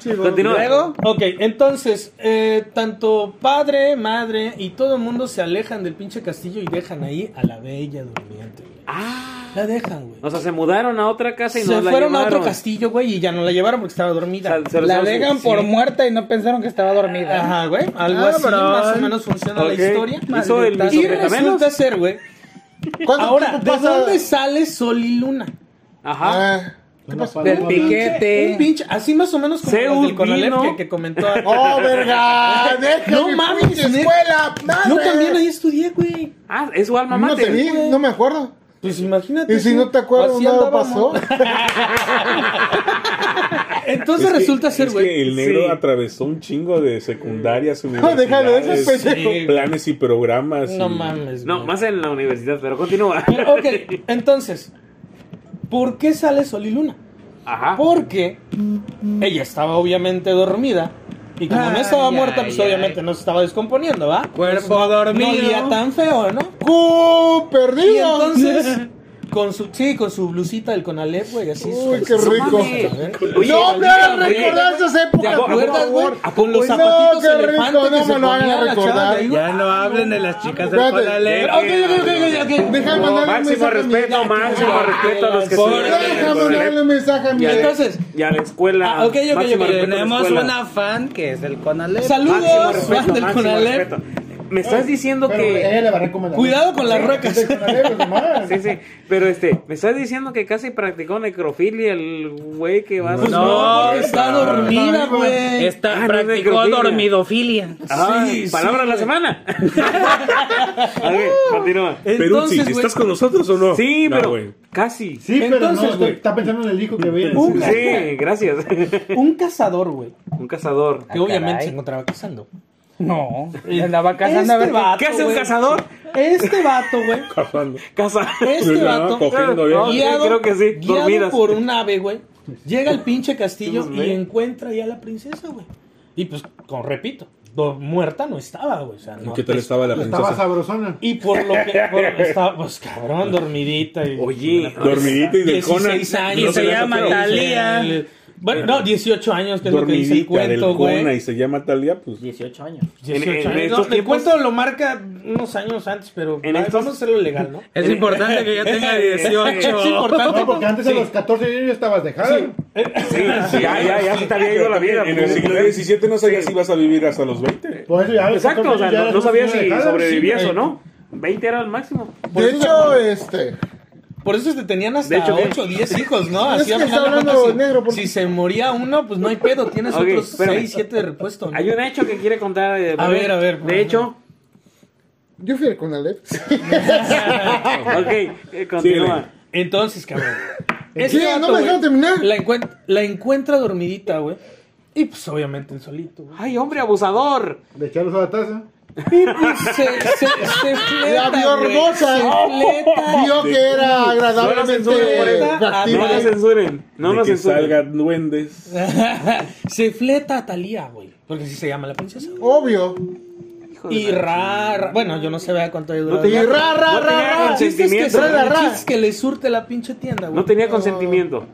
Speaker 2: Continúa.
Speaker 4: Luego,
Speaker 3: Ok, entonces, eh, tanto padre, madre y todo el mundo se alejan del pinche castillo y dejan ahí a la bella durmiente, güey.
Speaker 2: Ah.
Speaker 3: La dejan, güey.
Speaker 2: O sea, se mudaron a otra casa y
Speaker 3: se
Speaker 2: no la
Speaker 3: fueron a otro
Speaker 2: llevaron.
Speaker 3: castillo, güey, y ya no la llevaron porque estaba dormida.
Speaker 2: O sea, se los
Speaker 4: la
Speaker 2: hemos-
Speaker 4: dejan
Speaker 2: sí.
Speaker 4: por muerta y no pensaron que estaba dormida. Ah,
Speaker 3: Ajá, güey. Algo así
Speaker 4: Cabrón.
Speaker 3: más o menos funciona
Speaker 2: Ok.
Speaker 3: la historia.
Speaker 2: Hizo el
Speaker 3: Maldita y
Speaker 2: misopretamenos.
Speaker 3: resulta ser, güey.
Speaker 5: ¿Cuánto
Speaker 3: Ahora,
Speaker 5: tiempo
Speaker 3: ¿de
Speaker 5: pasa?
Speaker 3: dónde sale Sol y Luna?
Speaker 2: Ajá.
Speaker 5: Ah,
Speaker 7: Una
Speaker 4: Del
Speaker 7: paloma blanca.
Speaker 3: Un
Speaker 4: piquete.
Speaker 3: pinche, así más o menos como
Speaker 2: Zeus
Speaker 3: las del Conalep
Speaker 2: vino.
Speaker 3: que, que comentó.
Speaker 5: ¡Oh, verga! ¡Deja
Speaker 3: No
Speaker 5: mi
Speaker 3: mames,
Speaker 5: pinche
Speaker 3: neta.
Speaker 5: escuela! ¡Madre!
Speaker 3: Yo también ahí estudié, güey.
Speaker 2: Ah, es su alma
Speaker 5: No
Speaker 2: mater.
Speaker 5: te vi,
Speaker 3: güey.
Speaker 5: no me acuerdo.
Speaker 3: Pues imagínate.
Speaker 5: Y si
Speaker 3: sí.
Speaker 5: no te acuerdas,
Speaker 3: Así
Speaker 5: nada pasó.
Speaker 3: andábamos. Entonces
Speaker 6: Es que-
Speaker 3: resulta ser,
Speaker 6: es
Speaker 3: güey.
Speaker 6: que el negro
Speaker 2: sí.
Speaker 6: atravesó un chingo de secundarias,
Speaker 5: No, déjalo, ese
Speaker 6: universidades,
Speaker 5: pendejo.
Speaker 3: Sí.
Speaker 6: planes y programas.
Speaker 3: No
Speaker 6: y-
Speaker 3: mames.
Speaker 2: No,
Speaker 3: güey.
Speaker 2: más en la universidad, pero continúa.
Speaker 3: Pero, ok, entonces, ¿por qué sale Sol y Luna?
Speaker 6: Ah.
Speaker 2: Ajá.
Speaker 3: Porque ella estaba obviamente dormida. Y como no
Speaker 4: Ay,
Speaker 3: estaba muerta, pues
Speaker 4: ay,
Speaker 3: obviamente no se estaba descomponiendo, ¿va?
Speaker 4: Cuerpo
Speaker 3: No-
Speaker 4: dormido.
Speaker 3: No olía tan feo, ¿no?
Speaker 5: ¡Cu
Speaker 3: Y
Speaker 5: perdido!
Speaker 3: entonces, con su, sí, con su blusita del Conalep, güey, así.
Speaker 5: Uy,
Speaker 3: su-
Speaker 5: qué
Speaker 3: su- ¿eh?
Speaker 5: rico.
Speaker 3: a ver.
Speaker 2: Oye,
Speaker 5: no me hagas
Speaker 2: güey.
Speaker 5: recordar esas
Speaker 3: ¿Te
Speaker 5: épocas, por
Speaker 3: acuerdas, güey?
Speaker 5: favor.
Speaker 3: Con los
Speaker 5: Uy, no,
Speaker 3: zapatitos
Speaker 5: qué rico,
Speaker 3: elefante
Speaker 5: no
Speaker 3: que se
Speaker 5: me lo
Speaker 3: ponía
Speaker 5: hagas
Speaker 3: la chava
Speaker 5: recordar.
Speaker 3: de ahí,
Speaker 4: Ya no hablen de las chicas del
Speaker 5: Espérate.
Speaker 4: Conalep.
Speaker 3: Pero, ok, ok, ok, ok, ok.
Speaker 5: Deja de
Speaker 2: No,
Speaker 5: mandarle un
Speaker 2: máximo
Speaker 5: mensaje a mi-
Speaker 2: respeto, máximo
Speaker 3: ya,
Speaker 2: respeto a los que
Speaker 3: ya,
Speaker 2: estudian
Speaker 3: ya,
Speaker 2: en el
Speaker 5: Déjame
Speaker 2: Conalep
Speaker 5: mandarle un mensaje a mi-
Speaker 3: Entonces,
Speaker 2: Y a la escuela.
Speaker 3: Ah, ok, ok,
Speaker 2: máximo
Speaker 3: ok.
Speaker 2: respeto a la
Speaker 4: Tenemos
Speaker 2: escuela.
Speaker 4: una fan que es del Conalep.
Speaker 2: Máximo
Speaker 3: saludos,
Speaker 2: respeto,
Speaker 3: fan del
Speaker 2: máximo
Speaker 3: Conalep.
Speaker 2: respeto. Me estás diciendo
Speaker 7: Pero ella
Speaker 2: que.
Speaker 7: le va a recomendar.
Speaker 3: Cuidado con las rocas.
Speaker 7: Este Conalep, los demás.
Speaker 2: Sí, sí. Pero este, me estás diciendo que casi practicó necrofilia el güey que va a Ah,
Speaker 3: Pues
Speaker 2: sus-
Speaker 4: No,
Speaker 3: no, está
Speaker 4: no,
Speaker 3: dormida,
Speaker 7: no,
Speaker 3: güey.
Speaker 2: Ah,
Speaker 4: Esta
Speaker 2: no,
Speaker 4: practicó
Speaker 2: necrofilia.
Speaker 4: dormidofilia.
Speaker 2: Ah,
Speaker 3: Sí, sí,
Speaker 2: palabra de la
Speaker 3: güey.
Speaker 2: semana. a ver, continúa.
Speaker 6: Peruzzi,
Speaker 3: Entonces, güey,
Speaker 6: ¿estás con nosotros o no?
Speaker 2: Sí,
Speaker 6: No,
Speaker 2: pero
Speaker 6: güey.
Speaker 2: casi.
Speaker 7: Sí, pero no,
Speaker 3: Entonces,
Speaker 7: está-
Speaker 3: güey.
Speaker 7: está pensando en el hijo que veía.
Speaker 3: Uh,
Speaker 2: Sí, gracias.
Speaker 3: un cazador, güey,
Speaker 2: Un cazador.
Speaker 3: que obviamente
Speaker 4: Ah, caray.
Speaker 3: se encontraba cazando.
Speaker 4: No. Andaba
Speaker 3: Este
Speaker 4: casando a ver. qué-
Speaker 3: vato,
Speaker 2: ¿Qué hace un
Speaker 3: güey.
Speaker 2: cazador?
Speaker 3: Este vato, güey,
Speaker 6: Cazando.
Speaker 2: Caza.
Speaker 3: este
Speaker 6: No,
Speaker 3: vato,
Speaker 6: cogiendo,
Speaker 2: No,
Speaker 6: bien.
Speaker 2: sí, creo que sí,
Speaker 3: guiado
Speaker 2: dormidas.
Speaker 3: por un ave, güey, llega al pinche castillo
Speaker 2: Sí,
Speaker 3: y
Speaker 2: güey.
Speaker 3: encuentra ya a la princesa, güey. Y pues, como repito, do- muerta no estaba, güey. o sea, no
Speaker 6: ¿Y ¿Qué tal estaba la
Speaker 7: Uh, Estaba
Speaker 6: princesa?
Speaker 7: sabrosona.
Speaker 3: Y por lo que por- estaba, pues cabrón, dormidita. Y,
Speaker 2: Oye,
Speaker 6: Dormidita y de Conan.
Speaker 3: 16 años.
Speaker 6: No
Speaker 4: se
Speaker 6: le hace
Speaker 4: llama
Speaker 6: feo.
Speaker 3: dice
Speaker 4: Talía.
Speaker 3: el- Bueno, no, 18 años, que es lo que dice el
Speaker 6: Dormidita del
Speaker 3: cuento,
Speaker 6: Cona y
Speaker 3: güey.
Speaker 6: se llama Talía, pues.
Speaker 1: 18 años.
Speaker 3: 18
Speaker 2: En- en
Speaker 3: años.
Speaker 2: estos
Speaker 3: No, el
Speaker 2: tiempos-
Speaker 3: cuento lo marca unos años antes, pero
Speaker 2: En
Speaker 3: ay,
Speaker 2: estos-
Speaker 3: vamos a hacerlo legal, ¿no?
Speaker 4: Es importante que ya tenga
Speaker 3: Es
Speaker 4: 18.
Speaker 3: importante.
Speaker 7: No, porque antes a los 14 años ya estabas dejada.
Speaker 2: Sí, ya, ya, ya se te había ido la vida. pues,
Speaker 6: En el siglo XVII no sabías si ibas a vivir hasta los 20.
Speaker 7: Por eso ya a los
Speaker 2: Exacto,
Speaker 7: 14
Speaker 2: o sea,
Speaker 7: ya
Speaker 2: no,
Speaker 7: eras
Speaker 2: no
Speaker 7: una
Speaker 2: sabías
Speaker 7: señora
Speaker 2: si
Speaker 7: dejada.
Speaker 2: sobrevivías
Speaker 7: Sí,
Speaker 2: o
Speaker 7: güey.
Speaker 2: no. 20 era el máximo.
Speaker 5: De hecho, este.
Speaker 3: Por eso te tenían hasta
Speaker 2: De hecho, ¿qué?
Speaker 3: 8 o 10 hijos, ¿no?
Speaker 5: Es que
Speaker 3: a final
Speaker 5: está
Speaker 3: de
Speaker 5: hablando
Speaker 3: cuentas, si-
Speaker 5: negro, ¿por
Speaker 3: si,
Speaker 5: qué?
Speaker 3: se moría uno, pues no hay pedo, tienes
Speaker 2: Ok,
Speaker 3: otros
Speaker 2: espérame.
Speaker 3: 6, 7 de repuesto. ¿no?
Speaker 2: Hay un hecho que quiere contar. eh,
Speaker 3: A
Speaker 2: Manuel.
Speaker 3: ver, a ver, pues. por
Speaker 2: De hecho,
Speaker 5: Yo fui al Conalep.
Speaker 3: Ah.
Speaker 2: ok, eh, continúa.
Speaker 3: Entonces, cabrón.
Speaker 5: Sí, no me
Speaker 3: güey,
Speaker 5: dejaron terminar.
Speaker 3: La, encuent- la encuentra dormidita, güey. Y pues obviamente el solito, güey.
Speaker 2: Ay, hombre abusador.
Speaker 7: De echarlos a la taza.
Speaker 3: Y pues se, se, se
Speaker 5: La
Speaker 3: fleta,
Speaker 5: vio
Speaker 3: güey.
Speaker 5: hermosa. Oh,
Speaker 3: Se fleta.
Speaker 5: Vio que era
Speaker 2: censuren por
Speaker 5: agradablemente
Speaker 2: esta. No
Speaker 5: atractiva.
Speaker 2: la censuren. No
Speaker 6: de
Speaker 2: la
Speaker 6: que
Speaker 2: censuren.
Speaker 6: salgan duendes.
Speaker 3: Se fleta a Talía, güey. Porque así se llama la princesa. güey.
Speaker 5: Obvio.
Speaker 2: Hijo de
Speaker 3: Y
Speaker 2: la-
Speaker 3: rara. Bueno, yo no sé vea cuánto hay
Speaker 2: No
Speaker 3: durado.
Speaker 2: tenía,
Speaker 5: Y ra, ra,
Speaker 2: no
Speaker 5: ra,
Speaker 2: tenía
Speaker 5: ra.
Speaker 3: El chiste es que,
Speaker 2: consentimiento.
Speaker 3: se-
Speaker 5: Ra, ra,
Speaker 3: el
Speaker 5: ra.
Speaker 3: chiste es que le surte la pinche tienda, güey.
Speaker 2: No tenía consentimiento.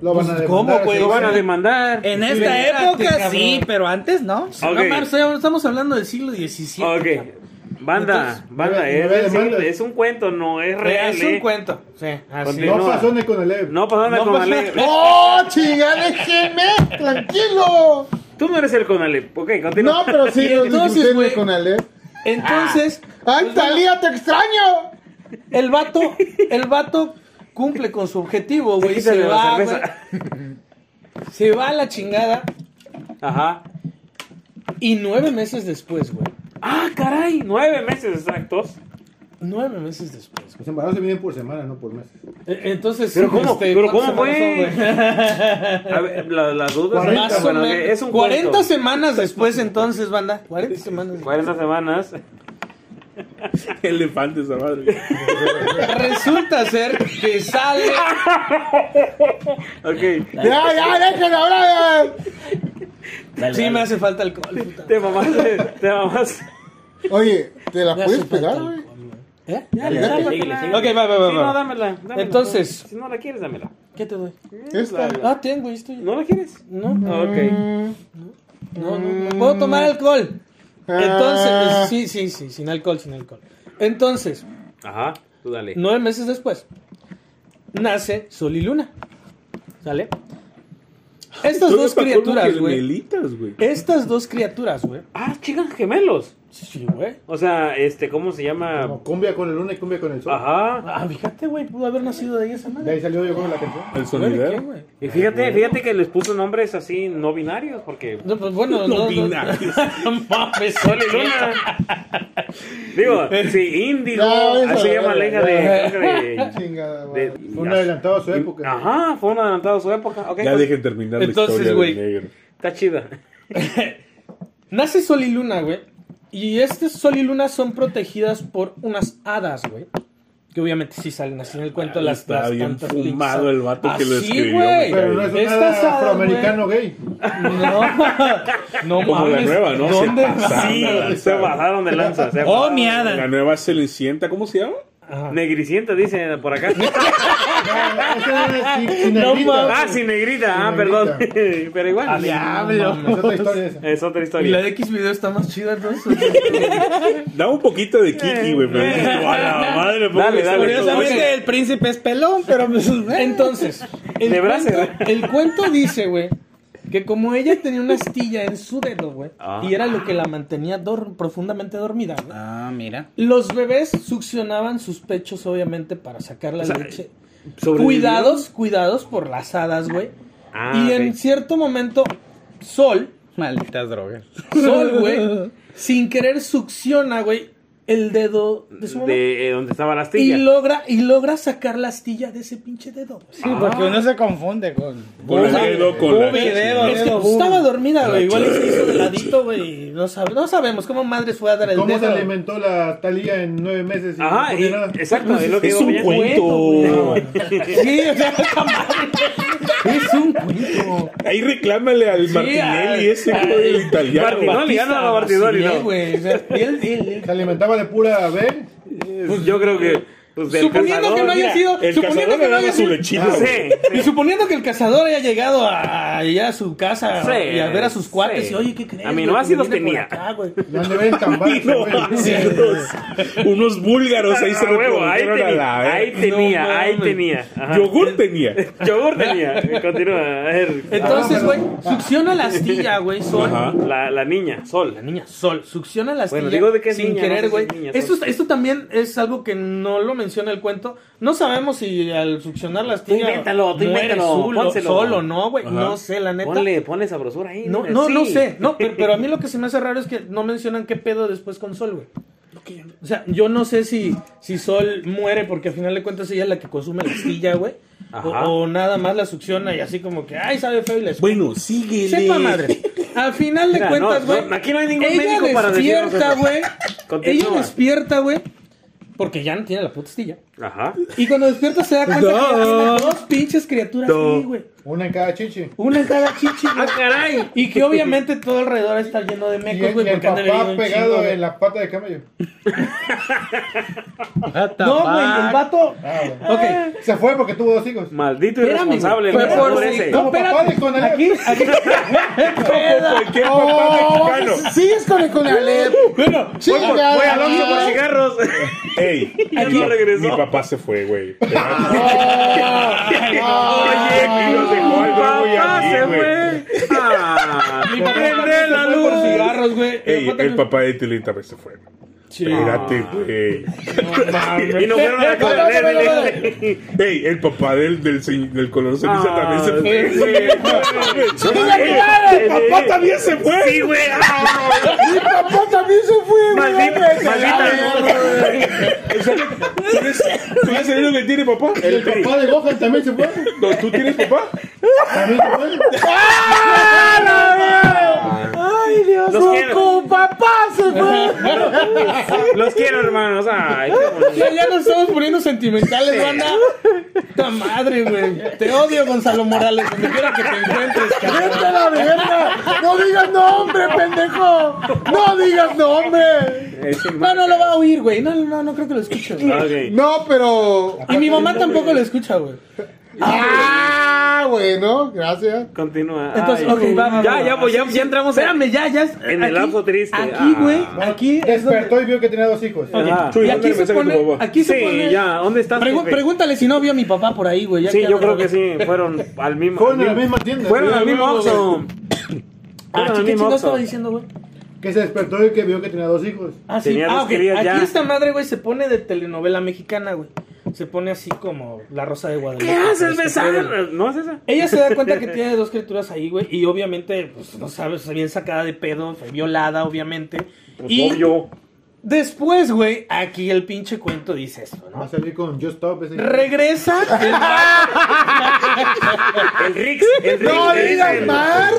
Speaker 7: Lo van a
Speaker 3: Pues,
Speaker 7: demandar.
Speaker 3: ¿cómo,
Speaker 7: así
Speaker 3: güey?
Speaker 7: que-
Speaker 2: Lo van a demandar.
Speaker 4: En
Speaker 3: Sí,
Speaker 4: esta
Speaker 3: espérate,
Speaker 4: época
Speaker 3: cabrón.
Speaker 4: sí, pero antes no.
Speaker 3: No,
Speaker 2: Ok.
Speaker 3: Marcelo, estamos hablando del siglo XVII.
Speaker 2: Ok. Banda,
Speaker 3: Entonces,
Speaker 2: banda, eh,
Speaker 7: nueve-
Speaker 2: es,
Speaker 7: nueve
Speaker 2: es-
Speaker 7: demandas.
Speaker 2: es un cuento, no es real.
Speaker 3: Es un
Speaker 2: eh.
Speaker 3: cuento. Sí, así.
Speaker 2: Continúa.
Speaker 7: No pasó ni con el Ev.
Speaker 2: No pasó nada
Speaker 3: No
Speaker 2: con
Speaker 3: pasó
Speaker 2: Ale.
Speaker 3: nada.
Speaker 5: ¡Oh, chinga, déjeme! ¡Tranquilo!
Speaker 2: Tú no eres el Conalep. Ok, continúa.
Speaker 5: No, pero sí,
Speaker 3: Y
Speaker 5: los
Speaker 3: entonces,
Speaker 5: disfruté en
Speaker 3: güey.
Speaker 5: el Conalep.
Speaker 3: Entonces,
Speaker 2: Ah.
Speaker 5: ¡Ay, Talía, te extraño!
Speaker 3: el vato, el vato cumple con su objetivo, güey.
Speaker 2: quita
Speaker 3: Se
Speaker 2: de la
Speaker 3: va, güey.
Speaker 2: cerveza.
Speaker 3: Se va a la chingada.
Speaker 2: Ajá.
Speaker 3: Y nueve meses después, güey.
Speaker 2: Ah, caray. Nueve meses exactos.
Speaker 3: Nueve meses después.
Speaker 7: Los embarazos se miden por semana, no por meses.
Speaker 3: E- Entonces, este,
Speaker 2: Pero
Speaker 3: sí,
Speaker 2: ¿cómo? Pero
Speaker 3: ¿cuántas
Speaker 2: ¿cómo
Speaker 3: semanas
Speaker 2: fue?
Speaker 3: son, güey?
Speaker 2: A ver, la, las dudas.
Speaker 7: Cuarenta,
Speaker 3: Más o
Speaker 2: bueno,
Speaker 3: menos.
Speaker 2: es un
Speaker 3: 40
Speaker 2: cuento.
Speaker 3: semanas después, entonces, banda. 40 semanas.
Speaker 2: 40 semanas.
Speaker 6: Elefantes, la madre.
Speaker 3: Resulta ser que sale.
Speaker 2: Ok.
Speaker 5: ¡Ya, ya, déjenme hablar!
Speaker 1: Dale,
Speaker 3: Sí,
Speaker 1: dale.
Speaker 3: me hace falta alcohol. puta.
Speaker 2: Te mamaste. Te mamaste.
Speaker 5: Oye, ¿te la
Speaker 3: Me
Speaker 5: puedes
Speaker 3: hace falta
Speaker 5: pegar, güey?
Speaker 3: alcohol, güey. ¿Eh?
Speaker 1: Dale, dale, síguele, síguele.
Speaker 3: Ok, va, va, va,
Speaker 2: Si
Speaker 3: va.
Speaker 2: no, dámela, dámela.
Speaker 3: Entonces-
Speaker 2: Si no la quieres, dámela.
Speaker 3: ¿Qué te doy?
Speaker 5: Esta.
Speaker 2: La-
Speaker 3: Ah, tengo, esto ya.
Speaker 2: ¿No la quieres?
Speaker 3: No, no,
Speaker 2: Ok.
Speaker 5: Mm,
Speaker 3: no, no. Puedo tomar alcohol. Entonces,
Speaker 5: Ah.
Speaker 3: sí, sí, sí, sin alcohol, sin alcohol. Entonces,
Speaker 2: Ajá, tú dale.
Speaker 3: nueve meses después, nace Sol y Luna. ¿Sale? Estas
Speaker 6: Son
Speaker 3: dos
Speaker 6: los patronos
Speaker 3: criaturas, güey.
Speaker 6: gemelitas, güey.
Speaker 3: Estas dos criaturas, güey.
Speaker 2: Ah, chicas gemelos.
Speaker 3: Sí, güey.
Speaker 2: O sea, este, ¿cómo se llama?
Speaker 7: Como cumbia con el luna y cumbia con el sol.
Speaker 2: Ajá.
Speaker 3: Ah, fíjate, güey, pudo haber nacido de ahí esa
Speaker 7: De
Speaker 3: madre.
Speaker 7: ahí salió yo creo la canción.
Speaker 6: El
Speaker 3: Güey, ¿de qué,
Speaker 6: sonidero.
Speaker 3: güey?
Speaker 2: Y fíjate, fíjate que les puso nombres así no binarios, porque
Speaker 3: No, pues bueno, no. no,
Speaker 6: binarios.
Speaker 3: no mames,
Speaker 2: Sol y Luna. Digo, sí, Índigo,
Speaker 7: No, eso
Speaker 2: así se
Speaker 7: no,
Speaker 2: llama
Speaker 7: no,
Speaker 2: la hija
Speaker 7: no.
Speaker 2: de, creo que de-
Speaker 7: Chingada,
Speaker 2: de-
Speaker 7: madre. Fue un adelantado a su época.
Speaker 2: Ajá, fue un adelantado a su época. Ok,
Speaker 6: Ya
Speaker 2: pues,
Speaker 6: dejen terminar
Speaker 3: Entonces,
Speaker 6: la historia
Speaker 3: güey.
Speaker 6: del negro.
Speaker 2: está chida.
Speaker 3: Nace Sol y Luna, güey. Y este Sol y Luna son protegidas por unas hadas, güey. Que obviamente sí salen así en el cuento
Speaker 6: Ah,
Speaker 3: las
Speaker 6: está
Speaker 3: las
Speaker 6: bien
Speaker 3: tantas
Speaker 6: fumado
Speaker 3: pizzas.
Speaker 6: el vato que lo
Speaker 3: Así,
Speaker 6: escribió,
Speaker 3: güey.
Speaker 6: me
Speaker 7: Pero no es un
Speaker 3: Estas hadas,
Speaker 7: afroamericano gay.
Speaker 3: No, no
Speaker 6: Como la
Speaker 3: mames.
Speaker 6: nueva, ¿no?
Speaker 3: ¿Dónde?
Speaker 6: Se pasa.
Speaker 2: Sí,
Speaker 6: Ah,
Speaker 2: se bajaron de lanza. se
Speaker 4: ¡Oh,
Speaker 2: bajaron.
Speaker 4: mi
Speaker 6: La
Speaker 4: hada!
Speaker 6: nueva Cenicienta, ¿cómo se llama?
Speaker 3: Ajá.
Speaker 2: Negricienta, dicen por acá.
Speaker 7: No,
Speaker 2: ah, sí, negrita, ah, perdón. Pero
Speaker 3: ah,
Speaker 2: igual.
Speaker 3: Diablo.
Speaker 7: Es otra historia esa.
Speaker 2: Es otra
Speaker 3: Y la
Speaker 2: historia.
Speaker 3: de X video está más chida, entonces.
Speaker 6: Da un poquito de Kiki, güey,
Speaker 2: eh.
Speaker 6: pero dices tú, a la madre, ¿por qué
Speaker 2: Dale, dale.
Speaker 6: se ve todo?
Speaker 4: Curiosamente, el príncipe es pelón, pero pues, eh,
Speaker 3: Entonces, el,
Speaker 2: De brazo,
Speaker 3: cuento,
Speaker 2: ¿verdad?
Speaker 3: el cuento dice, güey, que como ella tenía una astilla en su dedo, güey,
Speaker 2: Ah.
Speaker 3: y era lo que la mantenía dor- profundamente dormida, güey,
Speaker 4: Ah, mira.
Speaker 3: Los bebés succionaban sus pechos, obviamente, para sacar la
Speaker 2: sea,
Speaker 3: leche.
Speaker 2: ¿sobrevivió?
Speaker 3: Cuidados, cuidados por las hadas, güey.
Speaker 2: Ah,
Speaker 3: y en
Speaker 2: ok.
Speaker 3: cierto momento, Sol,
Speaker 4: Malditas drogas.
Speaker 3: Sol, güey, sin querer succiona, güey, el dedo de su mamá.
Speaker 2: De eh, donde estaba la
Speaker 3: y
Speaker 2: astilla.
Speaker 3: logra, y logra sacar la astilla de ese pinche dedo. güey.
Speaker 4: Sí, porque uno se confunde con.
Speaker 6: Con el dedo, con la
Speaker 4: Ubi,
Speaker 6: leche.
Speaker 4: dedo,
Speaker 3: Es que
Speaker 4: dedo,
Speaker 3: pues,
Speaker 4: ubi.
Speaker 3: estaba dormida, güey. Igual se hizo de ladito, güey. No, sabe- no sabemos cómo madre fue a dar el
Speaker 7: ¿Cómo se
Speaker 3: dedo.
Speaker 7: alimentó la Talía en nueve meses? y
Speaker 2: Ajá,
Speaker 7: no comió
Speaker 2: y-
Speaker 7: nada?
Speaker 2: exacto, es lo que
Speaker 6: Es
Speaker 2: digo,
Speaker 6: un
Speaker 2: ya-
Speaker 6: cuento.
Speaker 3: Sí, o sea, esa madre. Es un cuento.
Speaker 6: Ahí reclámale al Martinelli
Speaker 3: a-
Speaker 6: ese güey el italiano.
Speaker 2: Martinoli, ya no, Martinoli,
Speaker 3: Sí,
Speaker 2: no.
Speaker 3: güey, o sea, y él- él- él-
Speaker 7: ¿Se alimentaba de pura ave?
Speaker 2: Pues yo creo que. Pues del
Speaker 3: Suponiendo que no
Speaker 2: cazador,
Speaker 3: haya
Speaker 2: mira.
Speaker 3: sido.
Speaker 6: El
Speaker 3: suponiendo
Speaker 6: cazador
Speaker 3: que
Speaker 6: le
Speaker 3: no
Speaker 6: daba
Speaker 3: haya
Speaker 6: su
Speaker 3: sido.
Speaker 6: lechita,
Speaker 2: Ah,
Speaker 6: güey.
Speaker 2: sí,
Speaker 3: Y suponiendo que el cazador haya llegado a, allá a su casa
Speaker 2: Sí,
Speaker 3: y a ver a sus cuates
Speaker 2: sí.
Speaker 3: y oye, ¿qué crees?
Speaker 2: A mí
Speaker 3: güey?
Speaker 2: no así
Speaker 3: Que
Speaker 2: los
Speaker 3: viene por
Speaker 2: tenía.
Speaker 3: acá, güey.
Speaker 7: ¿De dónde ven tan bajo?
Speaker 6: No, así unos, unos búlgaros ahí se
Speaker 2: Ah, huevo, ahí
Speaker 6: reprodujeron a
Speaker 2: tenía,
Speaker 6: la
Speaker 2: ahí
Speaker 6: vez.
Speaker 2: tenía,
Speaker 3: No
Speaker 2: ahí
Speaker 3: mames.
Speaker 2: tenía. Ajá.
Speaker 6: Yogur tenía.
Speaker 2: Yogur tenía. Continúa. A ver.
Speaker 7: Ah,
Speaker 3: Entonces, güey, succiona la astilla, güey, Sol.
Speaker 6: Ajá.
Speaker 2: La, la niña,
Speaker 3: La
Speaker 2: Sol.
Speaker 3: niña Sol succiona la astilla
Speaker 2: Bueno, digo de que es
Speaker 3: sin
Speaker 2: niña, no sé
Speaker 3: querer,
Speaker 2: si
Speaker 3: güey.
Speaker 2: es niña,
Speaker 3: esto,
Speaker 2: Sol.
Speaker 3: esto también es algo que no lo menciona el cuento. No sabemos si al succionar la astilla
Speaker 2: invéntalo, tú
Speaker 3: muere
Speaker 2: invéntalo,
Speaker 3: Sol,
Speaker 2: pónselo.
Speaker 3: Sol o no, güey.
Speaker 6: Ajá.
Speaker 3: No sé, la neta.
Speaker 2: Ponle, ponle sabrosura ahí.
Speaker 3: No,
Speaker 2: hombre,
Speaker 3: no,
Speaker 2: sí.
Speaker 3: no sé. No, pero, pero a mí lo que se me hace raro es que no mencionan qué pedo después con Sol, güey. O sea, yo no sé si, si Sol muere porque al final de cuentas ella es la que consume la astilla, güey. O,
Speaker 2: Ajá.
Speaker 3: o nada más la succiona y así como que, ay, sabe feo y la escupe.
Speaker 6: Bueno, sigue.
Speaker 3: Sepa madre. Al final de
Speaker 2: Mira,
Speaker 3: cuentas,
Speaker 2: no,
Speaker 3: güey.
Speaker 2: no, aquí no hay ningún
Speaker 3: ella
Speaker 2: médico para decirnos
Speaker 3: despierta,
Speaker 2: eso.
Speaker 3: güey.
Speaker 2: Continúa.
Speaker 3: Ella despierta, güey. Porque ya no tiene la puta astilla.
Speaker 2: Ajá.
Speaker 3: Y cuando despierta se da cuenta que ya tiene dos pinches criaturas
Speaker 2: No. Ah,
Speaker 3: ahí, güey.
Speaker 7: Una en cada chichi.
Speaker 3: Una en cada chichi, güey.
Speaker 2: caray!
Speaker 3: Y que obviamente todo alrededor está lleno de
Speaker 7: Y,
Speaker 3: mecos,
Speaker 7: el-
Speaker 3: güey,
Speaker 7: y el
Speaker 3: porque han de haber ido
Speaker 7: papá
Speaker 3: un
Speaker 7: pegado
Speaker 3: chingo, güey.
Speaker 7: en la pata de camello.
Speaker 3: No, güey, el vato.
Speaker 7: Ah, bueno.
Speaker 3: Ok.
Speaker 7: Se fue porque tuvo dos hijos.
Speaker 2: Maldito
Speaker 3: Espérame,
Speaker 2: irresponsable.
Speaker 3: güey.
Speaker 2: el
Speaker 3: Fue
Speaker 2: cazador
Speaker 3: por-
Speaker 2: ese.
Speaker 3: no,
Speaker 7: Como papá de
Speaker 3: espérate.
Speaker 7: Conalep.
Speaker 3: Aquí, aquí.
Speaker 6: Cualquier papá mexicano.
Speaker 4: Sigues con el Conalep.
Speaker 3: Bueno,
Speaker 2: Fue por-
Speaker 7: Chingada,
Speaker 2: fue Alonso por cigarros.
Speaker 6: Ey,
Speaker 2: Ya
Speaker 6: mi-
Speaker 2: no regresó.
Speaker 6: mi papá se fue, güey.
Speaker 2: Oye, aquí nos dejó al
Speaker 6: Papá
Speaker 2: Bravo y a mí,
Speaker 6: se
Speaker 2: güey. Ah,
Speaker 3: mi papá
Speaker 2: prende
Speaker 3: se
Speaker 2: la
Speaker 3: fue
Speaker 2: luz.
Speaker 3: por cigarros, güey.
Speaker 6: Ey,
Speaker 3: Mi papá
Speaker 6: el
Speaker 3: también-
Speaker 6: papá de Tilín también se fue.
Speaker 3: Sí.
Speaker 6: Espérate, güey.
Speaker 2: Y nos fueron a comer.
Speaker 6: Ey, el papá del, del, se- del color ceniza también se fue.
Speaker 2: Ah, Sí, güey.
Speaker 6: ¡Sí, ¡El papá también se fue!
Speaker 2: Sí, güey. Ah,
Speaker 4: ¡Papá también se fue,
Speaker 2: maldita- Maldita.
Speaker 6: ¿Tú eres, tú eres el único que tiene papá?
Speaker 7: Y el papá de Gohan también se fue.
Speaker 6: No, ¿Tú tienes papá?
Speaker 7: También se fue.
Speaker 3: Ay, Dios.
Speaker 2: Los quiero,
Speaker 4: papá se fue!
Speaker 2: los quiero, hermanos. Ay, qué bonito.
Speaker 3: Ya, ya nos estamos poniendo sentimentales, banda. Puta madre, güey. Te odio, Gonzalo Morales. Donde quiera que te encuentres, cabrón.
Speaker 4: ¡Vete a la verga! ¡No digas nombre, pendejo! ¡No digas nombre!
Speaker 2: Es un-
Speaker 3: No, no lo va a oír, güey. No, no, no creo que lo escuche, güey.
Speaker 2: Ok.
Speaker 5: No, pero.
Speaker 3: Y mi mamá tampoco lo escucha, güey.
Speaker 5: Ah, bueno, gracias.
Speaker 2: Continúa.
Speaker 3: Entonces,
Speaker 2: Ay.
Speaker 3: ok, va, va,
Speaker 2: Ya,
Speaker 3: va,
Speaker 2: ya,
Speaker 3: va.
Speaker 2: pues ya, ya entramos. en-
Speaker 3: Espérame, ya, ya.
Speaker 2: En el lapso triste.
Speaker 3: Aquí,
Speaker 2: Ah.
Speaker 3: güey. Aquí es donde...
Speaker 7: Despertó y vio que tenía dos hijos.
Speaker 3: Ok,
Speaker 2: Ah.
Speaker 6: Chuy,
Speaker 3: Y
Speaker 6: mándale
Speaker 3: aquí se
Speaker 6: mensaje a tu
Speaker 3: pone...
Speaker 6: papá.
Speaker 3: Aquí se
Speaker 2: Sí,
Speaker 3: pone...
Speaker 2: ya. ¿Dónde estás?
Speaker 3: Pregu-
Speaker 2: jefe?
Speaker 3: Pregúntale si no vio a mi papá por ahí, güey. ya
Speaker 2: Sí,
Speaker 3: que
Speaker 2: yo
Speaker 3: anda
Speaker 2: creo que
Speaker 3: de-
Speaker 2: sí. Fueron al mismo. al
Speaker 7: Con la
Speaker 2: mismo-
Speaker 7: misma tienda.
Speaker 2: Fueron
Speaker 7: Sí,
Speaker 2: al mismo
Speaker 7: güey.
Speaker 2: Oxxo.
Speaker 3: Ah,
Speaker 2: Fueron al
Speaker 3: chiquito,
Speaker 2: mismo
Speaker 3: no estaba
Speaker 2: Oxxo.
Speaker 3: diciendo, güey.
Speaker 7: que se despertó y que vio que tenía dos hijos.
Speaker 3: Ah, sí.
Speaker 2: Tenía
Speaker 3: Ah,
Speaker 2: dos
Speaker 3: ok.
Speaker 2: queridas
Speaker 3: Aquí
Speaker 2: ya.
Speaker 3: esta madre, güey, se pone de telenovela mexicana, güey. Se pone así como la rosa de Guadalupe.
Speaker 2: ¿Qué haces,
Speaker 3: Este pedo.
Speaker 2: besar? ¿No es esa?
Speaker 3: Ella se da cuenta que tiene dos criaturas ahí, güey. Y obviamente, pues no sabes, fue bien sacada de pedo, fue violada, obviamente. y
Speaker 2: pues, obvio.
Speaker 3: después, güey, aquí el pinche cuento dice esto,
Speaker 7: Va a
Speaker 3: ¿no?
Speaker 7: salir con Just Stop ese.
Speaker 3: Regresa.
Speaker 2: El Rix. El Rix
Speaker 5: ¡No
Speaker 2: le
Speaker 5: digas
Speaker 2: dicen-
Speaker 5: marcas!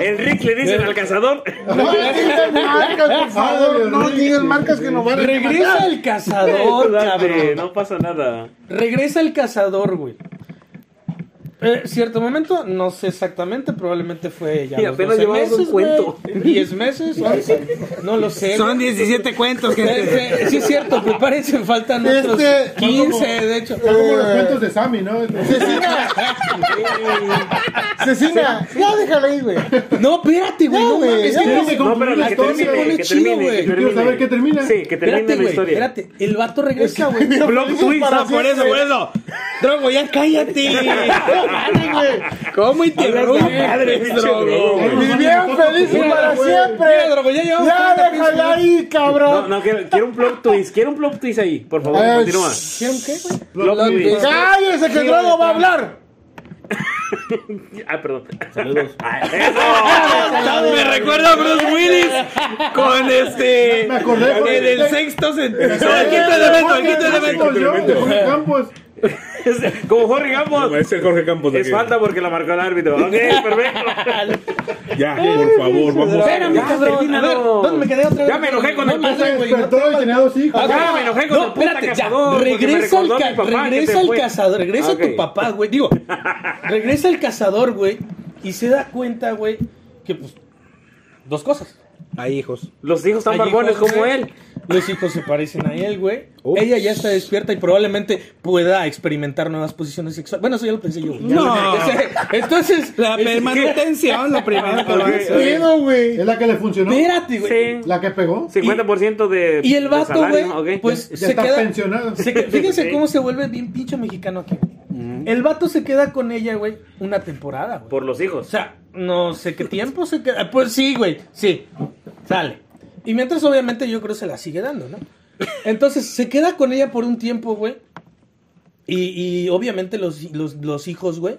Speaker 2: El Rix le dicen al cazador.
Speaker 5: ¡No digas marcas, por favor! ¡No digas marcas que nos van a
Speaker 3: Regresa el cazador,
Speaker 2: Date,
Speaker 3: cabrón.
Speaker 2: No pasa nada.
Speaker 3: Regresa el cazador, güey. Eh, cierto momento, no sé exactamente, probablemente fue ya.
Speaker 2: Y
Speaker 3: los
Speaker 2: apenas
Speaker 3: 12
Speaker 2: llevabas un
Speaker 3: meses,
Speaker 2: cuento.
Speaker 3: güey, 10 meses, once, no lo sé.
Speaker 4: Son 17 cuentos, gente.
Speaker 3: Eh, eh, Sí, es cierto, prepárense, faltan otros
Speaker 5: Este,
Speaker 3: 15, de hecho.
Speaker 7: Son como los cuentos de Sammy, ¿no?
Speaker 5: ¡Cecina! ¡Cecina! ¡Ya déjala ahí, güey!
Speaker 3: No, espérate, güey,
Speaker 5: Ya,
Speaker 3: no
Speaker 5: güey,
Speaker 3: mames,
Speaker 5: ya,
Speaker 3: que no
Speaker 5: güey.
Speaker 3: se-
Speaker 2: No, pero que
Speaker 3: Entonces se
Speaker 2: termine.
Speaker 3: pone
Speaker 2: Que
Speaker 3: chido,
Speaker 2: termine.
Speaker 3: güey.
Speaker 2: que
Speaker 7: Quiero saber qué termina.
Speaker 2: Sí, que termine
Speaker 3: Espérate,
Speaker 2: la
Speaker 3: güey,
Speaker 2: historia.
Speaker 3: espérate. El vato regresa, güey.
Speaker 2: Plot twist.
Speaker 4: Ah, por eso, por eso. Drogo, ya cállate. ¿Cómo interrumpes, Drogo?
Speaker 5: ¡Vivían felices para siempre!
Speaker 3: Mira, Drogo, ya llevamos
Speaker 5: ¡Ya
Speaker 3: 30 pinches
Speaker 5: déjala ahí,
Speaker 2: No,
Speaker 5: cabrón! Eh,
Speaker 2: no, quiero, quiero un plot twist. Quiero un plot twist ahí. Por favor,
Speaker 5: Ay,
Speaker 2: continúa.
Speaker 3: ¿Hicieron qué, güey?
Speaker 2: Plot
Speaker 3: Plot
Speaker 2: twist.
Speaker 3: twist.
Speaker 5: ¡Cállese que el Drogo va a hablar!
Speaker 2: Ah, perdón.
Speaker 1: Saludos.
Speaker 4: Ah, Me recuerda a Bruce Willis con este.
Speaker 7: Me acordé, güey.
Speaker 4: En el sexto sentido. El quinto elemento, el quinto elemento.
Speaker 7: Campos, yo, de Jorge Campos.
Speaker 2: Es- Como Jorge Campos.
Speaker 6: Es el Jorge Campos de
Speaker 2: Es
Speaker 6: aquí.
Speaker 2: falta porque la marcó el árbitro. Ok, perfecto.
Speaker 6: Ya, por favor, vamos.
Speaker 3: Espérame,
Speaker 2: Ya,
Speaker 3: cabrón. A ver,
Speaker 2: termínalo.
Speaker 3: ¿dónde me quedé otra vez?
Speaker 2: Ya me enojé con
Speaker 3: No
Speaker 2: el
Speaker 3: mames,
Speaker 7: Se
Speaker 3: güey, no Ah,
Speaker 7: despertó y tenía dos hijos.
Speaker 2: Ya, me enojé con
Speaker 3: no,
Speaker 2: el puta
Speaker 3: espérate, ya.
Speaker 2: cazador, porque me
Speaker 3: Regresa el,
Speaker 2: recordó
Speaker 3: ca-
Speaker 2: mi papá que
Speaker 3: regresa
Speaker 2: se
Speaker 3: el
Speaker 2: fue.
Speaker 3: cazador, regresa
Speaker 2: Ok.
Speaker 3: tu papá, güey. Digo, regresa el cazador, güey. Y se da cuenta, güey, que pues. Dos cosas.
Speaker 4: Hay hijos.
Speaker 2: Los hijos tan
Speaker 3: Hay
Speaker 2: barbones
Speaker 3: hijos,
Speaker 2: como
Speaker 3: güey.
Speaker 2: él.
Speaker 3: Los hijos se parecen a él, güey. Ella ya está despierta y probablemente pueda experimentar nuevas posiciones sexuales. Bueno, eso ya lo pensé yo. güey.
Speaker 4: No.
Speaker 3: Entonces,
Speaker 4: La
Speaker 3: es-
Speaker 4: permanutención, lo primero que
Speaker 2: Ok,
Speaker 4: va.
Speaker 2: ok.
Speaker 5: ¡Pedo, güey!
Speaker 7: Es la que le funcionó.
Speaker 3: espérate, güey.
Speaker 2: Sí.
Speaker 7: La que pegó.
Speaker 2: 50% de.
Speaker 3: Y el
Speaker 2: de
Speaker 3: vato,
Speaker 2: salario,
Speaker 3: güey,
Speaker 2: ok.
Speaker 3: pues
Speaker 7: Ya
Speaker 3: se
Speaker 7: está
Speaker 3: queda.
Speaker 7: pensionado.
Speaker 3: se que- fíjense
Speaker 2: Sí.
Speaker 3: cómo se vuelve bien pinche mexicano aquí. El vato se queda con ella, güey, una temporada, güey.
Speaker 2: Por los
Speaker 3: O
Speaker 2: hijos.
Speaker 3: sea, no sé qué tiempo se queda. Pues sí, güey, sí. Sale. Y mientras, obviamente, yo creo se la sigue dando, ¿no? Entonces, se queda con ella por un tiempo, güey. Y, y obviamente los, los, los hijos, güey.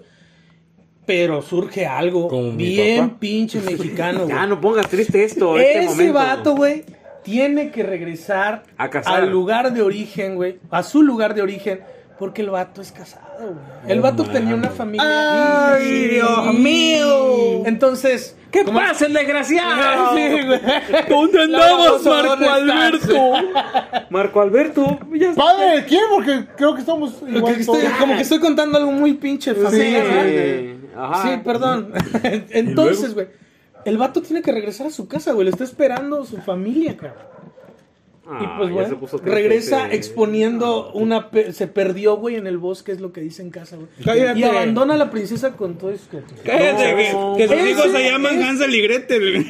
Speaker 3: Pero surge algo
Speaker 6: Como mi
Speaker 3: bien
Speaker 6: papá.
Speaker 3: pinche mexicano, güey.
Speaker 2: Ya, no pongas triste esto.
Speaker 3: Ese
Speaker 2: este momento.
Speaker 3: vato, güey, tiene que regresar
Speaker 2: A casar.
Speaker 3: al lugar de origen, güey. A su lugar de origen. Porque el vato es casado, güey. El vato tenía una familia.
Speaker 4: ¡Ay, Dios mío!
Speaker 3: Entonces.
Speaker 2: ¿Qué
Speaker 3: ¿cómo-
Speaker 2: pasa, el desgraciado?
Speaker 3: Sí, güey.
Speaker 4: ¿Dónde
Speaker 3: andabas, Marco
Speaker 2: Marco Alberto. Ya está.
Speaker 5: Padre, ¿quién? Porque creo que estamos
Speaker 3: Lo
Speaker 5: igual
Speaker 3: que estoy-
Speaker 5: todos.
Speaker 3: como que estoy contando algo muy pinche familiar, ¿verdad?
Speaker 2: Sí, ajá.
Speaker 3: Sí, perdón. Entonces, güey. El vato tiene que regresar a su casa, güey. Lo está esperando su familia, cabrón.
Speaker 2: Ah,
Speaker 3: Y pues
Speaker 2: ya se
Speaker 3: bueno,
Speaker 2: puso triste
Speaker 3: regresa
Speaker 2: ese- ah,
Speaker 3: exponiendo una... pe- se perdió, güey, en el bosque, es lo que dice en casa, güey.
Speaker 4: Cállate.
Speaker 3: Y abandona a la princesa con todo esto.
Speaker 4: Cállate, que, que sus
Speaker 3: Ese
Speaker 4: hijos se llaman
Speaker 3: es-
Speaker 4: Hansel y Gretel.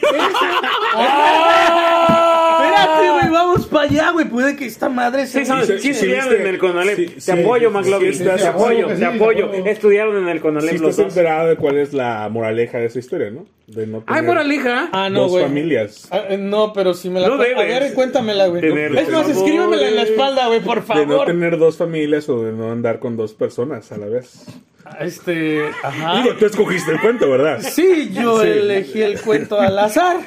Speaker 3: Ah. Espérate, güey, vamos para allá, güey. Puede que esta madre
Speaker 2: Sí,
Speaker 3: se...
Speaker 2: sí, sí,
Speaker 6: sí,
Speaker 2: estudiaron
Speaker 6: viste-
Speaker 2: en el Conalep.
Speaker 6: sí,
Speaker 2: te
Speaker 6: sí,
Speaker 2: apoyo,
Speaker 6: sí,
Speaker 2: McLovin.
Speaker 6: sí,
Speaker 2: te
Speaker 7: sí,
Speaker 2: apoyo,
Speaker 7: sí,
Speaker 2: te
Speaker 7: sí,
Speaker 2: apoyo.
Speaker 7: sí.
Speaker 2: Estudiaron en el Conalep
Speaker 6: Si
Speaker 2: los
Speaker 6: estás
Speaker 2: dos.
Speaker 6: enterado de cuál es la moraleja de esa historia, ¿no? De no
Speaker 2: Ay,
Speaker 6: tener
Speaker 2: moraleja.
Speaker 3: Ah, no,
Speaker 6: dos
Speaker 3: güey.
Speaker 6: familias.
Speaker 3: Ah, eh, no, pero si me la...
Speaker 2: No
Speaker 3: cu- a
Speaker 2: debes
Speaker 3: ver, cuéntamela, güey.
Speaker 2: tener
Speaker 3: Es más,
Speaker 2: temor,
Speaker 3: escríbemela en la
Speaker 2: güey.
Speaker 3: espalda, güey, por
Speaker 6: De no
Speaker 3: favor.
Speaker 6: tener dos familias o de no andar con dos personas a la vez.
Speaker 3: Este... Ajá.
Speaker 6: Digo, tú escogiste el cuento, ¿verdad?
Speaker 3: Sí, yo
Speaker 6: Sí.
Speaker 3: elegí el cuento al azar.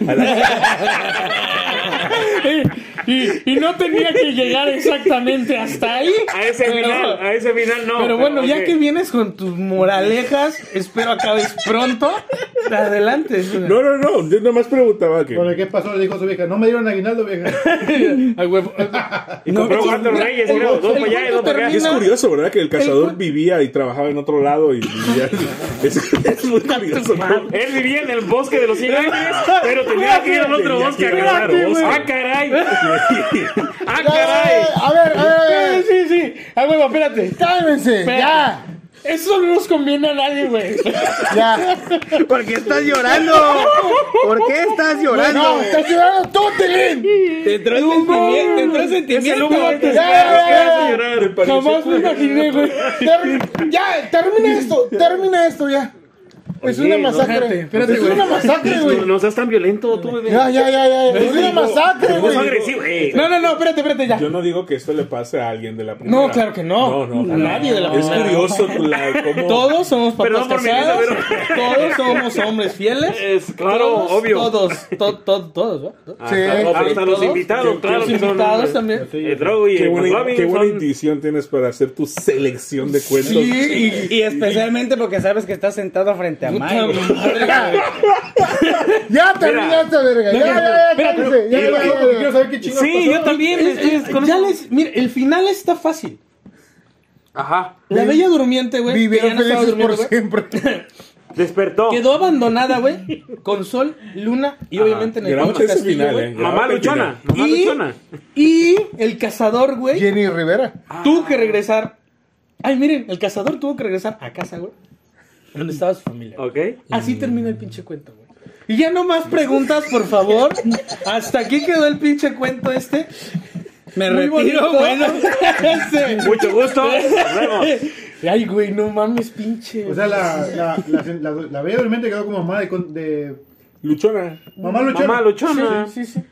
Speaker 3: y, y- y no tenía que llegar exactamente hasta ahí.
Speaker 2: A ese
Speaker 3: pero-
Speaker 2: final, a ese final no.
Speaker 3: pero bueno, ya
Speaker 2: ok.
Speaker 3: que vienes con tus moralejas, espero acabes pronto. Adelante.
Speaker 6: No, no, no. Yo nomás preguntaba que.
Speaker 7: Bueno, ¿y ¿qué pasó? Le dijo a su vieja, no me dieron aguinaldo, vieja.
Speaker 3: A huevo.
Speaker 2: Y compró cuatro
Speaker 3: mira,
Speaker 2: reyes,
Speaker 3: el-
Speaker 2: mira, dos
Speaker 3: el
Speaker 2: para allá y dos
Speaker 3: cuento
Speaker 2: para acá.
Speaker 6: Es
Speaker 3: termina-
Speaker 6: curioso, ¿verdad? Que el
Speaker 3: El
Speaker 6: cazador
Speaker 3: cu-
Speaker 6: vivía y trabajaba en otro lado y vivía. Es, es muy curioso. ¿no?
Speaker 2: Él vivía en el bosque de los cien ángeles, pero tenía que ir al otro
Speaker 6: Tenía
Speaker 2: bosque
Speaker 6: que
Speaker 2: a
Speaker 6: ir a
Speaker 2: grabar.
Speaker 6: otro bosque.
Speaker 2: ¡Ah, caray! ¡Ah,
Speaker 5: Ya,
Speaker 2: caray!
Speaker 5: A ver, a ver, a
Speaker 3: Sí,
Speaker 5: ver.
Speaker 3: sí, sí. A huevo, espérate.
Speaker 5: Cálmense,
Speaker 3: Espera.
Speaker 5: ya.
Speaker 3: Eso no nos conviene a nadie, güey.
Speaker 5: Ya.
Speaker 4: ¿Por qué estás llorando? ¿Por qué estás llorando?
Speaker 5: No, estás llorando tú, Tilín.
Speaker 4: Te entró el sentimiento. Te entró el sentimiento.
Speaker 5: Ya, ya, ya.
Speaker 6: Me pareció-
Speaker 3: Jamás me imaginé, güey.
Speaker 5: Ter- Ya, termina esto, termina esto ya.
Speaker 7: Es
Speaker 2: Oye,
Speaker 7: una
Speaker 2: no,
Speaker 7: masacre.
Speaker 3: espérate,
Speaker 7: Es
Speaker 3: güey.
Speaker 7: una masacre, güey.
Speaker 2: No, no seas tan violento, tú, bebé.
Speaker 7: Ya, ya, ya, ya. Es una masacre,
Speaker 2: No
Speaker 7: güey.
Speaker 2: seas agresivo, eh.
Speaker 3: No, no, no, espérate, espérate, ya.
Speaker 6: Yo no digo que esto le pase a alguien de la primera.
Speaker 3: No, claro que no.
Speaker 6: No, no.
Speaker 3: Nadie de la
Speaker 6: Es
Speaker 3: primera.
Speaker 6: curioso la, cómo...
Speaker 3: Todos somos papás
Speaker 2: Perdón por mi risa,
Speaker 3: casados. Todos somos hombres fieles.
Speaker 2: Es claro,
Speaker 3: Todos,
Speaker 2: obvio.
Speaker 3: Todos, to- to- todos, ¿verdad?
Speaker 2: Hasta,
Speaker 5: Sí.
Speaker 2: hasta los
Speaker 3: Ah, Todos,
Speaker 2: invitados,
Speaker 3: Los
Speaker 2: claro. que son,
Speaker 3: invitados
Speaker 2: eh,
Speaker 3: también.
Speaker 2: El Drogo y
Speaker 6: Qué
Speaker 2: el
Speaker 6: buena,
Speaker 2: Robin
Speaker 6: qué buena
Speaker 2: son-
Speaker 6: intuición tienes para hacer tu selección de cuentos.
Speaker 4: Sí, y, y especialmente porque sabes que estás sentado frente a
Speaker 3: Puta
Speaker 4: Mike.
Speaker 3: madre, güey.
Speaker 7: Ya terminaste, verga. Ya, ya, ya, cálmese. Ya, ya, ya, ya.
Speaker 5: saber qué
Speaker 2: Sí, yo también.
Speaker 3: Es-
Speaker 2: estoy
Speaker 3: es-
Speaker 2: con
Speaker 3: ya
Speaker 2: eso.
Speaker 3: les, mire, el final está fácil.
Speaker 2: Ajá.
Speaker 3: La bella durmiente, güey. que ya
Speaker 5: Vivieron
Speaker 3: no estaba
Speaker 5: felices por
Speaker 3: durmiendo, güey,
Speaker 5: siempre.
Speaker 2: Despertó.
Speaker 3: Quedó abandonada, güey, con sol, luna y obviamente en el
Speaker 6: Gran
Speaker 3: pinche
Speaker 6: ese final,
Speaker 3: güey.
Speaker 6: eh.
Speaker 2: Mamá luchona. Mamá
Speaker 3: Y,
Speaker 2: luchona.
Speaker 3: y el cazador, güey,
Speaker 5: Jenny Rivera.
Speaker 3: tuvo
Speaker 2: Ah.
Speaker 3: que regresar. Ay, miren, el cazador tuvo que regresar a casa, güey. Donde estaba su familia. güey.
Speaker 2: Ok. Mm.
Speaker 3: Así termina el pinche cuento, güey. Y ya no más preguntas, por favor. Hasta aquí quedó el pinche cuento este.
Speaker 4: Me
Speaker 3: Muy
Speaker 4: retiro,
Speaker 3: bonito.
Speaker 4: bueno.
Speaker 3: Este.
Speaker 2: Mucho gusto. Nos vemos.
Speaker 3: Ay, güey, no mames, pinche.
Speaker 7: O sea, la, la, la, la, la bella durmiente quedó como mamá de, con- de
Speaker 6: Luchona.
Speaker 7: mamá luchona.
Speaker 2: Mamá luchona.
Speaker 3: Sí, sí, sí.
Speaker 2: Eh,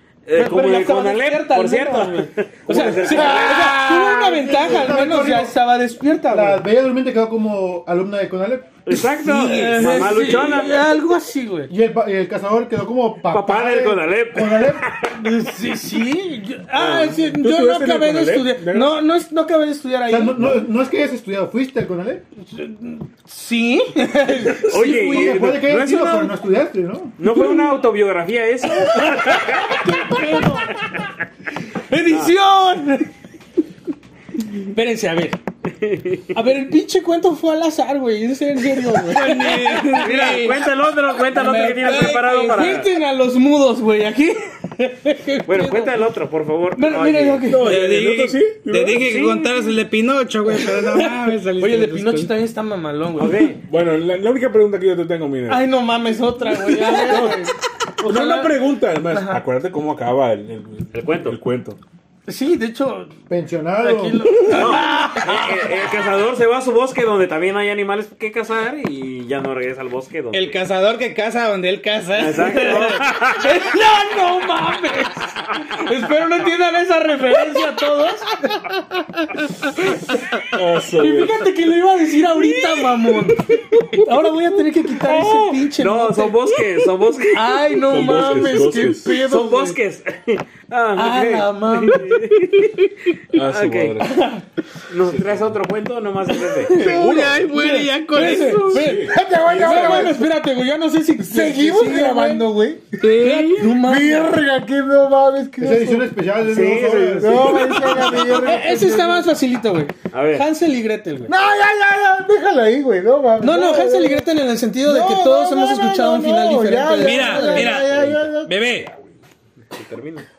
Speaker 3: Pero-
Speaker 2: como
Speaker 3: pero ya
Speaker 2: el
Speaker 3: estaba
Speaker 2: Conalep,
Speaker 3: despierta,
Speaker 2: por
Speaker 3: al
Speaker 2: cierto.
Speaker 3: menos. O sea,
Speaker 2: Como
Speaker 3: sí, o sea, tuvo una ventaja, al menos ya estaba despierta,
Speaker 7: La
Speaker 3: güey.
Speaker 7: bella durmiente quedó como alumna de Conalep.
Speaker 2: Exacto.
Speaker 3: Eh,
Speaker 2: Mamá
Speaker 3: sí,
Speaker 2: luchona.
Speaker 3: Algo así, güey.
Speaker 7: Y el, pa- el cazador quedó como papá,
Speaker 2: Papá del
Speaker 7: de
Speaker 2: Conalep.
Speaker 7: Conalep.
Speaker 3: Sí, sí. yo- Ah, sí, yo no
Speaker 6: estudiaste en
Speaker 3: acabé
Speaker 6: el
Speaker 3: de
Speaker 6: Conalep,
Speaker 3: estudiar.
Speaker 6: ¿verdad?
Speaker 3: No, no, es- no acabé de estudiar
Speaker 7: O
Speaker 3: ahí.
Speaker 7: sea, no, no, no es que hayas estudiado, fuiste al Conalep.
Speaker 3: Sí.
Speaker 2: Oye,
Speaker 7: Sí,
Speaker 2: y-
Speaker 7: puede que
Speaker 2: no
Speaker 7: hayas
Speaker 2: es
Speaker 7: ido,
Speaker 2: una-
Speaker 7: pero no estudiaste, ¿no?
Speaker 2: ¿No fue una autobiografía eso?
Speaker 3: ¡Edición! Espérense, a ver. A ver, el pinche cuento fue al azar, güey. Es en serio, güey.
Speaker 2: Mira, cuenta el otro, cuenta el otro que tienes preparado para.
Speaker 3: Cuenten a los mudos, güey, aquí.
Speaker 2: Bueno, cuenta el otro, por favor.
Speaker 3: Bueno,
Speaker 2: Oye.
Speaker 3: mira, yo que-
Speaker 6: No,
Speaker 4: Te
Speaker 6: ¿y el
Speaker 4: dije,
Speaker 6: otro sí?
Speaker 4: te dije que contaras el de Pinocho, güey, pero no mames. saliste
Speaker 3: Oye, el de
Speaker 4: tus
Speaker 3: Pinocho
Speaker 4: cuentos.
Speaker 3: también está mamalón, güey.
Speaker 2: Ok.
Speaker 6: Bueno, la, la única pregunta que yo te tengo, mira.
Speaker 3: Ay, no mames, otra, güey. A ver, güey.
Speaker 6: no
Speaker 3: Ojalá-
Speaker 6: la pregunta, además. Acuérdate cómo acaba el, el-
Speaker 2: El cuento.
Speaker 6: El cuento.
Speaker 3: Sí, de hecho,
Speaker 7: Pensionado.
Speaker 3: aquí lo-
Speaker 2: No, el, el cazador se va a su bosque donde también hay animales que cazar y ya no regresa al bosque donde...
Speaker 4: El cazador que caza donde él caza.
Speaker 2: Exacto.
Speaker 3: ¡No, no mames! Espero no entiendan esa referencia todos.
Speaker 6: Eso,
Speaker 3: Y
Speaker 6: güey.
Speaker 3: fíjate que lo iba a decir ahorita, mamón. Ahora voy a tener que quitar
Speaker 5: Oh,
Speaker 3: ese pinche.
Speaker 2: No,
Speaker 3: mote.
Speaker 2: son bosques, son bosques.
Speaker 3: Ay, no
Speaker 6: Son bosques,
Speaker 3: mames,
Speaker 6: bosques.
Speaker 3: qué pedo.
Speaker 2: son
Speaker 3: güey.
Speaker 2: bosques. Ah,
Speaker 3: Ah,
Speaker 2: ok.
Speaker 3: la mames.
Speaker 6: Ah, su
Speaker 2: Ok.
Speaker 6: madre.
Speaker 2: ¿Nos traes otro cuento nomás es ese?
Speaker 4: Uy, ay, güey, ya con
Speaker 3: Espérate,
Speaker 4: eso.
Speaker 3: espérate.
Speaker 5: Ya, güey, ya,
Speaker 3: Bueno,
Speaker 5: güey.
Speaker 3: bueno, espérate, güey. Ya no sé si.
Speaker 5: Seguimos
Speaker 3: si sigue,
Speaker 5: grabando, güey.
Speaker 3: güey. No mames.
Speaker 5: Verga, que no mames. Que
Speaker 7: Esa edición especial de
Speaker 2: Sí,
Speaker 7: dos horas.
Speaker 2: sí, sí.
Speaker 5: No, es la verga.
Speaker 3: Eh, Ese está más facilito, güey.
Speaker 2: A ver.
Speaker 3: Hansel y Gretel, güey.
Speaker 5: No, ya, ya, ya. Déjala ahí, güey. No mames.
Speaker 3: No, no,
Speaker 5: Ya,
Speaker 3: Hansel y
Speaker 5: ya.
Speaker 3: Gretel en el sentido de que
Speaker 5: No,
Speaker 3: todos
Speaker 5: no,
Speaker 3: hemos
Speaker 5: no,
Speaker 3: escuchado
Speaker 5: no,
Speaker 3: un final
Speaker 5: no,
Speaker 3: diferente.
Speaker 5: ya,
Speaker 3: de-
Speaker 5: ya, ya,
Speaker 4: Mira,
Speaker 5: ya, ya, ya.
Speaker 4: mira. Bebé,
Speaker 2: Termina.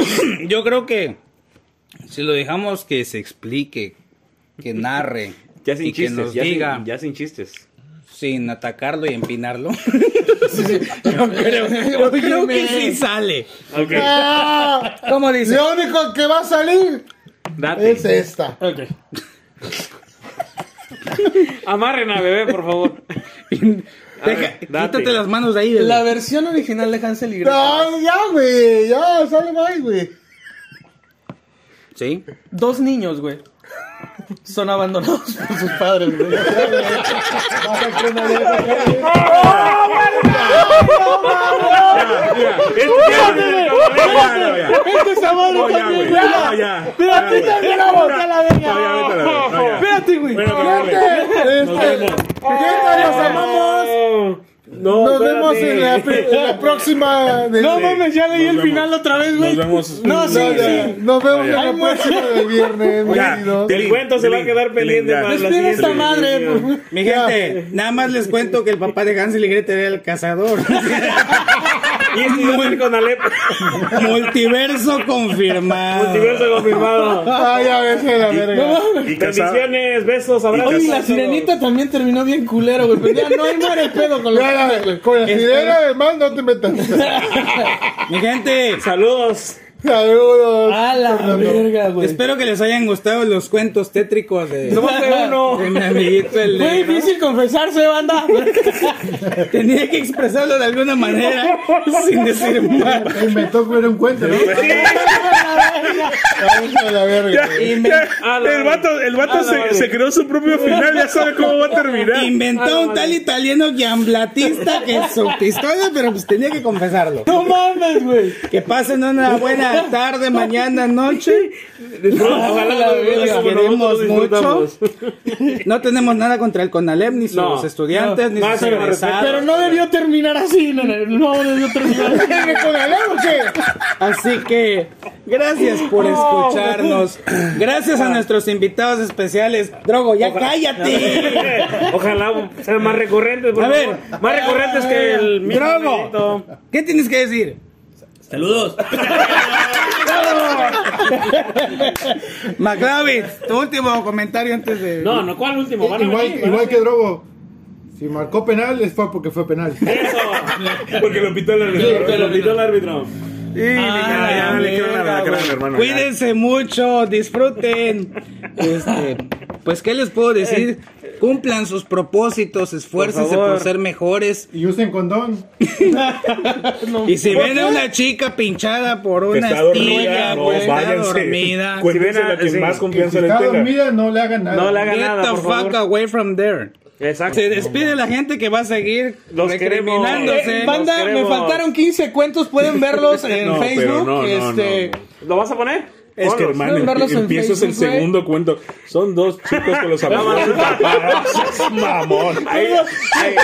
Speaker 4: yo creo que si lo dejamos que se explique, que narre
Speaker 2: Ya sin
Speaker 4: y que
Speaker 2: chistes,
Speaker 4: nos
Speaker 2: ya,
Speaker 4: diga
Speaker 2: sin, ya sin chistes.
Speaker 4: sin atacarlo y empinarlo, yo creo, yo creo que sí sale.
Speaker 2: Ok,
Speaker 5: Ah,
Speaker 4: ¿Cómo dice?
Speaker 5: Lo único que va a salir
Speaker 2: date.
Speaker 5: es esta.
Speaker 3: Ah, Ok.
Speaker 2: Amarren a bebé, por favor.
Speaker 4: Deja-
Speaker 2: ver, date.
Speaker 4: quítate las manos de ahí, bebé.
Speaker 3: La versión original de Hansel y Gretel.
Speaker 5: No, ya, güey. Ya, sale mal, güey.
Speaker 4: Sí.
Speaker 3: Dos niños, güey. Son abandonados por sus padres, güey.
Speaker 6: Ah, Mira,
Speaker 2: Este ya no es el Conalep.
Speaker 6: ya, ya, ya.
Speaker 3: Este está
Speaker 6: No, ya, güey. No, ya. Ya, güey. No, ya, vete a la verga. No, ya.
Speaker 3: Espérate, güey.
Speaker 6: Bueno, pues, pero,
Speaker 5: Este,
Speaker 6: güey,
Speaker 5: Nos vemos. los amamos.
Speaker 6: No,
Speaker 5: Nos vemos
Speaker 6: espérate.
Speaker 5: en la, en la próxima. de-
Speaker 3: No mames, ya leí
Speaker 6: Nos
Speaker 3: el
Speaker 6: vemos.
Speaker 3: final otra vez,
Speaker 6: Nos
Speaker 3: güey.
Speaker 6: vemos.
Speaker 3: No, sí,
Speaker 5: No, ya,
Speaker 3: sí.
Speaker 5: Nos vemos
Speaker 6: Ya.
Speaker 5: en la próxima del viernes.
Speaker 6: Ya,
Speaker 5: 22.
Speaker 6: te-
Speaker 2: El cuento se va a quedar pendiente
Speaker 6: Ya.
Speaker 2: para la
Speaker 3: Espera
Speaker 2: siguiente.
Speaker 3: esta madre, por favor.
Speaker 4: Mi gente, nada más les cuento que el papá de Hansel y Gretel era el cazador.
Speaker 2: Y este ya no es el Conalep.
Speaker 4: Multiverso confirmado.
Speaker 2: Multiverso confirmado.
Speaker 5: Ay, Ah, ya ves a la verga.
Speaker 3: No mames.
Speaker 6: Y casado.
Speaker 2: Bendiciones, besos, abrazos.
Speaker 3: Oye, la sirenita también terminó bien culero, güey. Pero ya no hay muere el pedo con los
Speaker 5: Ya, ya,
Speaker 3: padres,
Speaker 5: ya,
Speaker 3: güey.
Speaker 5: Con la sirena del mal no te metas.
Speaker 4: Mi gente,
Speaker 2: Saludos.
Speaker 5: Saludos.
Speaker 3: A Ah, la verga,
Speaker 2: Pues,
Speaker 3: güey.
Speaker 4: Espero que les hayan gustado los cuentos tétricos de, de mi amiguito el
Speaker 3: Fue
Speaker 4: negro.
Speaker 3: difícil confesarse, banda.
Speaker 4: Tenía que expresarlo de alguna manera sin decir más.
Speaker 5: Inventó que era un cuento, ¿no? Vamos a la verga. güey.
Speaker 2: Ah,
Speaker 6: El vato, el vato se, se creó su propio final, ya sabe cómo va a terminar.
Speaker 2: Ah,
Speaker 4: Inventó un tal italiano giamblatista que es su pistola, pero pues tenía que confesarlo.
Speaker 3: No mames, güey.
Speaker 4: Que pasen una buena tarde, mañana, noche.
Speaker 2: Ojalá la
Speaker 4: Los
Speaker 2: vean, como
Speaker 4: queremos
Speaker 2: nosotros
Speaker 4: mucho.
Speaker 2: disfrutamos.
Speaker 4: No tenemos nada contra el CONALEP, ni sus
Speaker 2: No.
Speaker 4: estudiantes, ni sus
Speaker 3: pero,
Speaker 4: egresados.
Speaker 3: pero no debió terminar así, no, no, no debió terminar así.
Speaker 4: Así que gracias por escucharnos. Gracias a nuestros invitados especiales. Drogo, ya cállate.
Speaker 2: Ojalá sean más recurrentes. por
Speaker 4: A ver.
Speaker 2: favor. Más recurrentes que
Speaker 3: Ah,
Speaker 2: el mismo
Speaker 4: Drogo.
Speaker 2: amiguito.
Speaker 4: ¿Qué tienes que decir?
Speaker 1: Saludos.
Speaker 4: McLavin, tu último comentario antes de.
Speaker 2: No, no, ¿cuál último? Van a
Speaker 5: Igual,
Speaker 2: venir, van a
Speaker 5: igual que Drogo. Si marcó penal, es fue porque fue penal.
Speaker 2: Eso. Porque lo pitó el árbitro. Porque lo pitó el árbitro.
Speaker 4: Ah,
Speaker 2: ya no le quiero
Speaker 4: verga,
Speaker 2: nada,
Speaker 4: güey.
Speaker 2: creo, hermano,
Speaker 4: Cuídense mucho, disfruten. Este, pues, ¿qué les puedo decir? Cumplan sus propósitos, esfuércense por,
Speaker 2: Eh. favor.
Speaker 4: ser mejores.
Speaker 5: Y usen condón.
Speaker 4: y si ven a una chica pinchada por
Speaker 6: Que
Speaker 4: una
Speaker 6: está dormida,
Speaker 4: astilla,
Speaker 6: no,
Speaker 4: pues, está
Speaker 6: váyanse.
Speaker 4: dormida.
Speaker 6: Cuéntense
Speaker 2: Si ven a-
Speaker 6: a quien
Speaker 2: sí.
Speaker 6: más
Speaker 5: Que si
Speaker 6: confianza le
Speaker 5: está
Speaker 6: tenga.
Speaker 5: dormida, no le hagan nada.
Speaker 2: No le hagan
Speaker 4: Get
Speaker 2: nada,
Speaker 4: the
Speaker 2: por
Speaker 4: fuck
Speaker 2: favor.
Speaker 4: away from there.
Speaker 2: Exacto.
Speaker 4: Se despide la gente que va a seguir
Speaker 2: Los
Speaker 4: recriminándose.
Speaker 2: queremos.
Speaker 3: Eh, Banda,
Speaker 2: Los
Speaker 3: me
Speaker 2: queremos.
Speaker 3: faltaron 15 cuentos, pueden verlos en
Speaker 6: No, pero
Speaker 3: Facebook.
Speaker 6: no, no,
Speaker 3: este,
Speaker 6: no, no.
Speaker 2: ¿Lo vas a poner?
Speaker 6: Es que,
Speaker 2: Ponlo.
Speaker 6: hermano,
Speaker 3: Pueden verlos en
Speaker 6: empiezas el
Speaker 3: Facebook, güey.
Speaker 6: segundo cuento. Son dos chicos que los abrazó su papá. Seas Mamón.
Speaker 2: Ahí- ahí-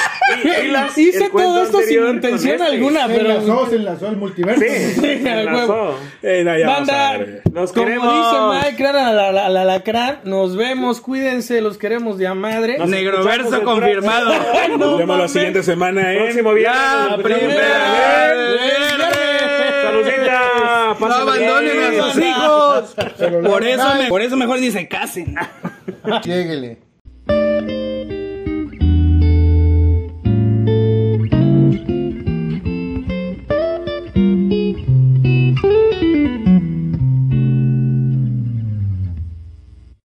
Speaker 2: y- y las-
Speaker 3: Hice
Speaker 2: el cuento
Speaker 3: todo esto sin
Speaker 2: anterior
Speaker 3: intención
Speaker 2: con este.
Speaker 3: alguna,
Speaker 5: Se
Speaker 3: pero.
Speaker 5: enlazó, se enlazó el multiverso.
Speaker 2: Sí,
Speaker 3: Sí, a
Speaker 2: enlazó.
Speaker 3: huevo.
Speaker 6: Eh, no, ya vamos a
Speaker 3: Banda,
Speaker 6: ver.
Speaker 2: Los
Speaker 3: como
Speaker 2: queremos.
Speaker 3: dice Mike, al la, la, la, lacrán, nos vemos, cuídense, los queremos de a madre.
Speaker 2: Nos escuchamos
Speaker 4: Negroverso
Speaker 2: el
Speaker 4: confirmado.
Speaker 3: Ay, no
Speaker 6: Nos vemos la
Speaker 3: mames.
Speaker 6: siguiente semana, eh.
Speaker 2: Próximo viernes.
Speaker 4: La primera
Speaker 3: primera
Speaker 4: vez
Speaker 3: vez
Speaker 4: viernes.
Speaker 2: Saludita.
Speaker 4: No
Speaker 2: pásenla
Speaker 4: abandonen
Speaker 2: bien.
Speaker 4: a sus hijos. Por eso, me- por eso mejor ni se casen.
Speaker 5: Lléguele.